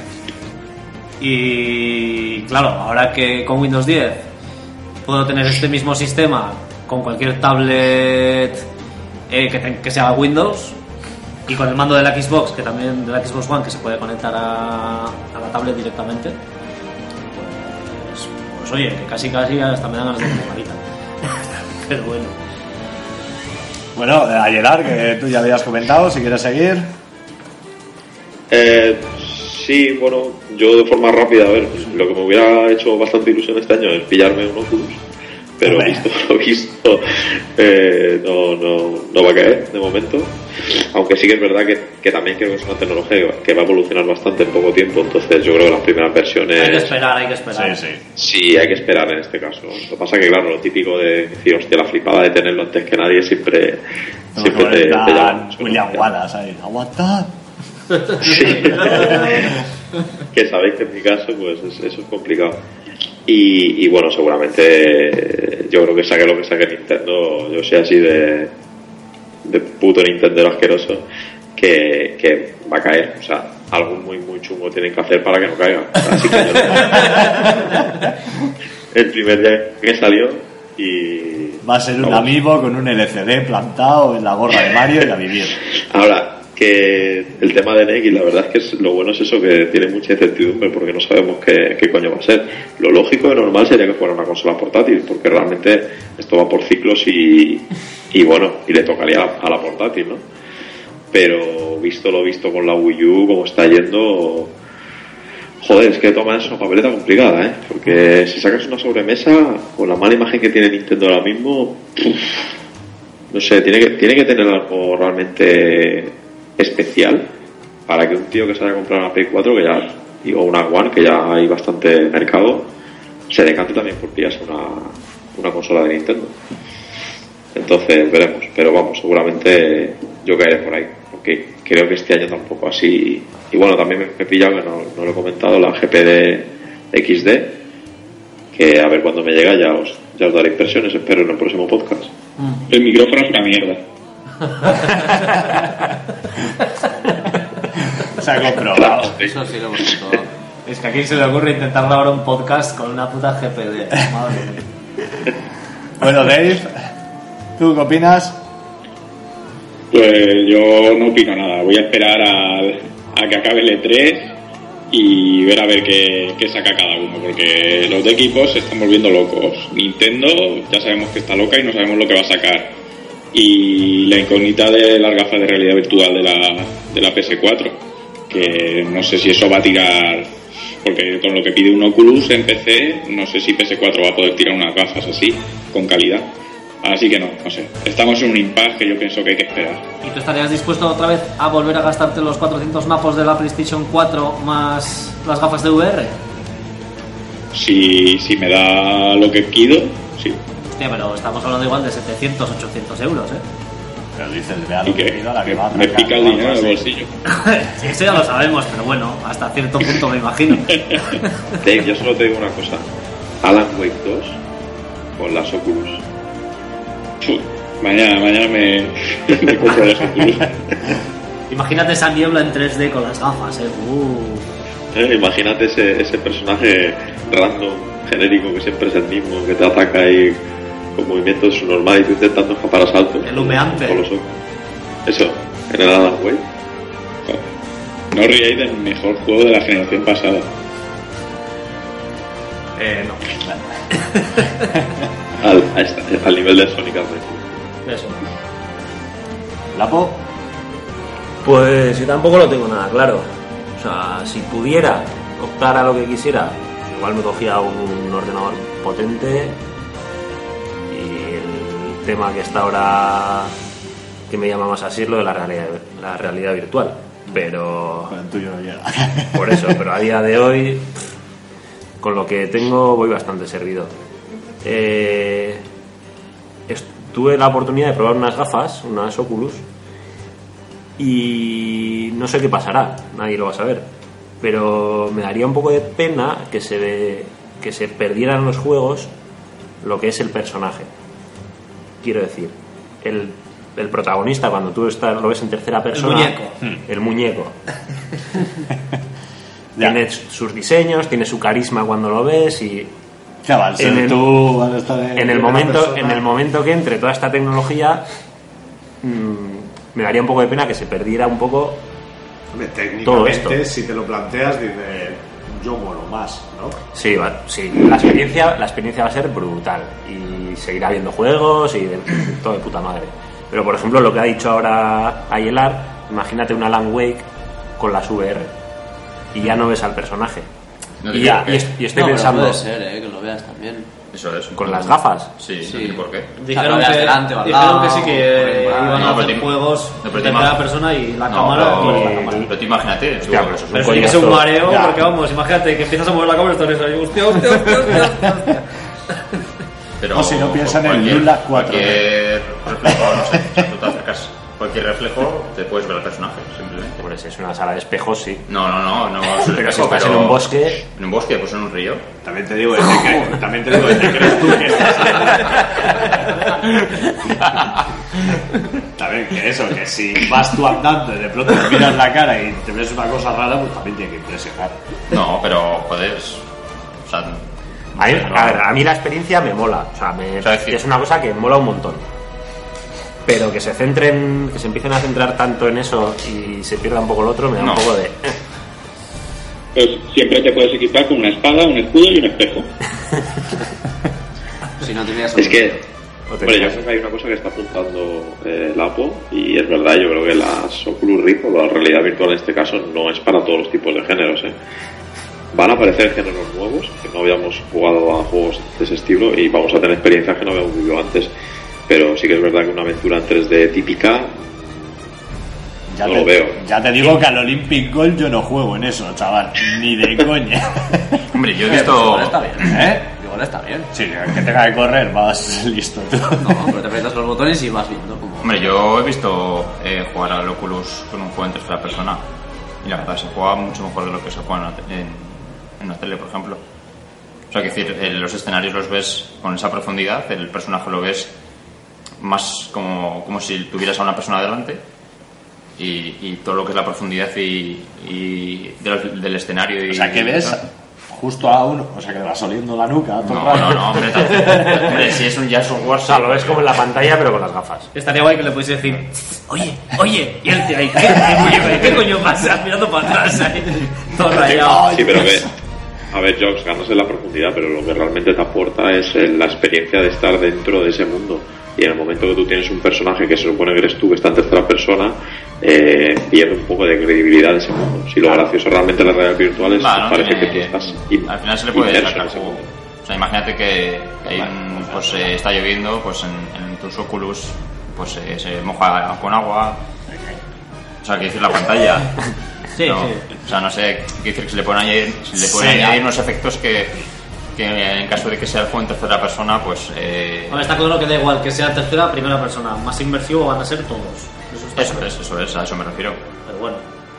Speaker 2: y claro, ahora que con Windows 10 puedo tener este mismo sistema con cualquier tablet eh, que, te- que sea Windows y con el mando de la Xbox, que también de la Xbox One, que se puede conectar a, a la tablet directamente, pues, pues oye, que casi casi hasta me dan ganas de comer la vida. Pero bueno,
Speaker 1: Bueno, eh, a Gerard, que tú ya habías comentado, si quieres seguir.
Speaker 3: Eh, sí, bueno, yo de forma rápida, a ver, pues, lo que me hubiera hecho bastante ilusión este año es pillarme un Oculus, pero
Speaker 1: Hombre.
Speaker 3: visto lo visto, eh, no, no, no va a caer de momento. Aunque sí que es verdad que, que también creo que es una tecnología que va- que va a evolucionar bastante en poco tiempo, entonces yo creo que las primeras
Speaker 2: hay que
Speaker 3: versiones
Speaker 2: esperar, hay que esperar.
Speaker 3: sí hay que esperar en este caso. Lo que pasa que, claro, lo típico de decir, hostia, la flipada de tenerlo antes que nadie siempre, siempre te, te llama mucho la
Speaker 1: William
Speaker 3: atención.
Speaker 1: Wallace ahí. Aguantad.
Speaker 3: que sabéis que en mi caso, pues es- eso es complicado. Y, y bueno, seguramente eh, yo creo que saque lo que saque Nintendo, yo soy así de, de puto Nintendo asqueroso, que, que va a caer. O sea, algo muy, muy chungo tienen que hacer para que no caiga. Así que yo lo- el primer día que salió y...
Speaker 1: Va a ser un
Speaker 3: Vamos.
Speaker 1: amigo con un LCD plantado en la gorra de Mario y a vivir.
Speaker 3: Ahora, que el tema de NX, la verdad es que es- lo bueno es eso, que tiene mucha incertidumbre porque no sabemos qué, qué coño va a ser. Lo lógico y normal sería que fuera una consola portátil, porque realmente esto va por ciclos y, y bueno, y le tocaría a la, a la portátil, ¿no? Pero visto lo visto con la Wii U, como está yendo, Joder, es que toma es una papeleta complicada, ¿eh? Porque si sacas una sobremesa, con la mala imagen que tiene Nintendo ahora mismo, puf, no sé, tiene que, tiene que tener algo realmente especial para que un tío que se haya comprado una Play 4, que ya, digo, una One, que ya hay bastante mercado, se decante también por pillarse una, una consola de Nintendo. Entonces veremos, pero vamos, seguramente yo caeré por ahí, porque creo que este año tampoco así. Y bueno, también me he pillado, que no, no lo he comentado, la GP de XD, que a ver cuándo me llega, ya os, ya os daré impresiones, espero en el próximo podcast.
Speaker 6: El micrófono es una mierda.
Speaker 1: Se ha comprobado.
Speaker 7: Eso sí lo hemos visto.
Speaker 2: Es que aquí se le ocurre intentar grabar un podcast con una puta GPD. Madre mía.
Speaker 1: Bueno, Dave, ¿tú qué opinas?
Speaker 6: Pues yo no opino nada, voy a esperar al- a, que acabe el E3 y ver a ver qué, qué saca cada uno, porque los de equipos se están volviendo locos. Nintendo ya sabemos que está loca y no sabemos lo que va a sacar. Y la incógnita de las gafas de realidad virtual de la, de la PS4, que no sé si eso va a tirar, porque con lo que pide un Oculus en PC, no sé si PS4 va a poder tirar unas gafas así, con calidad. Así que no, no sé. Estamos en un impasse que yo pienso que hay que esperar.
Speaker 2: ¿Y tú estarías dispuesto otra vez a volver a gastarte los 400 mapos de la PlayStation 4 más las gafas de VR?
Speaker 6: si, si me da lo que pido, sí.
Speaker 2: Hostia, pero estamos hablando igual de 700, 800 euros, ¿eh?
Speaker 1: Pero dices, vea
Speaker 6: Y
Speaker 1: lo que
Speaker 6: que,
Speaker 1: pido, la que
Speaker 6: que
Speaker 1: va a
Speaker 6: me
Speaker 1: tragar,
Speaker 6: pica el
Speaker 1: la
Speaker 6: dinero
Speaker 1: otra,
Speaker 6: en el
Speaker 1: sí.
Speaker 6: bolsillo.
Speaker 2: Sí, eso ya lo sabemos, pero bueno, hasta cierto punto me imagino.
Speaker 3: Dave, yo solo te digo una cosa: Alan Wake 2 con las Oculus.
Speaker 6: Puh, Mañana, mañana me, me compro las Oculus.
Speaker 2: Imagínate esa niebla en 3D con las gafas, ¿eh? Uh.
Speaker 3: Eh, Imagínate ese, ese personaje random, genérico, que siempre es el mismo, que te ataca y con movimientos normales y tú intentando escapar a saltos.
Speaker 2: El humeante.
Speaker 3: Con los ojos. Eso, en el Alan Wake.
Speaker 6: No os riáis del mejor juego de la generación pasada.
Speaker 2: Eh, no.
Speaker 3: Al, a esta- al nivel de Sonic Adventure.
Speaker 2: Eso.
Speaker 1: Lapo,
Speaker 5: Pues yo tampoco lo tengo nada claro. O sea, si pudiera optar a lo que quisiera, igual me cogía un ordenador potente y el tema que está ahora que me llama más así es lo de la realidad, la realidad virtual. Pero
Speaker 1: con el tuyo no llega.
Speaker 5: por eso, pero a día de hoy, pff, con lo que tengo, voy bastante servido. Eh, est- tuve la oportunidad de probar unas gafas, unas Oculus, y no sé qué pasará, nadie lo va a saber. Pero me daría un poco de pena que se, ve- que se perdieran en los juegos lo que es el personaje. Quiero decir, el, el protagonista, cuando tú estás, lo ves en tercera persona,
Speaker 2: muñeco.
Speaker 5: Hmm. el muñeco,
Speaker 1: Ya.
Speaker 5: tiene sus diseños, tiene su carisma cuando lo ves y
Speaker 1: Chaval,
Speaker 5: En
Speaker 1: ser
Speaker 5: el-
Speaker 1: tú vas a estar en,
Speaker 5: en el
Speaker 1: primera
Speaker 5: momento
Speaker 1: persona.
Speaker 5: en el momento que entre toda esta tecnología mm, me daría un poco de pena que se perdiera un poco
Speaker 1: Hombre,
Speaker 5: Todo
Speaker 1: técnicamente,
Speaker 5: esto.
Speaker 1: si te lo planteas, dices, yo molo más, ¿no?
Speaker 5: sí, va- sí la experiencia la experiencia va a ser brutal y seguirá habiendo juegos y de- todo de puta madre pero por ejemplo lo que ha dicho ahora Ayelar imagínate una Alan Wake con las VR y ya no ves al personaje
Speaker 4: No te
Speaker 5: y, ya,
Speaker 4: digo que-
Speaker 5: y est- y estoy
Speaker 7: no, pero
Speaker 5: pensando
Speaker 7: puede ser, eh, que lo veas también.
Speaker 4: Eso es.
Speaker 5: con las gafas
Speaker 4: Sí,
Speaker 7: Sí.
Speaker 4: no sé por qué.
Speaker 2: Dijeron,
Speaker 7: O sea,
Speaker 2: que,
Speaker 7: adelante o al
Speaker 2: dijeron
Speaker 7: lado,
Speaker 2: que sí que eh,
Speaker 7: por ahí,
Speaker 2: iban
Speaker 4: no,
Speaker 2: a
Speaker 4: pero
Speaker 2: hacer
Speaker 4: te-
Speaker 2: juegos
Speaker 4: no,
Speaker 2: de
Speaker 4: pero te
Speaker 2: tercera
Speaker 4: ima-
Speaker 2: persona y la
Speaker 4: No,
Speaker 2: cámara.
Speaker 4: pero-
Speaker 2: pues, la cámara.
Speaker 4: Pero tú imagínate.
Speaker 5: Hostia,
Speaker 4: tú-
Speaker 5: pero eso es un
Speaker 2: Pero sí que es
Speaker 5: coñazo.
Speaker 2: un mareo,
Speaker 1: Ya.
Speaker 2: porque vamos, imagínate que empiezas a mover la cámara y estás ahí, hostia, hostia, hostia, hostia, hostia.
Speaker 4: Pero
Speaker 1: No, si no piensa en el
Speaker 4: cualquier-
Speaker 1: Lula 4D.
Speaker 4: Cualquier reflejo, no sé, o sea, tú te acercas, cualquier reflejo te puedes ver al personaje, simplemente.
Speaker 5: Hombre, si es una sala de espejos sí
Speaker 4: No, no, no, no. es un
Speaker 5: Pero si
Speaker 4: espejo,
Speaker 5: estás en un bosque-
Speaker 4: En un bosque, pues en un río.
Speaker 1: También te digo, desde que, también te digo, desde que eres tú que estás. también que eso, que si vas tú andando y de pronto te miras la cara y te ves una cosa rara, pues también tiene que impresionar.
Speaker 4: No, pero joder. es- O sea,
Speaker 5: A mí,
Speaker 4: no-
Speaker 5: a ver, a mí la experiencia me mola, o sea, me-
Speaker 4: O sea, es que-
Speaker 5: es una cosa que mola un montón. Pero que se centren, que se empiecen a centrar tanto en eso y se pierda un poco el otro, me da
Speaker 4: No.
Speaker 5: un poco de. eh,
Speaker 6: Pues siempre te puedes equipar con una espada, un escudo y un espejo.
Speaker 7: Si no tenías
Speaker 3: Es que
Speaker 5: o te
Speaker 3: Hombre, yo
Speaker 5: digas,
Speaker 3: creo que hay una cosa que está apuntando eh, el Apo y es verdad, yo creo que las Oculus Rift o la realidad virtual en este caso no es para todos los tipos de géneros. ¿eh? Van a aparecer géneros nuevos que no habíamos jugado a juegos de ese estilo y vamos a tener experiencias que no habíamos vivido antes. Pero sí que es verdad que una aventura en 3D típica,
Speaker 1: Ya
Speaker 3: No
Speaker 1: te,
Speaker 3: lo veo.
Speaker 1: Ya te digo que al Olympic Gold yo no juego en eso, chaval. Ni de coña.
Speaker 4: Hombre, yo he
Speaker 5: pues,
Speaker 7: Igual está
Speaker 4: visto.
Speaker 7: bien.
Speaker 1: ¿Eh?
Speaker 7: Igual está bien.
Speaker 1: Sí, que tenga que correr, vas listo tú.
Speaker 7: No, pero te aprietas los botones y vas viendo como...
Speaker 4: Hombre, yo he visto eh, jugar al Oculus con un juego en tercera persona. Y la verdad, se juega mucho mejor de lo que se juega en la, te- en, en la tele, por ejemplo. O sea, que decir, eh, los escenarios los ves con esa profundidad, el personaje lo ves más como, como si tuvieras a una persona delante. Y, y todo lo que es la profundidad y, y de los- del escenario. Y,
Speaker 1: O sea, que ves justo a uno, o sea, que le vas oliendo la nuca. todo el
Speaker 4: No,
Speaker 1: rato.
Speaker 4: no, no, hombre, tampoco. hombre, si es un, ya es un Warzone.
Speaker 5: O sea, lo ves como en la pantalla, pero con las gafas.
Speaker 2: Estaría guay que le pudiese decir, oye, oye, y él te ahí, ¿qué, qué, coño- qué coño pasa? Mirando para atrás ahí, todo rayado.
Speaker 3: Sí, pero que. A ver, Jobs, ganas en la profundidad, pero lo que realmente te aporta es eh, la experiencia de estar dentro de ese mundo. Y en el momento que tú tienes un personaje que se supone que eres tú, que está en tercera persona, eh, pierde un poco de credibilidad en ese mundo. Si lo gracioso realmente de la realidad virtual es
Speaker 4: Va, no
Speaker 3: que parece
Speaker 4: tiene-
Speaker 3: que tú estás. in-
Speaker 4: eh, al final se le puede
Speaker 3: inmerso en
Speaker 4: sacar
Speaker 3: ese
Speaker 4: juego.
Speaker 3: mundo.
Speaker 4: O sea, imagínate que, que hay un- pues, eh, está lloviendo, pues en, en tus Oculus pues, eh, se moja con agua. O sea, que decir la pantalla.
Speaker 2: Sí,
Speaker 4: ¿no?
Speaker 2: sí.
Speaker 4: O sea, no sé, quiero decir que se le pueden añadir, se le pueden
Speaker 2: Sí.
Speaker 4: añadir unos efectos que, que en caso de que sea el juego en tercera persona, pues. eh,
Speaker 2: Ahora está claro que da igual que sea tercera o primera persona, más inmersivo van a ser todos. Eso está
Speaker 4: eso
Speaker 2: claro.
Speaker 4: es, eso es, a eso me refiero.
Speaker 2: Pero bueno,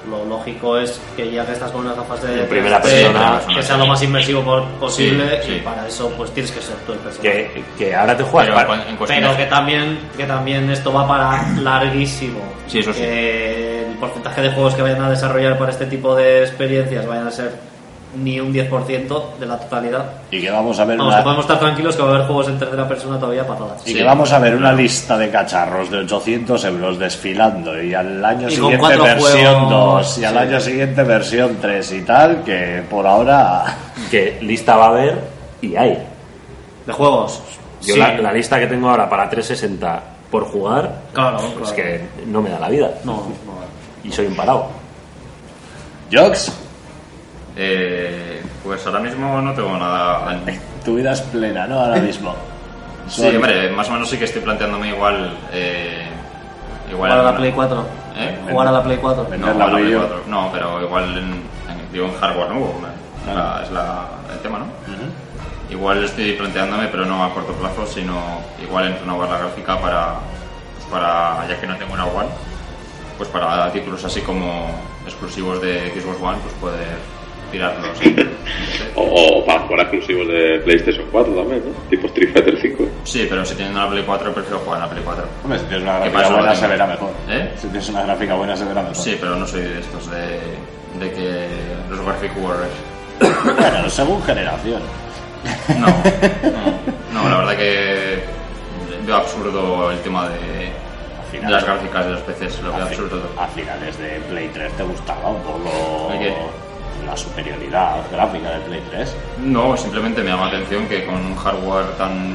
Speaker 2: lo lógico es que ya que estás con unas gafas de
Speaker 5: En primera
Speaker 2: de-
Speaker 5: persona.
Speaker 2: que sea lo más inmersivo por- posible
Speaker 4: Sí, sí.
Speaker 2: y para eso pues tienes que ser tú el personaje.
Speaker 5: Que, que ahora te juegas.
Speaker 4: Pero
Speaker 5: para-
Speaker 4: en, en cuestión
Speaker 2: Pero que también, que también esto va para larguísimo.
Speaker 4: Sí, eso sí.
Speaker 2: Que el porcentaje de juegos que vayan a desarrollar para este tipo de experiencias vayan a ser ni un 10% de la totalidad.
Speaker 1: Y que vamos a ver
Speaker 2: Vamos,
Speaker 1: una-
Speaker 2: que podemos estar tranquilos que va a haber juegos en tercera persona todavía patadas.
Speaker 1: Y que vamos a ver una lista de cacharros de 800 euros desfilando y al año
Speaker 2: Y con
Speaker 1: siguiente
Speaker 2: cuatro
Speaker 1: versión
Speaker 2: juegos,
Speaker 1: 2 y al
Speaker 2: sí.
Speaker 1: año siguiente versión 3 y tal, que por ahora...
Speaker 5: que lista va a haber y hay.
Speaker 2: De juegos.
Speaker 5: Yo
Speaker 2: Sí.
Speaker 5: la, la lista que tengo ahora para 360 por jugar,
Speaker 2: Claro, claro.
Speaker 5: es que no me da la vida.
Speaker 2: No, no.
Speaker 5: Y soy un parado.
Speaker 1: Jox,
Speaker 4: Eh, pues ahora mismo no tengo nada.
Speaker 1: tu vida es plena, ¿no? Ahora mismo.
Speaker 4: Sí,
Speaker 1: Soy-
Speaker 4: hombre, más o menos sí que estoy planteándome igual. Eh,
Speaker 2: Jugar
Speaker 4: igual
Speaker 2: a la
Speaker 4: alguna-
Speaker 2: Play 4.
Speaker 4: ¿Eh?
Speaker 2: Jugar a la Play 4.
Speaker 1: Ven.
Speaker 4: No,
Speaker 1: Vender la
Speaker 4: a la
Speaker 1: Wii
Speaker 4: Play
Speaker 1: U.
Speaker 4: 4. No, pero igual en, en- digo, en hardware nuevo. ¿no? La- es la, el tema, ¿no? Igual estoy planteándome, pero no a corto plazo, sino igual en renovar la gráfica para, pues para ya que no tengo una One, pues para títulos así como exclusivos de Xbox One, pues poder tirarlos.
Speaker 3: O, o para jugar exclusivos de PlayStation 4 también, ¿no? Tipo Street Fighter 5.
Speaker 4: Sí, pero si tienen una Play 4 prefiero jugar a la Play 4.
Speaker 1: Hombre, si tienes una
Speaker 4: ¿Qué
Speaker 1: gráfica
Speaker 4: pasa?
Speaker 1: buena se verá mejor.
Speaker 4: ¿Eh?
Speaker 1: Si tienes una gráfica buena se verá mejor.
Speaker 4: Sí, pero no soy de estos de, de que los graphic warriors.
Speaker 1: Bueno, según generación.
Speaker 4: No, no, no, la verdad que veo absurdo el tema de, de las gráficas de los PCs, lo veo
Speaker 1: A fi-
Speaker 4: absurdo.
Speaker 1: A finales de Play 3 te gustaba un poco
Speaker 4: ¿El qué?
Speaker 1: la superioridad gráfica de Play 3.
Speaker 4: No, simplemente me llama la atención que con un hardware tan...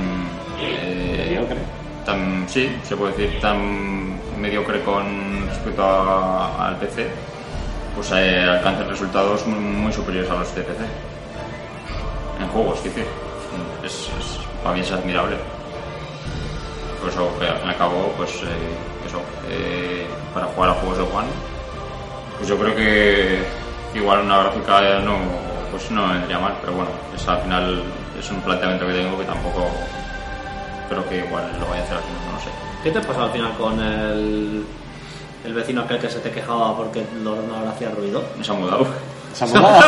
Speaker 4: eh,
Speaker 1: Mediocre.
Speaker 4: tan sí, se puede decir, tan mediocre con respecto a- al PC, pues eh, alcanzan resultados muy, muy superiores a los de PC. En juegos, quiero decir. Es, es- para mí es admirable. Por eso, que al fin y al cabo, pues eh, eso, eh, para jugar a juegos de One, pues yo creo que igual una gráfica no, pues no me vendría mal, pero bueno, es, al final es un planteamiento que tengo que tampoco creo que igual lo vaya a hacer al final, no lo sé.
Speaker 2: ¿Qué te pasó al final con el, el vecino aquel que se te quejaba porque el ordenador hacía ruido?
Speaker 4: Me se ha mudado.
Speaker 1: ¿Se ha mudado?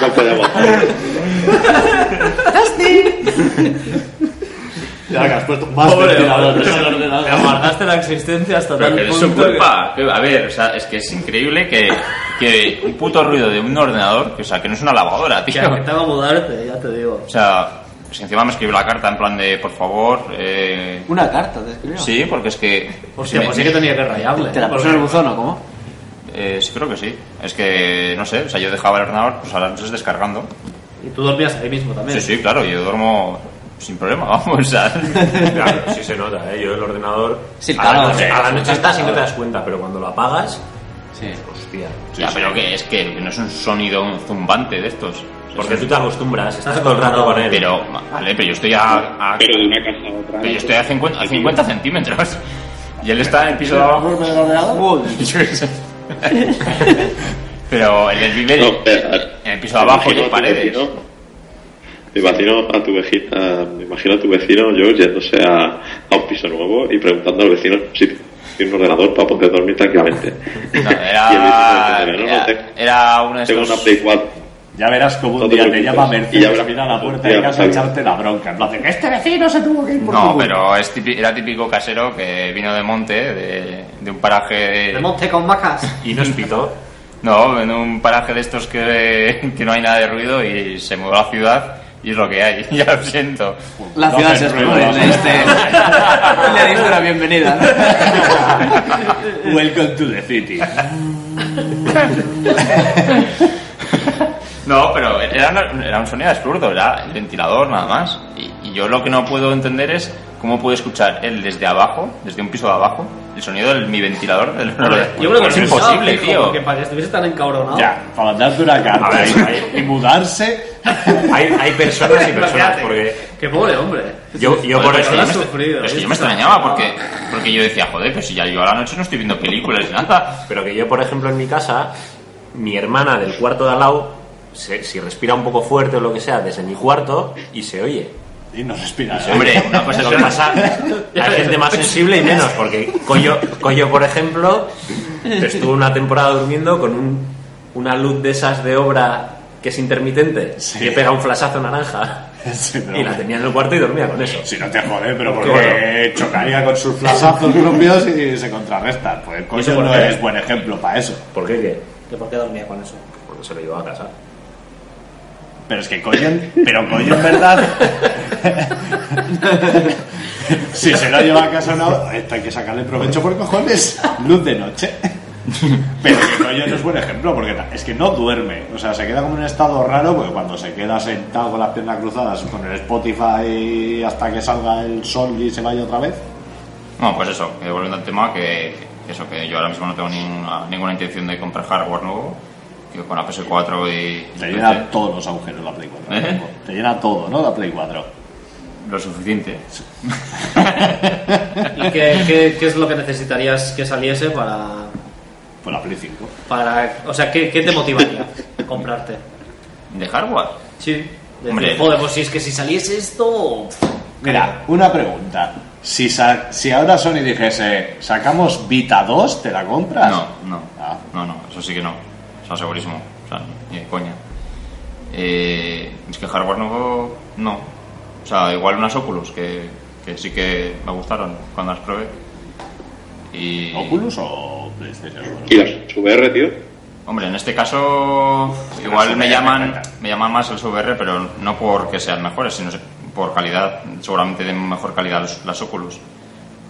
Speaker 3: No podemos hacer.
Speaker 1: ya que has puesto más
Speaker 2: ordenador. Amargaste la existencia hasta
Speaker 4: Pero
Speaker 2: tal
Speaker 4: que es
Speaker 2: punto
Speaker 4: su culpa. Que- A ver, o sea, es que es increíble que, que un puto ruido de un ordenador, que, o sea, que no es una lavadora,
Speaker 2: que-
Speaker 4: tío.
Speaker 2: Que te haga mudarte, ya te digo.
Speaker 4: O sea, pues encima me escribió la carta en plan de, por favor, eh,
Speaker 7: Una carta, te escribió.
Speaker 4: sí, porque es que...
Speaker 2: Hostia,
Speaker 4: me-
Speaker 2: pues sí que tenía que rayarle.
Speaker 7: ¿Te la puso en el buzón o cómo?
Speaker 4: eh, sí, creo que sí. Es que, no sé, o sea, yo dejaba el ordenador pues a las noches descargando.
Speaker 2: Y tú dormías ahí mismo también.
Speaker 4: Sí, sí, claro, yo duermo sin problema, vamos, o sea...
Speaker 5: Claro, sí se nota, ¿eh? Yo el ordenador...
Speaker 7: Sí,
Speaker 5: a, la
Speaker 7: claro, sí.
Speaker 5: noche, a la noche estás y no te das cuenta, pero cuando lo apagas...
Speaker 7: Sí.
Speaker 5: Hostia.
Speaker 4: Ya, pero que es que no es un sonido zumbante de estos. O sea,
Speaker 5: Porque
Speaker 4: es
Speaker 5: tú
Speaker 4: un-
Speaker 5: te acostumbras, estás todo el rato con él.
Speaker 4: Pero, vale, pero yo estoy a... a-
Speaker 6: Pero de una casa a otra.
Speaker 4: pero yo estoy a 50, a 50 centímetros. Y él está en el piso de abajo. Yo qué sé. pero él vive
Speaker 3: No, pero-
Speaker 2: eh,
Speaker 4: en el piso de abajo y
Speaker 3: eh, Imagino a
Speaker 4: hay
Speaker 3: tu
Speaker 4: paredes.
Speaker 3: vecino- Me imagino a tu vecina, me imagino a tu vecino George yéndose a, a un piso nuevo y preguntando al vecino si tiene un ordenador para poder dormir tranquilamente.
Speaker 4: No,
Speaker 3: Y el vecino
Speaker 4: era,
Speaker 3: diciéndole, no, no,
Speaker 4: era,
Speaker 3: te-
Speaker 4: era
Speaker 2: Ah,
Speaker 4: uno de
Speaker 3: tengo una
Speaker 4: estos...
Speaker 3: Play 4.
Speaker 1: Ya verás como un
Speaker 3: No te
Speaker 1: día te
Speaker 3: preocupes.
Speaker 1: llama
Speaker 3: Y ya
Speaker 1: Mercedes,
Speaker 3: verás.
Speaker 1: mira la puerta
Speaker 3: Ya
Speaker 1: de casa a
Speaker 3: verás.
Speaker 1: echarte la bronca. En plan de que este vecino se tuvo que ir por
Speaker 4: No,
Speaker 1: tu culpa".
Speaker 4: pero es típi- era típico casero que vino de monte, de, de un paraje de...
Speaker 2: De monte con vacas.
Speaker 5: Y nos pitó.
Speaker 4: No, en un paraje de estos que, que no hay nada de ruido y se mudó a la ciudad y es lo que hay, ya lo siento.
Speaker 7: La
Speaker 1: No
Speaker 7: ciudad
Speaker 1: hace
Speaker 7: se es
Speaker 1: ruido,
Speaker 7: cruel,
Speaker 1: no hace
Speaker 7: este. Le diste una bienvenida, ¿no?
Speaker 1: Welcome to the city.
Speaker 4: No, pero era, una- era un sonido absurdo, era el ventilador nada más. Y, y yo lo que no puedo entender es cómo puedo escuchar él desde abajo, desde un piso de abajo, el sonido de mi ventilador. del-
Speaker 2: Yo creo que
Speaker 4: Pues es
Speaker 2: sí,
Speaker 4: imposible,
Speaker 2: fijo,
Speaker 4: tío.
Speaker 2: Porque para que estuviese tan encabronado.
Speaker 1: Ya, para mandarte una carta
Speaker 5: A ver,
Speaker 1: y-
Speaker 5: ahí.
Speaker 1: y mudarse.
Speaker 5: Hay, hay personas y personas, porque
Speaker 2: Qué pobre hombre.
Speaker 5: yo, yo por
Speaker 4: Joder, pero Pues es
Speaker 5: eso.
Speaker 4: que
Speaker 2: has
Speaker 4: yo me-
Speaker 2: sufrido,
Speaker 4: pero es que yo
Speaker 2: ¿eh?
Speaker 4: me extrañaba porque, porque yo decía, joder, pero si ya yo a la noche no estoy viendo películas ni nada.
Speaker 5: Pero que yo, por ejemplo, en mi casa, mi hermana del cuarto de al lado, se- si respira un poco fuerte o lo que sea, desde mi cuarto y se oye.
Speaker 1: Y no respira.
Speaker 4: Hombre, una cosa es
Speaker 5: Lo pues que
Speaker 4: una-
Speaker 5: pasa, hay gente más sensible y menos, porque Coyo, Coyo, por ejemplo, estuvo una temporada durmiendo con un- una luz de esas de obra que es intermitente,
Speaker 1: Sí.
Speaker 5: que pega un flasazo naranja.
Speaker 1: Sí, pero-
Speaker 5: Y la tenía en el cuarto y dormía con eso.
Speaker 1: Si no te jode, pero porque
Speaker 5: Claro.
Speaker 1: chocaría con sus flasazos propios y se contrarrestan. Pues
Speaker 5: ¿Y eso
Speaker 1: coño,
Speaker 5: por
Speaker 1: no
Speaker 5: qué?
Speaker 1: es buen ejemplo para eso.
Speaker 5: ¿Por qué qué?
Speaker 2: ¿Que ¿Por qué dormía con eso?
Speaker 5: Porque se lo llevaba a casa.
Speaker 1: Pero es que coño, pero coño en verdad. si se lo lleva a casa o no, esto hay que sacarle provecho por cojones. Luz de noche. Pero que coño no es buen ejemplo, porque ta- es que no duerme. O sea, se queda como en un estado raro, porque cuando se queda sentado con las piernas cruzadas, con el Spotify hasta que salga el sol y se vaya otra vez.
Speaker 4: No, pues eso, que volviendo al tema, que que eso, que yo ahora mismo no tengo ninguna, ninguna intención de comprar hardware nuevo, que con la PS4 y...
Speaker 1: Te
Speaker 4: y
Speaker 1: llena
Speaker 4: PC,
Speaker 1: todos los agujeros la Play 4.
Speaker 4: ¿Eh?
Speaker 1: Te llena todo, ¿no? La Play 4.
Speaker 4: Lo suficiente.
Speaker 2: ¿Y qué, qué, qué es lo que necesitarías que saliese para.
Speaker 1: Pues la Play 5.
Speaker 2: para o sea, ¿qué, qué te motivaría a comprarte?
Speaker 4: ¿De hardware?
Speaker 2: Sí. Decir,
Speaker 4: Hombre.
Speaker 2: joder, pues si es que si saliese esto.
Speaker 1: Mira, una pregunta. Si, sa- si ahora Sony dijese, sacamos Vita 2, ¿te la compras?
Speaker 4: No, no.
Speaker 1: Ah.
Speaker 4: No, no, eso sí que no. O sea, segurísimo. O sea, ni de coña. Eh, es que hardware nuevo, no. O sea, igual unas Oculus, que, que sí que me gustaron cuando las probé. Y...
Speaker 1: ¿Oculus o PlayStation?
Speaker 3: ¿Y las VR, tío?
Speaker 4: Hombre, en este caso igual me llaman me llaman más el VR, pero no porque sean mejores, sino por calidad, seguramente de mejor calidad los- las Oculus,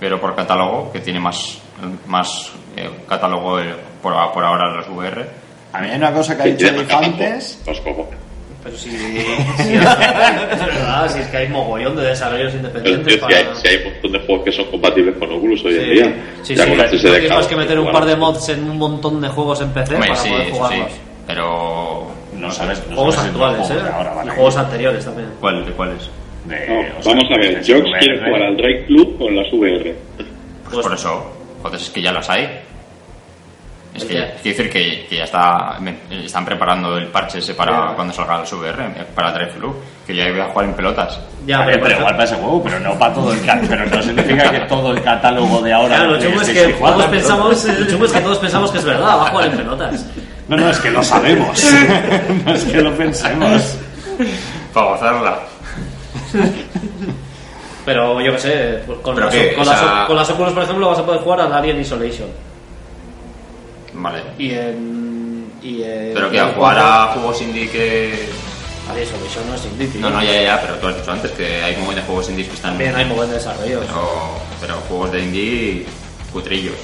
Speaker 4: pero por catálogo, que tiene más más eh, catálogo eh, por, a- por ahora las VR.
Speaker 1: A mí hay una cosa que ha dicho Elif antes.
Speaker 3: Los cojo.
Speaker 2: Pero si. si es, verdad, si es que hay mogollón de desarrollos
Speaker 3: Pero
Speaker 2: independientes
Speaker 3: tío, si, hay,
Speaker 2: para.
Speaker 3: si hay un montón de juegos que son compatibles con Oculus hoy en
Speaker 2: Sí,
Speaker 3: día.
Speaker 2: sí,
Speaker 3: Ya
Speaker 2: sí,
Speaker 3: con este
Speaker 2: no
Speaker 3: la SSD
Speaker 2: tienes más
Speaker 3: cabo,
Speaker 2: que meter un
Speaker 3: igual.
Speaker 2: par de mods en un montón de juegos en PC
Speaker 4: Hombre,
Speaker 2: para
Speaker 4: sí,
Speaker 2: poder
Speaker 4: eso sí,
Speaker 2: jugarlos.
Speaker 4: pero
Speaker 1: No sabes. No
Speaker 2: Juegos
Speaker 4: Pues
Speaker 1: sabes el
Speaker 2: actuales,
Speaker 1: juego
Speaker 2: ¿eh?
Speaker 1: de Ahora, ¿vale?
Speaker 2: Y juegos anteriores también.
Speaker 4: ¿cuál de cuáles?
Speaker 1: De-
Speaker 3: No,
Speaker 1: o sea,
Speaker 3: vamos a ver,
Speaker 1: PlayStation
Speaker 3: Jox quiere
Speaker 1: VR.
Speaker 3: jugar al Drake Club con las VR.
Speaker 4: Pues,
Speaker 2: Pues-
Speaker 4: por eso, joder, es que ya las hay. Es
Speaker 2: ¿El
Speaker 4: que,
Speaker 2: qué?
Speaker 4: ya- quiero decir que, que ya está, me- están preparando el parche ese para
Speaker 2: Ya.
Speaker 4: cuando salga las VR, eh, para Drive Club, que ya voy a jugar en pelotas.
Speaker 1: A
Speaker 2: Ya,
Speaker 1: ver,
Speaker 2: pero,
Speaker 1: pero igual para ese juego, pero no para todo el cat, pero no significa que todo el catálogo de ahora.
Speaker 2: Claro,
Speaker 1: de
Speaker 2: lo chungo es que
Speaker 1: PlayStation
Speaker 2: todos
Speaker 1: juega, pero-
Speaker 2: pensamos, eh, lo chungo es que todos pensamos que es verdad, va a jugar en pelotas.
Speaker 1: No, no, es que lo sabemos. no es que lo pensemos.
Speaker 4: Para gozarla.
Speaker 2: Pero yo qué sé, pues con,
Speaker 4: ¿Pero
Speaker 2: las,
Speaker 4: qué?
Speaker 2: con,
Speaker 4: O
Speaker 2: las-
Speaker 4: sea-
Speaker 2: con las Oculus, por ejemplo, vas a poder jugar al Alien Isolation.
Speaker 4: Vale.
Speaker 2: Y en. Y en
Speaker 4: Pero
Speaker 2: y
Speaker 4: que
Speaker 2: en
Speaker 4: a jugar a juegos indie que...
Speaker 2: Alien Isolation no es indie. tío.
Speaker 4: No, no, ya, ya, pero tú has dicho antes que hay un montón de juegos indies que están...
Speaker 2: También hay mogollón de desarrollos.
Speaker 4: pero, pero juegos de indie cutrillos.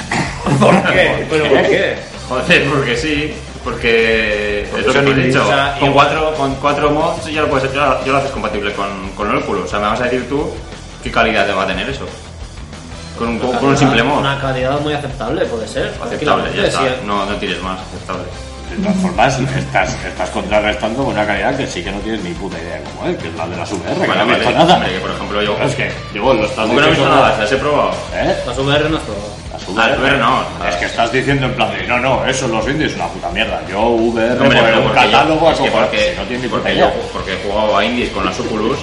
Speaker 2: ¿Por qué? ¿Pero por qué?
Speaker 4: Joder, porque sí, porque,
Speaker 5: Porque
Speaker 4: es lo que
Speaker 5: son
Speaker 4: te he
Speaker 5: indies,
Speaker 4: dicho.
Speaker 2: o sea,
Speaker 4: con,
Speaker 2: igual-
Speaker 4: cuatro, con cuatro mods ya lo puedes ya, ya lo haces compatible con, con el Oculus. O sea, me vas a decir tú qué calidad te va a tener eso. Con un, con un simple mod.
Speaker 2: Una calidad muy aceptable, puede ser.
Speaker 4: Aceptable, ya
Speaker 2: tranquilamente, ¿eh?
Speaker 4: está.
Speaker 2: si-
Speaker 4: No, no tires más, aceptable.
Speaker 1: de todas formas, estás, estás contrarrestando con una calidad que sí que no tienes ni puta idea de cómo es, que es la de las VR, que no
Speaker 4: Bueno,
Speaker 1: he visto
Speaker 4: vale,
Speaker 1: nada.
Speaker 4: hombre, que por ejemplo yo...
Speaker 1: Es que, digo, lo estás
Speaker 4: Como que no he visto
Speaker 1: diciendo-
Speaker 4: nada, las he probado.
Speaker 1: ¿Eh?
Speaker 2: Las VR no es todo.
Speaker 1: Las
Speaker 4: Ah, las VR no.
Speaker 1: Es que estás diciendo en plan de, no, no, eso los indies es una puta mierda. Yo VR,
Speaker 4: Hombre,
Speaker 1: poner
Speaker 4: pero
Speaker 1: un
Speaker 4: porque yo-
Speaker 1: catálogo a
Speaker 4: es que
Speaker 1: cojones,
Speaker 4: porque,
Speaker 1: si no tienes ni puta
Speaker 4: porque,
Speaker 1: idea.
Speaker 4: yo, porque he jugado a indies con las Oculus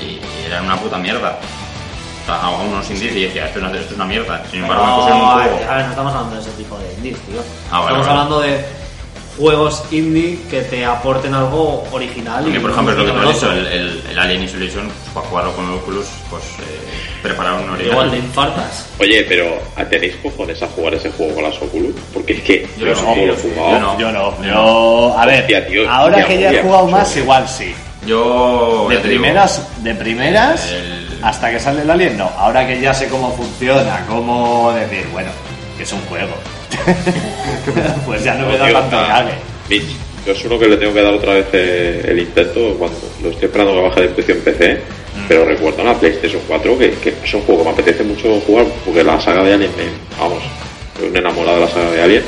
Speaker 4: y, y eran una puta mierda. O sea, a unos indies y decía, esto es una, esto es una mierda. Sin embargo, me pusieron un
Speaker 2: a,
Speaker 4: juego.
Speaker 2: ver, a ver, no estamos hablando de ese tipo de indies, tío.
Speaker 4: Ah, vale,
Speaker 2: estamos
Speaker 4: vale.
Speaker 2: hablando de juegos indie que te aporten algo original.
Speaker 4: Porque,
Speaker 2: y
Speaker 4: por ejemplo, es lo que tú has
Speaker 2: novedoso.
Speaker 4: dicho, el, el, el Alien Isolation, pues, para jugarlo con Oculus, pues eh, preparar un
Speaker 2: Igual te
Speaker 4: origami.
Speaker 2: infartas.
Speaker 3: Oye, pero ¿tenéis cojones a jugar ese juego con las Oculus? Porque es que
Speaker 4: Yo sí,
Speaker 3: no lo
Speaker 4: yo
Speaker 3: he
Speaker 4: sí,
Speaker 3: jugado.
Speaker 4: yo no.
Speaker 1: Yo no, yo... A ver,
Speaker 3: Hostia, tío,
Speaker 1: ahora
Speaker 3: hostia,
Speaker 1: que ya he
Speaker 3: hostia,
Speaker 1: jugado
Speaker 3: hostia.
Speaker 1: más, igual sí.
Speaker 4: Yo,
Speaker 1: De
Speaker 4: ya te digo,
Speaker 1: primeras, de primeras,
Speaker 4: El-
Speaker 1: hasta que sale el alien, no. Ahora que ya sé cómo funciona, cómo decir, bueno, que es un juego. pues ya no me da
Speaker 3: Tío,
Speaker 1: tanto
Speaker 3: ah,
Speaker 1: cague.
Speaker 3: Mitch, yo es uno que le tengo que dar otra vez eh, el intento cuando lo estoy esperando que baje de precio en PC. Pero recuerdo la PlayStation 4 que, que es un juego que me apetece mucho jugar porque la saga de Alien, me, vamos, soy un enamorado de la saga de Alien.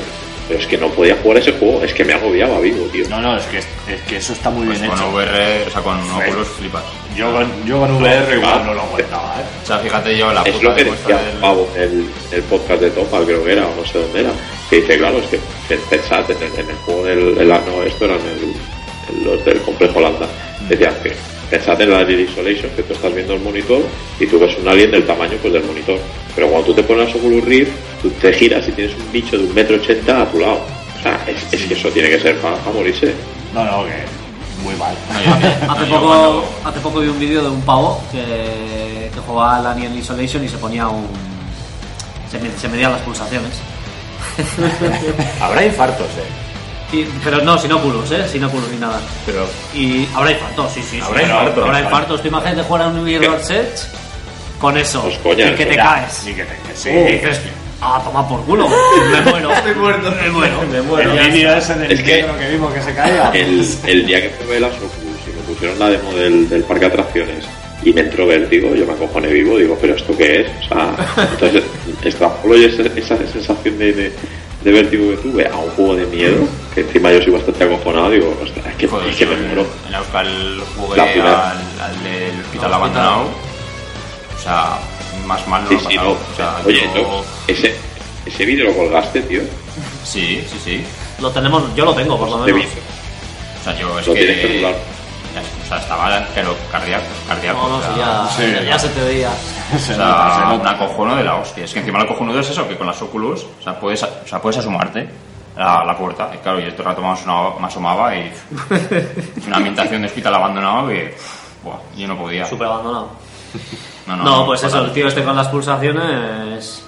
Speaker 3: Pero es que no podía jugar ese juego, es que me agobiaba vivo, tío.
Speaker 1: No, no, es que, es que eso está muy
Speaker 4: pues
Speaker 1: bien
Speaker 4: con
Speaker 1: hecho.
Speaker 4: VR, o sea, con
Speaker 1: Fe-
Speaker 4: Oculus flipas.
Speaker 1: Yo con, yo con VR
Speaker 3: Ah,
Speaker 1: igual no lo aguantaba, ¿eh?
Speaker 4: O sea, fíjate yo, la
Speaker 3: Es
Speaker 4: puta
Speaker 3: lo que
Speaker 4: de vuestra
Speaker 3: decía
Speaker 4: del-
Speaker 3: Pavo en el, el podcast de Topa, creo que era, o no sé dónde era, que dice, claro, es que pe- pensad en el, en el juego del... el- no, esto eran el- el- los del complejo Holanda. Decían que pensad en la Alien Isolation, que tú estás viendo el monitor y tú ves un alien del tamaño pues del monitor. Pero cuando tú te pones a Oculus Rift, tú te giras y tienes un bicho de un metro ochenta a tu lado. O sea, es, es que eso tiene que ser para morirse.
Speaker 1: No, no, que muy mal.
Speaker 2: Hace,
Speaker 4: yo
Speaker 2: poco,
Speaker 4: cuando-
Speaker 2: hace poco vi un vídeo de un pavo que, que jugaba al Alien Isolation y se ponía un. Se, me- se medían las pulsaciones.
Speaker 5: Habrá infartos, eh.
Speaker 2: Y- pero no, sin óculos, ¿eh? Sin óculos ni nada.
Speaker 5: Pero
Speaker 2: Y habrá infartos, sí, sí. sí.
Speaker 5: Habrá
Speaker 2: Pero
Speaker 5: infartos.
Speaker 2: Habrá infartos. Tú imagínate jugar a un Mirror Edge con eso.
Speaker 3: Pues coño,
Speaker 2: y que te
Speaker 3: ya.
Speaker 2: caes.
Speaker 1: Sí, que, te- que sí.
Speaker 2: Y dices, ah, toma por culo. Me muero. me muero. Me muero.
Speaker 1: el vídeo ese del
Speaker 3: Es que-
Speaker 1: negro que vimos que se caía.
Speaker 3: el, el día que probé las Oculus y me pusieron la demo del, del parque de atracciones y me entró vértigo, yo me acojoné vivo, digo, pero ¿esto qué es? O sea, entonces extrapolo yo ese- esa sensación de, de, de vértigo que tuve a un juego de miedo, que encima yo soy bastante acojonado, digo, "Ostras, es que,
Speaker 4: Joder,
Speaker 3: es que me
Speaker 4: yo en-
Speaker 3: muero.
Speaker 4: En la Euskal jugué
Speaker 3: La primera.
Speaker 4: al, al del hospital abandonado. O sea, más mal no
Speaker 3: Sí,
Speaker 4: lo he
Speaker 3: sí,
Speaker 4: pasado.
Speaker 3: no.
Speaker 4: O sea,
Speaker 3: Oye,
Speaker 4: yo-
Speaker 3: no, ese, ese vídeo lo colgaste, tío.
Speaker 4: Sí, sí, sí.
Speaker 2: Lo tenemos, yo lo tengo, por lo
Speaker 3: Te
Speaker 2: menos.
Speaker 3: vi.
Speaker 4: O sea, yo es
Speaker 3: Lo
Speaker 4: que.
Speaker 3: tienes que anular.
Speaker 4: O sea, estaba, pero cardíaco. cardíaco
Speaker 2: No, no,
Speaker 4: o sea,
Speaker 2: si ya,
Speaker 1: Sí,
Speaker 2: ya
Speaker 1: claro.
Speaker 2: se te veía.
Speaker 1: Se
Speaker 4: O
Speaker 1: nota, Pues se
Speaker 4: sea,
Speaker 1: nota.
Speaker 4: un acojono de la hostia. Es que encima lo acojonudo es eso, que con las Oculus, o sea, puedes, o sea, puedes asomarte a la puerta. Y claro, yo este rato me asomaba, me asomaba y es una ambientación de hospital abandonado que buah, yo no podía.
Speaker 2: Súper abandonado.
Speaker 4: No,
Speaker 2: No,
Speaker 4: no,
Speaker 2: pues
Speaker 4: fatal.
Speaker 2: eso, el tío este con las pulsaciones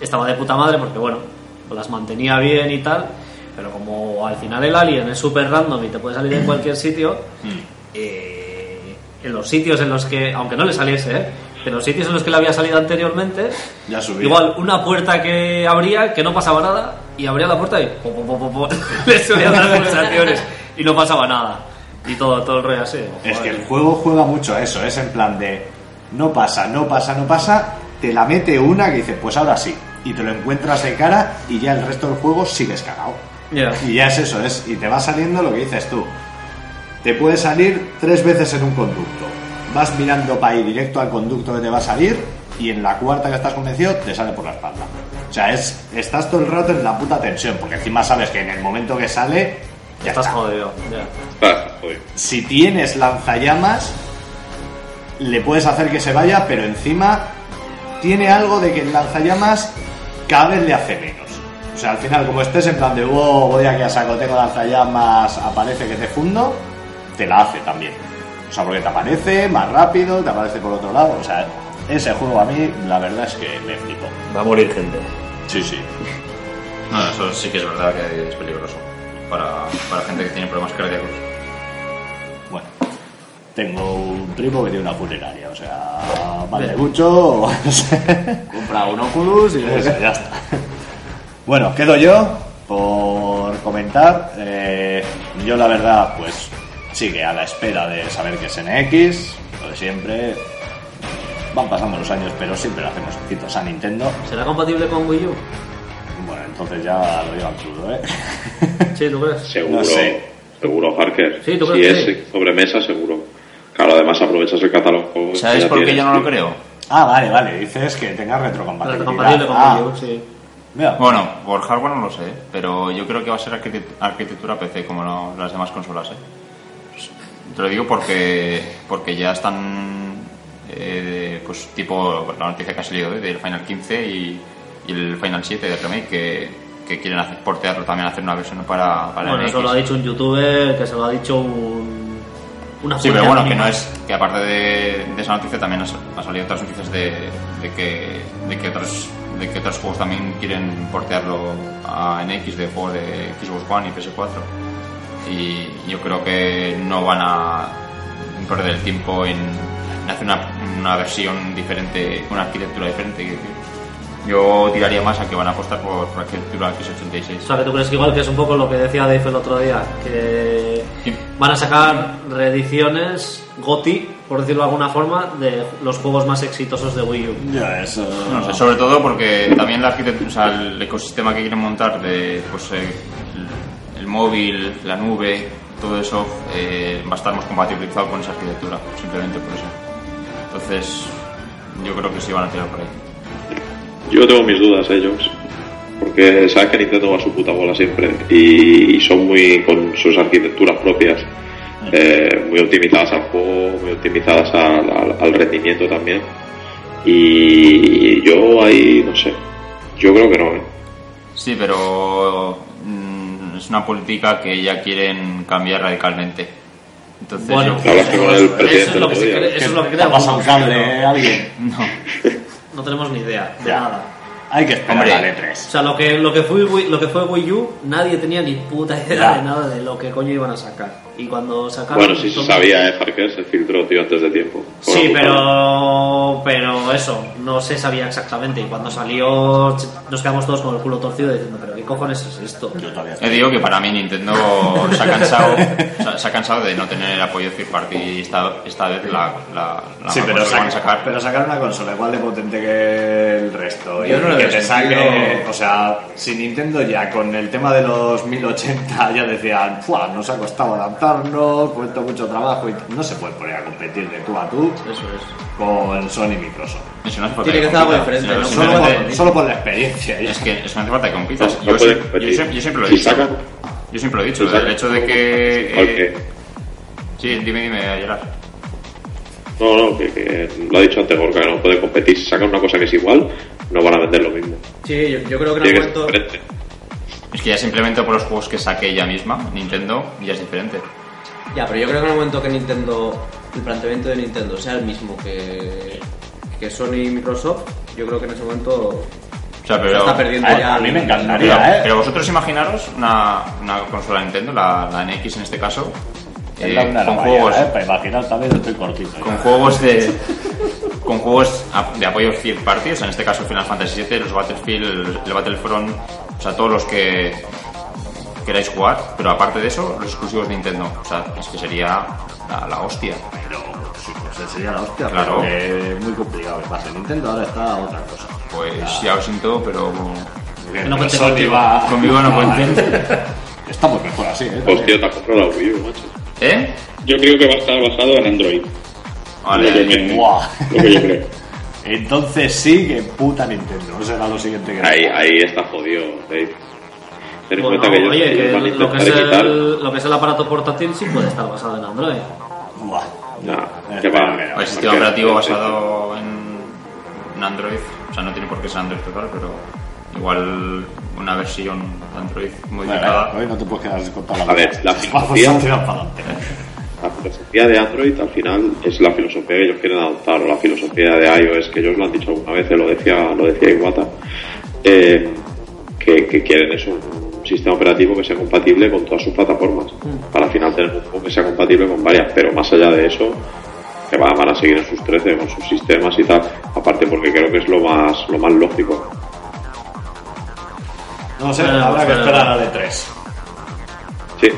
Speaker 2: estaba de puta madre porque, bueno, las mantenía bien y tal, pero como al final el alien es súper random y te puede salir en cualquier sitio,
Speaker 1: Mm.
Speaker 2: eh, en los sitios en los que, aunque no le saliese, ¿eh? en los sitios en los que le había salido anteriormente,
Speaker 1: Ya subía.
Speaker 2: igual una puerta que abría, que no pasaba nada, y abría la puerta y po, po, po, po, po, le subían las pulsaciones y no pasaba nada. Y todo, todo el rollo así.
Speaker 1: Es que
Speaker 2: Joder.
Speaker 1: el juego juega mucho a eso, es en plan de no pasa, no pasa, no pasa, te la mete una que dice, pues ahora sí, y te lo encuentras de cara y ya el resto del juego sigues cagado.
Speaker 2: Ya.
Speaker 1: Y ya es eso, es, y te va saliendo lo que dices tú. Te puede salir tres veces en un conducto. Vas mirando para ir directo al conducto que te va a salir y en la cuarta que estás convencido te sale por la espalda. O sea, es, estás todo el rato en la puta tensión, porque encima sabes que en el momento que sale, ya
Speaker 2: Estás
Speaker 1: está.
Speaker 2: jodido. ya.
Speaker 3: Ah, joder.
Speaker 1: si tienes lanzallamas, le puedes hacer que se vaya, pero encima tiene algo de que el lanzallamas cada vez le hace menos. O sea, al final, como estés en plan de, wow, voy aquí a saco, tengo lanzallamas, aparece que te fundo, te la hace también. O sea, porque te aparece más rápido, te aparece por otro lado. O sea, ese juego a mí, la verdad es que me flipó.
Speaker 5: va a morir gente.
Speaker 1: Sí, sí.
Speaker 4: No, eso sí que es verdad que es peligroso para, para gente que tiene problemas cardíacos.
Speaker 1: Bueno, tengo un primo que tiene una funeraria, o sea, vale mucho. o-
Speaker 7: Compra un Oculus y...
Speaker 1: Eso, ya está. Bueno, quedo yo por comentar. Eh, yo la verdad, pues sigue a la espera de saber qué es NX, lo de siempre. Van pasando los años, pero siempre le hacemos quitos a Nintendo.
Speaker 2: ¿Será compatible con Wii U?
Speaker 1: Bueno, entonces ya lo llevan crudo, ¿eh?
Speaker 2: Sí, ¿tú crees?
Speaker 3: Seguro,
Speaker 1: No sé.
Speaker 3: seguro, Harker.
Speaker 2: Sí, ¿tú
Speaker 3: si
Speaker 2: crees
Speaker 3: es
Speaker 2: que sí?
Speaker 3: sobremesa, seguro. Claro, además aprovechas el catálogo.
Speaker 4: ¿Sabes
Speaker 3: que ya
Speaker 4: por qué
Speaker 3: tienes,
Speaker 4: yo no lo
Speaker 3: tío.
Speaker 4: creo?
Speaker 1: Ah, vale, vale, dices que tenga retrocompatibilidad.
Speaker 2: Compatible con
Speaker 1: Ah,
Speaker 2: Windows, sí.
Speaker 1: mira,
Speaker 4: Bueno, por hardware no lo sé, pero yo creo que va a ser arquitect- arquitectura PC como la- las demás consolas. ¿eh? Te lo digo porque, porque ya están, eh, pues tipo la noticia que ha salido ¿eh? del Final 15 y, y el Final 7 de Remake, que, que quieren hacer, portearlo también, hacer una versión para, para
Speaker 2: Bueno,
Speaker 4: MX.
Speaker 2: eso lo ha dicho un youtuber, que se lo ha dicho un... Una
Speaker 4: Sí,
Speaker 2: fuente
Speaker 4: pero bueno, que
Speaker 2: anónima.
Speaker 4: no es que aparte de, de esa noticia también ha, sal- ha salido otras noticias de, de que, de, que otros, de que otros juegos también quieren portearlo a NX de juegos de Xbox One y PS4. Y yo creo que no van a perder el tiempo en, en hacer una, una versión diferente, una arquitectura diferente. quiero decir. Yo tiraría más a que van a apostar por, por arquitectura
Speaker 2: O
Speaker 4: X86.
Speaker 2: sea, que tú crees que igual que es un poco lo que decía Dave el otro día, que
Speaker 4: Sí.
Speaker 2: van a sacar reediciones GOTI, por decirlo de alguna forma, de los juegos más exitosos de Wii U.
Speaker 1: ya eso...
Speaker 4: No sé, sobre todo porque también la arquitectura, o sea, el ecosistema que quieren montar de pues, eh, el, el móvil, la nube, todo eso eh, va a estar más compatibilizado con esa arquitectura, simplemente por eso. Entonces, yo creo que sí van a tirar por ahí.
Speaker 3: Yo tengo mis dudas, ellos. Porque sabes que Nintendo va a su puta bola siempre. Y, y son muy. con sus arquitecturas propias. eh, muy optimizadas al juego, muy optimizadas al, al- al rendimiento también. Y yo ahí, no sé. Yo creo que no, ¿eh?
Speaker 4: Sí, pero mm, es una política que ya quieren cambiar radicalmente. Entonces,
Speaker 2: Bueno,
Speaker 4: yo-
Speaker 3: La verdad es que con el presidente
Speaker 2: eso es lo
Speaker 3: no
Speaker 2: que, se
Speaker 3: podía.
Speaker 2: cree- eso es lo que
Speaker 1: Le ha
Speaker 2: creamos.
Speaker 1: pasado un cable, ¿eh? Alguien.
Speaker 4: no.
Speaker 2: No tenemos ni idea de
Speaker 1: Ya.
Speaker 2: nada.
Speaker 1: Hay que esperar
Speaker 4: Hombre.
Speaker 1: la E E3.
Speaker 2: O sea, lo que, lo, que fue Wii, lo que fue Wii U, nadie tenía ni puta idea
Speaker 1: Ya.
Speaker 2: de nada de lo que coño iban a sacar. Y cuando sacaron...
Speaker 3: Bueno, sí se
Speaker 2: todo-
Speaker 3: sabía, ¿eh? Harker se filtró, tío, antes de tiempo. Con la
Speaker 2: Sí,
Speaker 3: puta madre.
Speaker 2: pero, pero eso, no se sabía exactamente. Y cuando salió, ch- nos quedamos todos con el culo torcido diciendo, pero ¿qué cojones es esto?
Speaker 1: Yo todavía
Speaker 4: Yo digo que para mí Nintendo se ha cansado, se ha- se ha cansado de no tener el apoyo third party y esta, esta vez la, la, la
Speaker 1: Sí,
Speaker 4: mejor
Speaker 1: pero,
Speaker 4: que van
Speaker 1: sacar,
Speaker 4: a sacar.
Speaker 1: pero sacar una consola igual de potente que el resto.
Speaker 4: Yo
Speaker 1: y
Speaker 4: no le
Speaker 1: que
Speaker 4: veo
Speaker 1: te
Speaker 4: sentido.
Speaker 1: saque. O sea, si Nintendo ya con el tema de los 1080 ya decían, "Fua, nos ha costado adaptarnos, cuesta mucho trabajo y no se puede poner a competir de tú a tú
Speaker 2: Eso es.
Speaker 1: con Sony y Microsoft.
Speaker 4: Eso no hace falta
Speaker 7: Tiene que hacer algo diferente,
Speaker 4: Pero
Speaker 7: ¿no?
Speaker 1: Solo por,
Speaker 4: simplemente-
Speaker 1: solo por la experiencia. ya.
Speaker 4: Es que eso no hace falta que compitas.
Speaker 3: No, no
Speaker 4: Yo,
Speaker 3: puede
Speaker 4: sie-
Speaker 3: competir.
Speaker 4: yo sie- yo siempre lo he
Speaker 3: Si
Speaker 4: dicho.
Speaker 3: saca-
Speaker 4: Yo siempre lo he dicho.
Speaker 3: si saca-
Speaker 4: El hecho de que.
Speaker 3: ¿Al
Speaker 4: eh,
Speaker 3: qué?
Speaker 4: sí, dime, dime, Gerard.
Speaker 3: No, no, que, que lo ha dicho antes Gorka, que no puede competir. Si sacan una cosa que es igual, no van a vender lo mismo.
Speaker 7: Sí, yo, yo creo que en
Speaker 3: Tiene que
Speaker 7: algún
Speaker 3: ser
Speaker 7: momento.
Speaker 3: diferente.
Speaker 4: Es que ya simplemente por los juegos que saque ella misma, Nintendo, ya es diferente.
Speaker 7: Ya, pero yo creo que en el momento que Nintendo. El planteamiento de Nintendo sea el mismo que. que Sony y Microsoft, yo creo que en ese momento.
Speaker 4: O sea,
Speaker 7: se
Speaker 4: pero.
Speaker 7: está perdiendo
Speaker 1: a-
Speaker 7: ya.
Speaker 1: a mí me encantaría.
Speaker 4: Pero,
Speaker 1: Mira, eh.
Speaker 4: pero vosotros imaginaros una, una consola Nintendo, la, la NX en este caso,
Speaker 1: Es
Speaker 4: eh,
Speaker 1: la una
Speaker 4: con
Speaker 1: novaya,
Speaker 4: juegos,
Speaker 1: ¿eh? Para imaginar también estoy cortito.
Speaker 4: con juegos de con juegos a- de apoyo third party, o sea, en este caso Final Fantasy VII, los Battlefield, el Battlefront, o sea, todos los que queráis jugar, pero aparte de eso, los exclusivos de Nintendo, o sea, es que sería la, la hostia.
Speaker 1: Pero sí, pues sería la hostia,
Speaker 4: Claro.
Speaker 1: claro. que muy complicado que pase. Nintendo ahora está a otra cosa.
Speaker 4: Pues ya lo siento, pero
Speaker 1: Bien, pero
Speaker 2: no cuente
Speaker 1: Sony
Speaker 2: contigo.
Speaker 1: va-
Speaker 4: conmigo no
Speaker 1: va-
Speaker 4: cuenten.
Speaker 1: Estamos mejor así, ¿eh?
Speaker 3: Pues tío, te has comprado la Wii U, macho.
Speaker 4: ¿Eh?
Speaker 6: Yo creo que va a estar basado en Android.
Speaker 4: Vale,
Speaker 6: Lo que me-
Speaker 1: Buah.
Speaker 6: Lo que yo creo.
Speaker 1: Entonces sí que puta Nintendo. Será lo siguiente que
Speaker 3: Ahí, ahí está jodido, Dave. Ten en
Speaker 2: Bueno,
Speaker 3: cuenta que ellos
Speaker 2: oye, que
Speaker 3: van a
Speaker 2: lo, que
Speaker 3: intentar
Speaker 2: es
Speaker 3: quitar.
Speaker 2: el, lo que es el aparato portátil sí puede estar basado en Android.
Speaker 1: Buah.
Speaker 3: Nah,
Speaker 1: Eh,
Speaker 3: que
Speaker 1: espera,
Speaker 3: va.
Speaker 1: espera.
Speaker 4: Pues el sistema
Speaker 1: eh,
Speaker 4: operativo basado en, en Android, o sea, no tiene por qué ser Android total, pero igual una versión de Android modificada.
Speaker 1: Vale, hoy no te puedes quedar sin contar la
Speaker 3: A ver,
Speaker 1: verdad.
Speaker 3: la
Speaker 1: Vamos
Speaker 3: filosofía-
Speaker 1: a tirar para adelante.
Speaker 3: La filosofía de Android al final es la filosofía que ellos quieren adoptar, o la filosofía de iOS, que ellos lo han dicho alguna vez, eh, lo decía, lo decía Iwata, eh, que, que quieren es un, un sistema operativo que sea compatible con todas sus plataformas, para al final tener un juego que sea compatible con varias, pero más allá de eso, que va- van a seguir en sus 13, con sus sistemas y tal, aparte porque creo que es lo más, lo más lógico.
Speaker 1: No sé,
Speaker 2: Bueno,
Speaker 1: habrá que
Speaker 3: pues,
Speaker 2: bueno.
Speaker 1: esperar a la de 3
Speaker 3: Sí,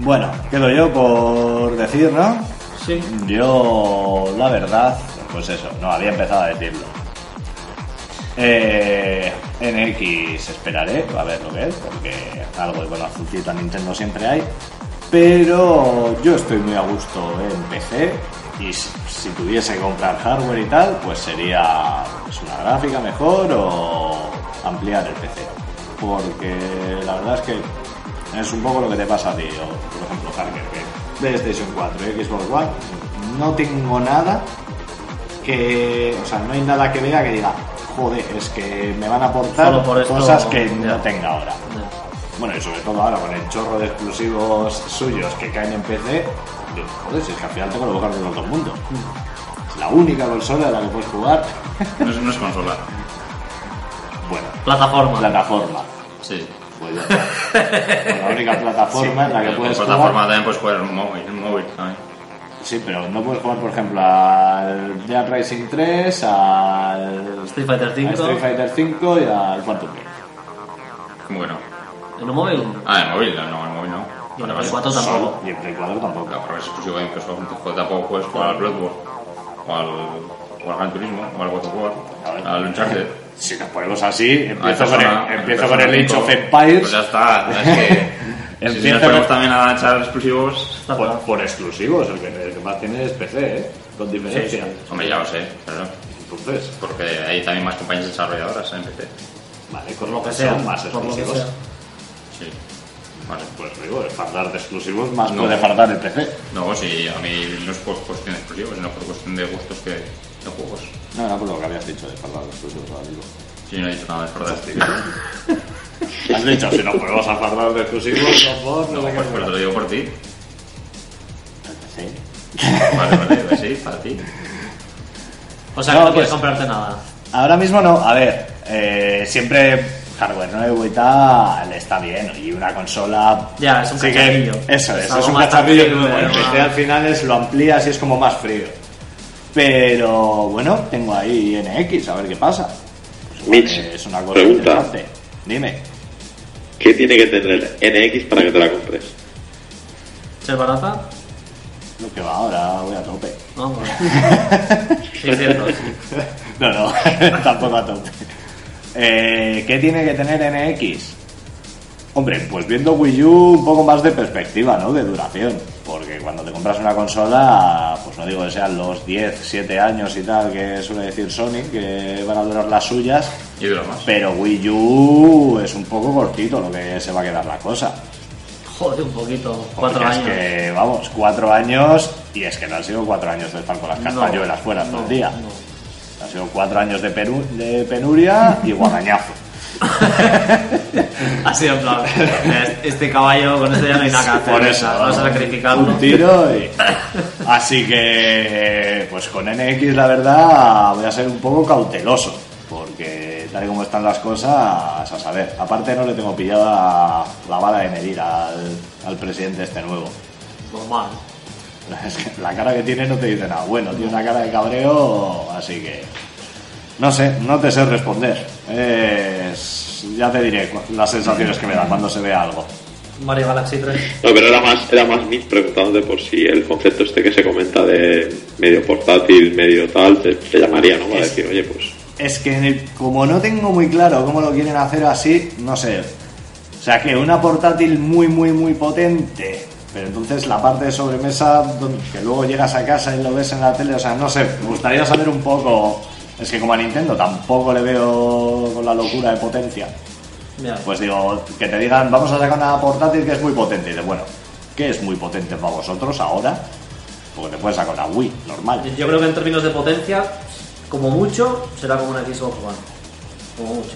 Speaker 1: Bueno, quedo yo por decir, ¿no?
Speaker 2: Sí.
Speaker 1: Yo, la verdad, pues eso, no había empezado a decirlo. Eh, en X esperaré a ver lo que es, porque algo de buena función a Nintendo siempre hay. Pero yo estoy muy a gusto en PC y si, si tuviese que comprar hardware y tal, pues sería pues, una gráfica mejor o ampliar el PC. Porque la verdad es que es un poco lo que te pasa a ti, o, por ejemplo, Harker, que PlayStation 4 y Xbox One, no tengo nada que, o sea, no hay nada que vea que diga, joder, es que me van a aportar
Speaker 2: Solo por esto-
Speaker 1: cosas que
Speaker 2: ya.
Speaker 1: no tenga ahora. Bueno, y sobre todo ahora con el chorro de exclusivos suyos que caen en PC, digo, joder, si es que al final tengo lo mejor de los dos mundos. Es la única consola en la que puedes jugar,
Speaker 4: No es, no es consola.
Speaker 1: bueno,
Speaker 2: Plataforma.
Speaker 1: plataforma.
Speaker 4: Sí.
Speaker 1: Pues ya está. la única plataforma en la que
Speaker 4: Pero con
Speaker 1: puedes
Speaker 4: plataforma
Speaker 1: jugar.
Speaker 4: también puedes jugar en móvil. En móvil también.
Speaker 1: Sí, pero no puedes jugar, por ejemplo, al Dead Racing 3, al
Speaker 2: Street Fighter
Speaker 1: al
Speaker 2: 5.
Speaker 1: Street Fighter 5 y al Quantum Break.
Speaker 4: Bueno.
Speaker 2: En un móvil.
Speaker 4: Ah, en móvil no, no, en móvil no.
Speaker 2: Y en
Speaker 4: Vale,
Speaker 2: el
Speaker 4: vale.
Speaker 2: 4 tampoco.
Speaker 1: Y en Play 4 tampoco.
Speaker 4: Claro, porque es exclusivo de Microsoft, entonces, pues, tampoco puedes jugar al Bloodborne, o al, o al Gran Turismo, o al God of War, al Uncharted.
Speaker 1: Si nos ponemos así,
Speaker 4: Ah,
Speaker 1: empiezo
Speaker 4: esta
Speaker 1: con
Speaker 4: zona,
Speaker 1: el, empiezo
Speaker 4: esta
Speaker 1: con el Age
Speaker 4: zona
Speaker 1: of
Speaker 4: cinco. Pues
Speaker 1: Empires
Speaker 4: ya está, es que. si- si
Speaker 1: Empiezo
Speaker 4: nos
Speaker 1: con-
Speaker 4: ponemos también a echar exclusivos.
Speaker 1: por, por exclusivos, el que, el que más tiene es PC, ¿eh? con diferencia.
Speaker 4: Hombre, ya lo sé, pero no,
Speaker 1: Entonces,
Speaker 4: porque hay también más compañías desarrolladoras en PC.
Speaker 1: vale, con
Speaker 2: Por lo que sea.
Speaker 1: son más
Speaker 2: por lo que
Speaker 1: exclusivos.
Speaker 2: sea.
Speaker 4: Sí. Vale.
Speaker 1: Pues digo, de faltar de exclusivos más
Speaker 4: No.
Speaker 1: puede faltar el PC.
Speaker 4: No, si a mí no es por cuestión de exclusivos, sino por cuestión de gustos que, de juegos.
Speaker 1: No, no, por lo que habías dicho de faltar de exclusivos, ahora digo.
Speaker 4: Sí, no he dicho nada de verdad.
Speaker 1: Has dicho, si nos ponemos a faltar de exclusivos, no por, no
Speaker 4: No,
Speaker 1: sé
Speaker 4: pues, pero te lo
Speaker 1: qué.
Speaker 4: digo por ti.
Speaker 1: Sí.
Speaker 4: Vale, vale, pues sí, para ti.
Speaker 2: O sea,
Speaker 1: No,
Speaker 2: que no
Speaker 1: pues-
Speaker 2: quieres comprarte nada.
Speaker 1: Ahora mismo no, a ver, eh, siempre hardware nuevo y tal está bien, y una consola.
Speaker 2: Ya, es un
Speaker 1: sí que-
Speaker 2: cacharrillo.
Speaker 1: eso es,
Speaker 2: Es
Speaker 1: es,
Speaker 2: algo
Speaker 1: un
Speaker 2: más
Speaker 1: cacharrillo
Speaker 2: tangible,
Speaker 1: nuevo. El
Speaker 2: ¿no?
Speaker 1: PC al final es, lo amplías y es como más frío. Pero bueno, tengo ahí NX, a ver qué pasa. Pues,
Speaker 3: Mitch,
Speaker 1: vale, es una cosa
Speaker 3: pregunta.
Speaker 1: interesante. Dime,
Speaker 3: ¿Qué tiene que tener NX para que te la compres?
Speaker 2: ¿Ser barata?
Speaker 1: lo que va ahora, voy a tope.
Speaker 2: No, bueno. 600.
Speaker 1: No, no, tampoco a tope. Eh, ¿Qué tiene que tener NX? Hombre, pues viendo Wii U un poco más de perspectiva, ¿no? De duración. Porque cuando te compras una consola, pues no digo que sean los 10, 7 años y tal que suele decir Sony, que van a durar las suyas,
Speaker 4: Y dura más.
Speaker 1: pero Wii U es un poco cortito lo que se va a quedar la cosa.
Speaker 2: Joder, un poquito. Cuatro
Speaker 1: Porque
Speaker 2: años.
Speaker 1: Es que, vamos, cuatro años, y es que no han sido cuatro años de estar con las castañuelas fuera todo el día.
Speaker 2: no.
Speaker 1: Han sido cuatro años de, penu- de penuria y guadañazo.
Speaker 2: Ha sido en plan. "Este- Este caballo con este ya no hay nada que hacer.
Speaker 1: Por eso,
Speaker 2: Vamos a sacrificarlo.
Speaker 1: Un tiro y... Así que, pues con NX la verdad voy a ser un poco cauteloso, porque tal y como están las cosas, a saber. Aparte no le tengo pillada la bala de medir al, al presidente este nuevo.
Speaker 2: Normal.
Speaker 1: Es que la cara que tiene no te dice nada bueno, tiene una cara de cabreo, así que... No sé, no te sé responder. Es- Ya te diré cu- las sensaciones que me da cuando se ve algo.
Speaker 2: Mario Galaxy 3.
Speaker 3: No, pero era más, era más Mitch preguntándote por si el concepto este que se comenta de medio portátil, medio tal, te, te llamaría, ¿no? Para
Speaker 1: Es-
Speaker 3: decir, oye, pues
Speaker 1: Es que en el- como no tengo muy claro cómo lo quieren hacer así, no sé. O sea que una portátil muy, muy, muy potente. Pero entonces la parte de sobremesa don- que luego llegas a casa y lo ves en la tele, o sea, no sé, me gustaría saber un poco. Es que como a Nintendo tampoco le veo con la locura de potencia.
Speaker 2: Mira.
Speaker 1: Pues digo, que te digan, vamos a sacar una portátil que es muy potente. Y de bueno, ¿qué es muy potente para vosotros ahora? Porque te puedes sacar una Wii, normal.
Speaker 2: Yo creo que en términos de potencia, como mucho, será como una Xbox One. Como mucho.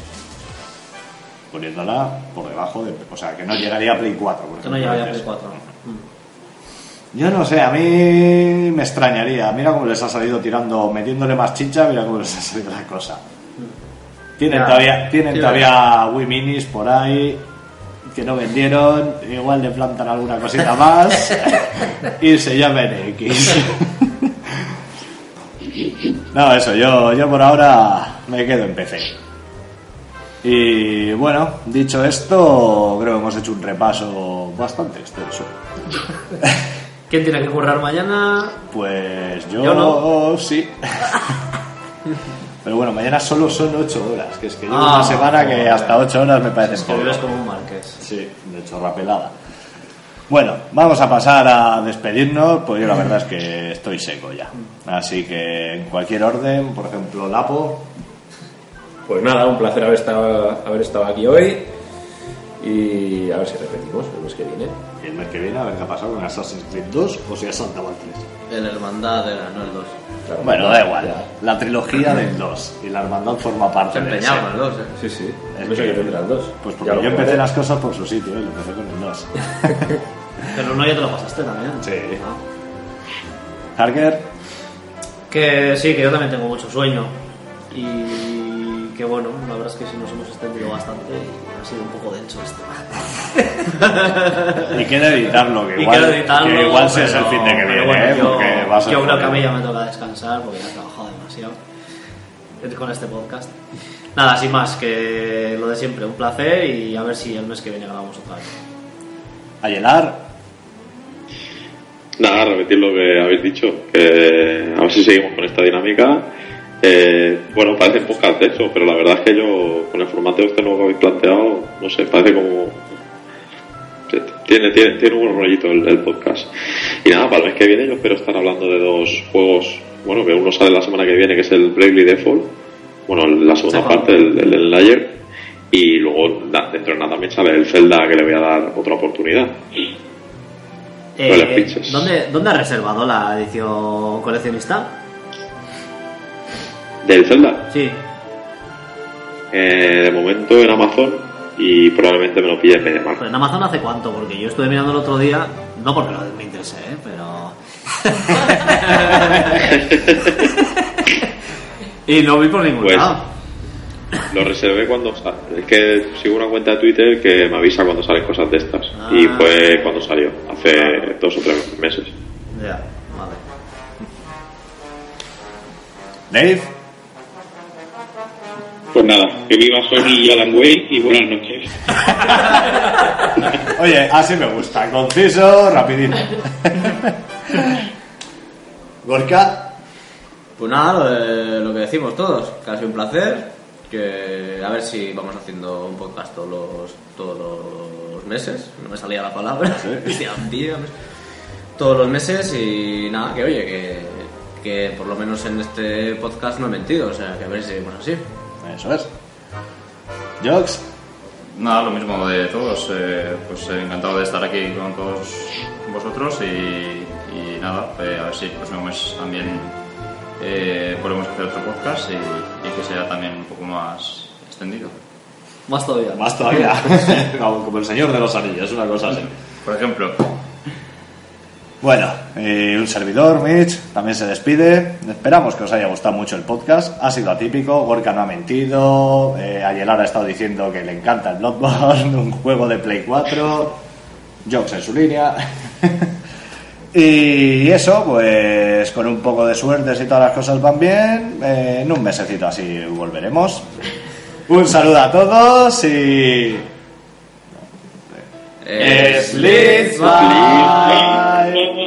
Speaker 1: poniéndola por debajo de... O sea, que no llegaría a Play 4. por
Speaker 2: Que no
Speaker 1: ejemplo,
Speaker 2: llegaría a
Speaker 1: dices.
Speaker 2: Play 4.
Speaker 1: Yo no sé, a mí me extrañaría. Mira cómo les ha salido tirando, metiéndole más chicha, mira cómo les ha salido la cosa. Tienen
Speaker 2: Ya,
Speaker 1: todavía, tienen
Speaker 2: sí,
Speaker 1: todavía Wii Minis por ahí que no vendieron, igual le plantan alguna cosita más y se llama NX. no, eso, yo, yo por ahora me quedo en PC. Y bueno, dicho esto, creo que hemos hecho un repaso bastante extenso.
Speaker 2: ¿Quién tiene que currar mañana?
Speaker 1: Pues yo,
Speaker 2: Yo no.
Speaker 1: sí. Pero bueno, mañana solo son 8 horas, que es que llevo
Speaker 2: Ah,
Speaker 1: una semana que
Speaker 2: joder.
Speaker 1: hasta 8 horas me parecen
Speaker 2: Es que
Speaker 1: poco.
Speaker 2: vives como un marqués.
Speaker 1: Sí, de chorra pelada. Bueno, vamos a pasar a despedirnos, pues yo la verdad es que estoy seco ya. Así que en cualquier orden, por ejemplo, Lapo,
Speaker 11: Pues nada, un placer haber estado, haber estado aquí hoy. Y a ver si repetimos el mes que viene.
Speaker 1: el mes que viene a ver qué ha pasado con Assassin's Creed 2 o si ha saltado al 3.
Speaker 7: El Hermandad era, no el 2.
Speaker 11: Claro,
Speaker 1: Bueno, da igual,
Speaker 11: ya.
Speaker 1: la trilogía del 2 y la hermandad forma parte
Speaker 7: Se
Speaker 1: de
Speaker 7: empeñaron
Speaker 1: ese.
Speaker 7: el 2, eh.
Speaker 11: Sí, sí.
Speaker 1: Es
Speaker 11: no sé
Speaker 1: que-
Speaker 11: qué tendrá el 2.
Speaker 1: Pues porque yo empecé las cosas por su sitio, ¿eh? lo empecé con el 2.
Speaker 2: Pero no ya te lo pasaste también.
Speaker 1: Sí. Harker,
Speaker 2: Que sí, que yo también tengo mucho sueño. Y que bueno, la verdad es que sí nos hemos extendido bastante y ha sido un poco denso este.
Speaker 1: y quiero editarlo, que
Speaker 2: y
Speaker 1: igual,
Speaker 2: quiero editarlo.
Speaker 1: que igual sí es el
Speaker 2: pero-
Speaker 1: fin de que
Speaker 2: pero
Speaker 1: viene,
Speaker 2: bueno,
Speaker 1: ¿eh?
Speaker 2: yo,
Speaker 1: porque va a ser
Speaker 2: yo creo que a
Speaker 1: jodido.
Speaker 2: mí ya me toca descansar porque ya he trabajado demasiado con este podcast. Nada, sin más, que lo de siempre, un placer y a ver si el mes que viene grabamos otra vez.
Speaker 1: Ayelar,
Speaker 3: Nada, repetir lo que habéis dicho, que a ver si seguimos con esta dinámica. Eh, bueno, parecen podcast de eso, pero la verdad es que yo, con el formato este nuevo que habéis planteado, no sé, parece como... Tiene, tiene, tiene un buen rollito el, el podcast. Y nada, para el mes que viene yo espero estar hablando de dos juegos, bueno, que uno sale la semana que viene, que es el Bravely Default, bueno, la segunda parte del, del, del Layer, y luego da- dentro de nada también sale el Zelda, que le voy a dar otra oportunidad.
Speaker 2: Eh,
Speaker 3: Hola, pinchos.
Speaker 2: ¿dónde, ¿Dónde has reservado la edición coleccionista?
Speaker 3: ¿Del Zelda?
Speaker 2: Sí.
Speaker 3: Eh, de momento en Amazon y probablemente me lo pille en
Speaker 2: Pero
Speaker 3: MediaMarkt.
Speaker 2: pues en Amazon hace cuánto, porque yo estuve mirando el otro día, no porque lo- me interese, ¿eh? pero... y no vi por ningún
Speaker 3: Pues-
Speaker 2: lado.
Speaker 3: Lo reservé cuando sa- Es que sigo una cuenta de Twitter que me avisa cuando salen cosas de estas.
Speaker 2: Ah.
Speaker 3: Y fue cuando salió, hace dos o tres meses.
Speaker 2: Ya, vale.
Speaker 1: Dave,
Speaker 6: Pues nada, que viva Sony y Alan Wake y buenas noches.
Speaker 1: Oye, así me gusta, conciso, rapidito. Gorka,
Speaker 7: Pues nada, lo, de- lo que decimos todos, que ha sido un placer, que a ver si vamos haciendo un podcast todos los, todos los meses, no me salía la palabra, Decía, "Día, mes". todos los meses y nada, que oye, que, que por lo menos en este podcast no he mentido, o sea, que a ver si seguimos así.
Speaker 1: eso es. Jox,
Speaker 4: Nada, lo mismo de todos. eh, pues eh, encantado de estar aquí con todos vosotros y, y nada, eh, a ver si el próximo mes también eh, volvemos a hacer otro podcast y, y que sea también un poco más extendido.
Speaker 2: Más todavía.
Speaker 1: más todavía. Como como el señor de los anillos, una cosa así.
Speaker 4: Por ejemplo,
Speaker 1: Bueno, eh, un servidor, Mitch, también se despide. Esperamos que os haya gustado mucho el podcast. Ha sido atípico, Gorka no ha mentido, eh, Ayelar ha estado diciendo que le encanta el Bloodborne, un juego de Play 4, Jokes en su línea. y eso, pues con un poco de suerte, si todas las cosas van bien, eh, en un mesecito así volveremos. Un saludo a todos y...
Speaker 7: Eh,
Speaker 1: Sleep, bye.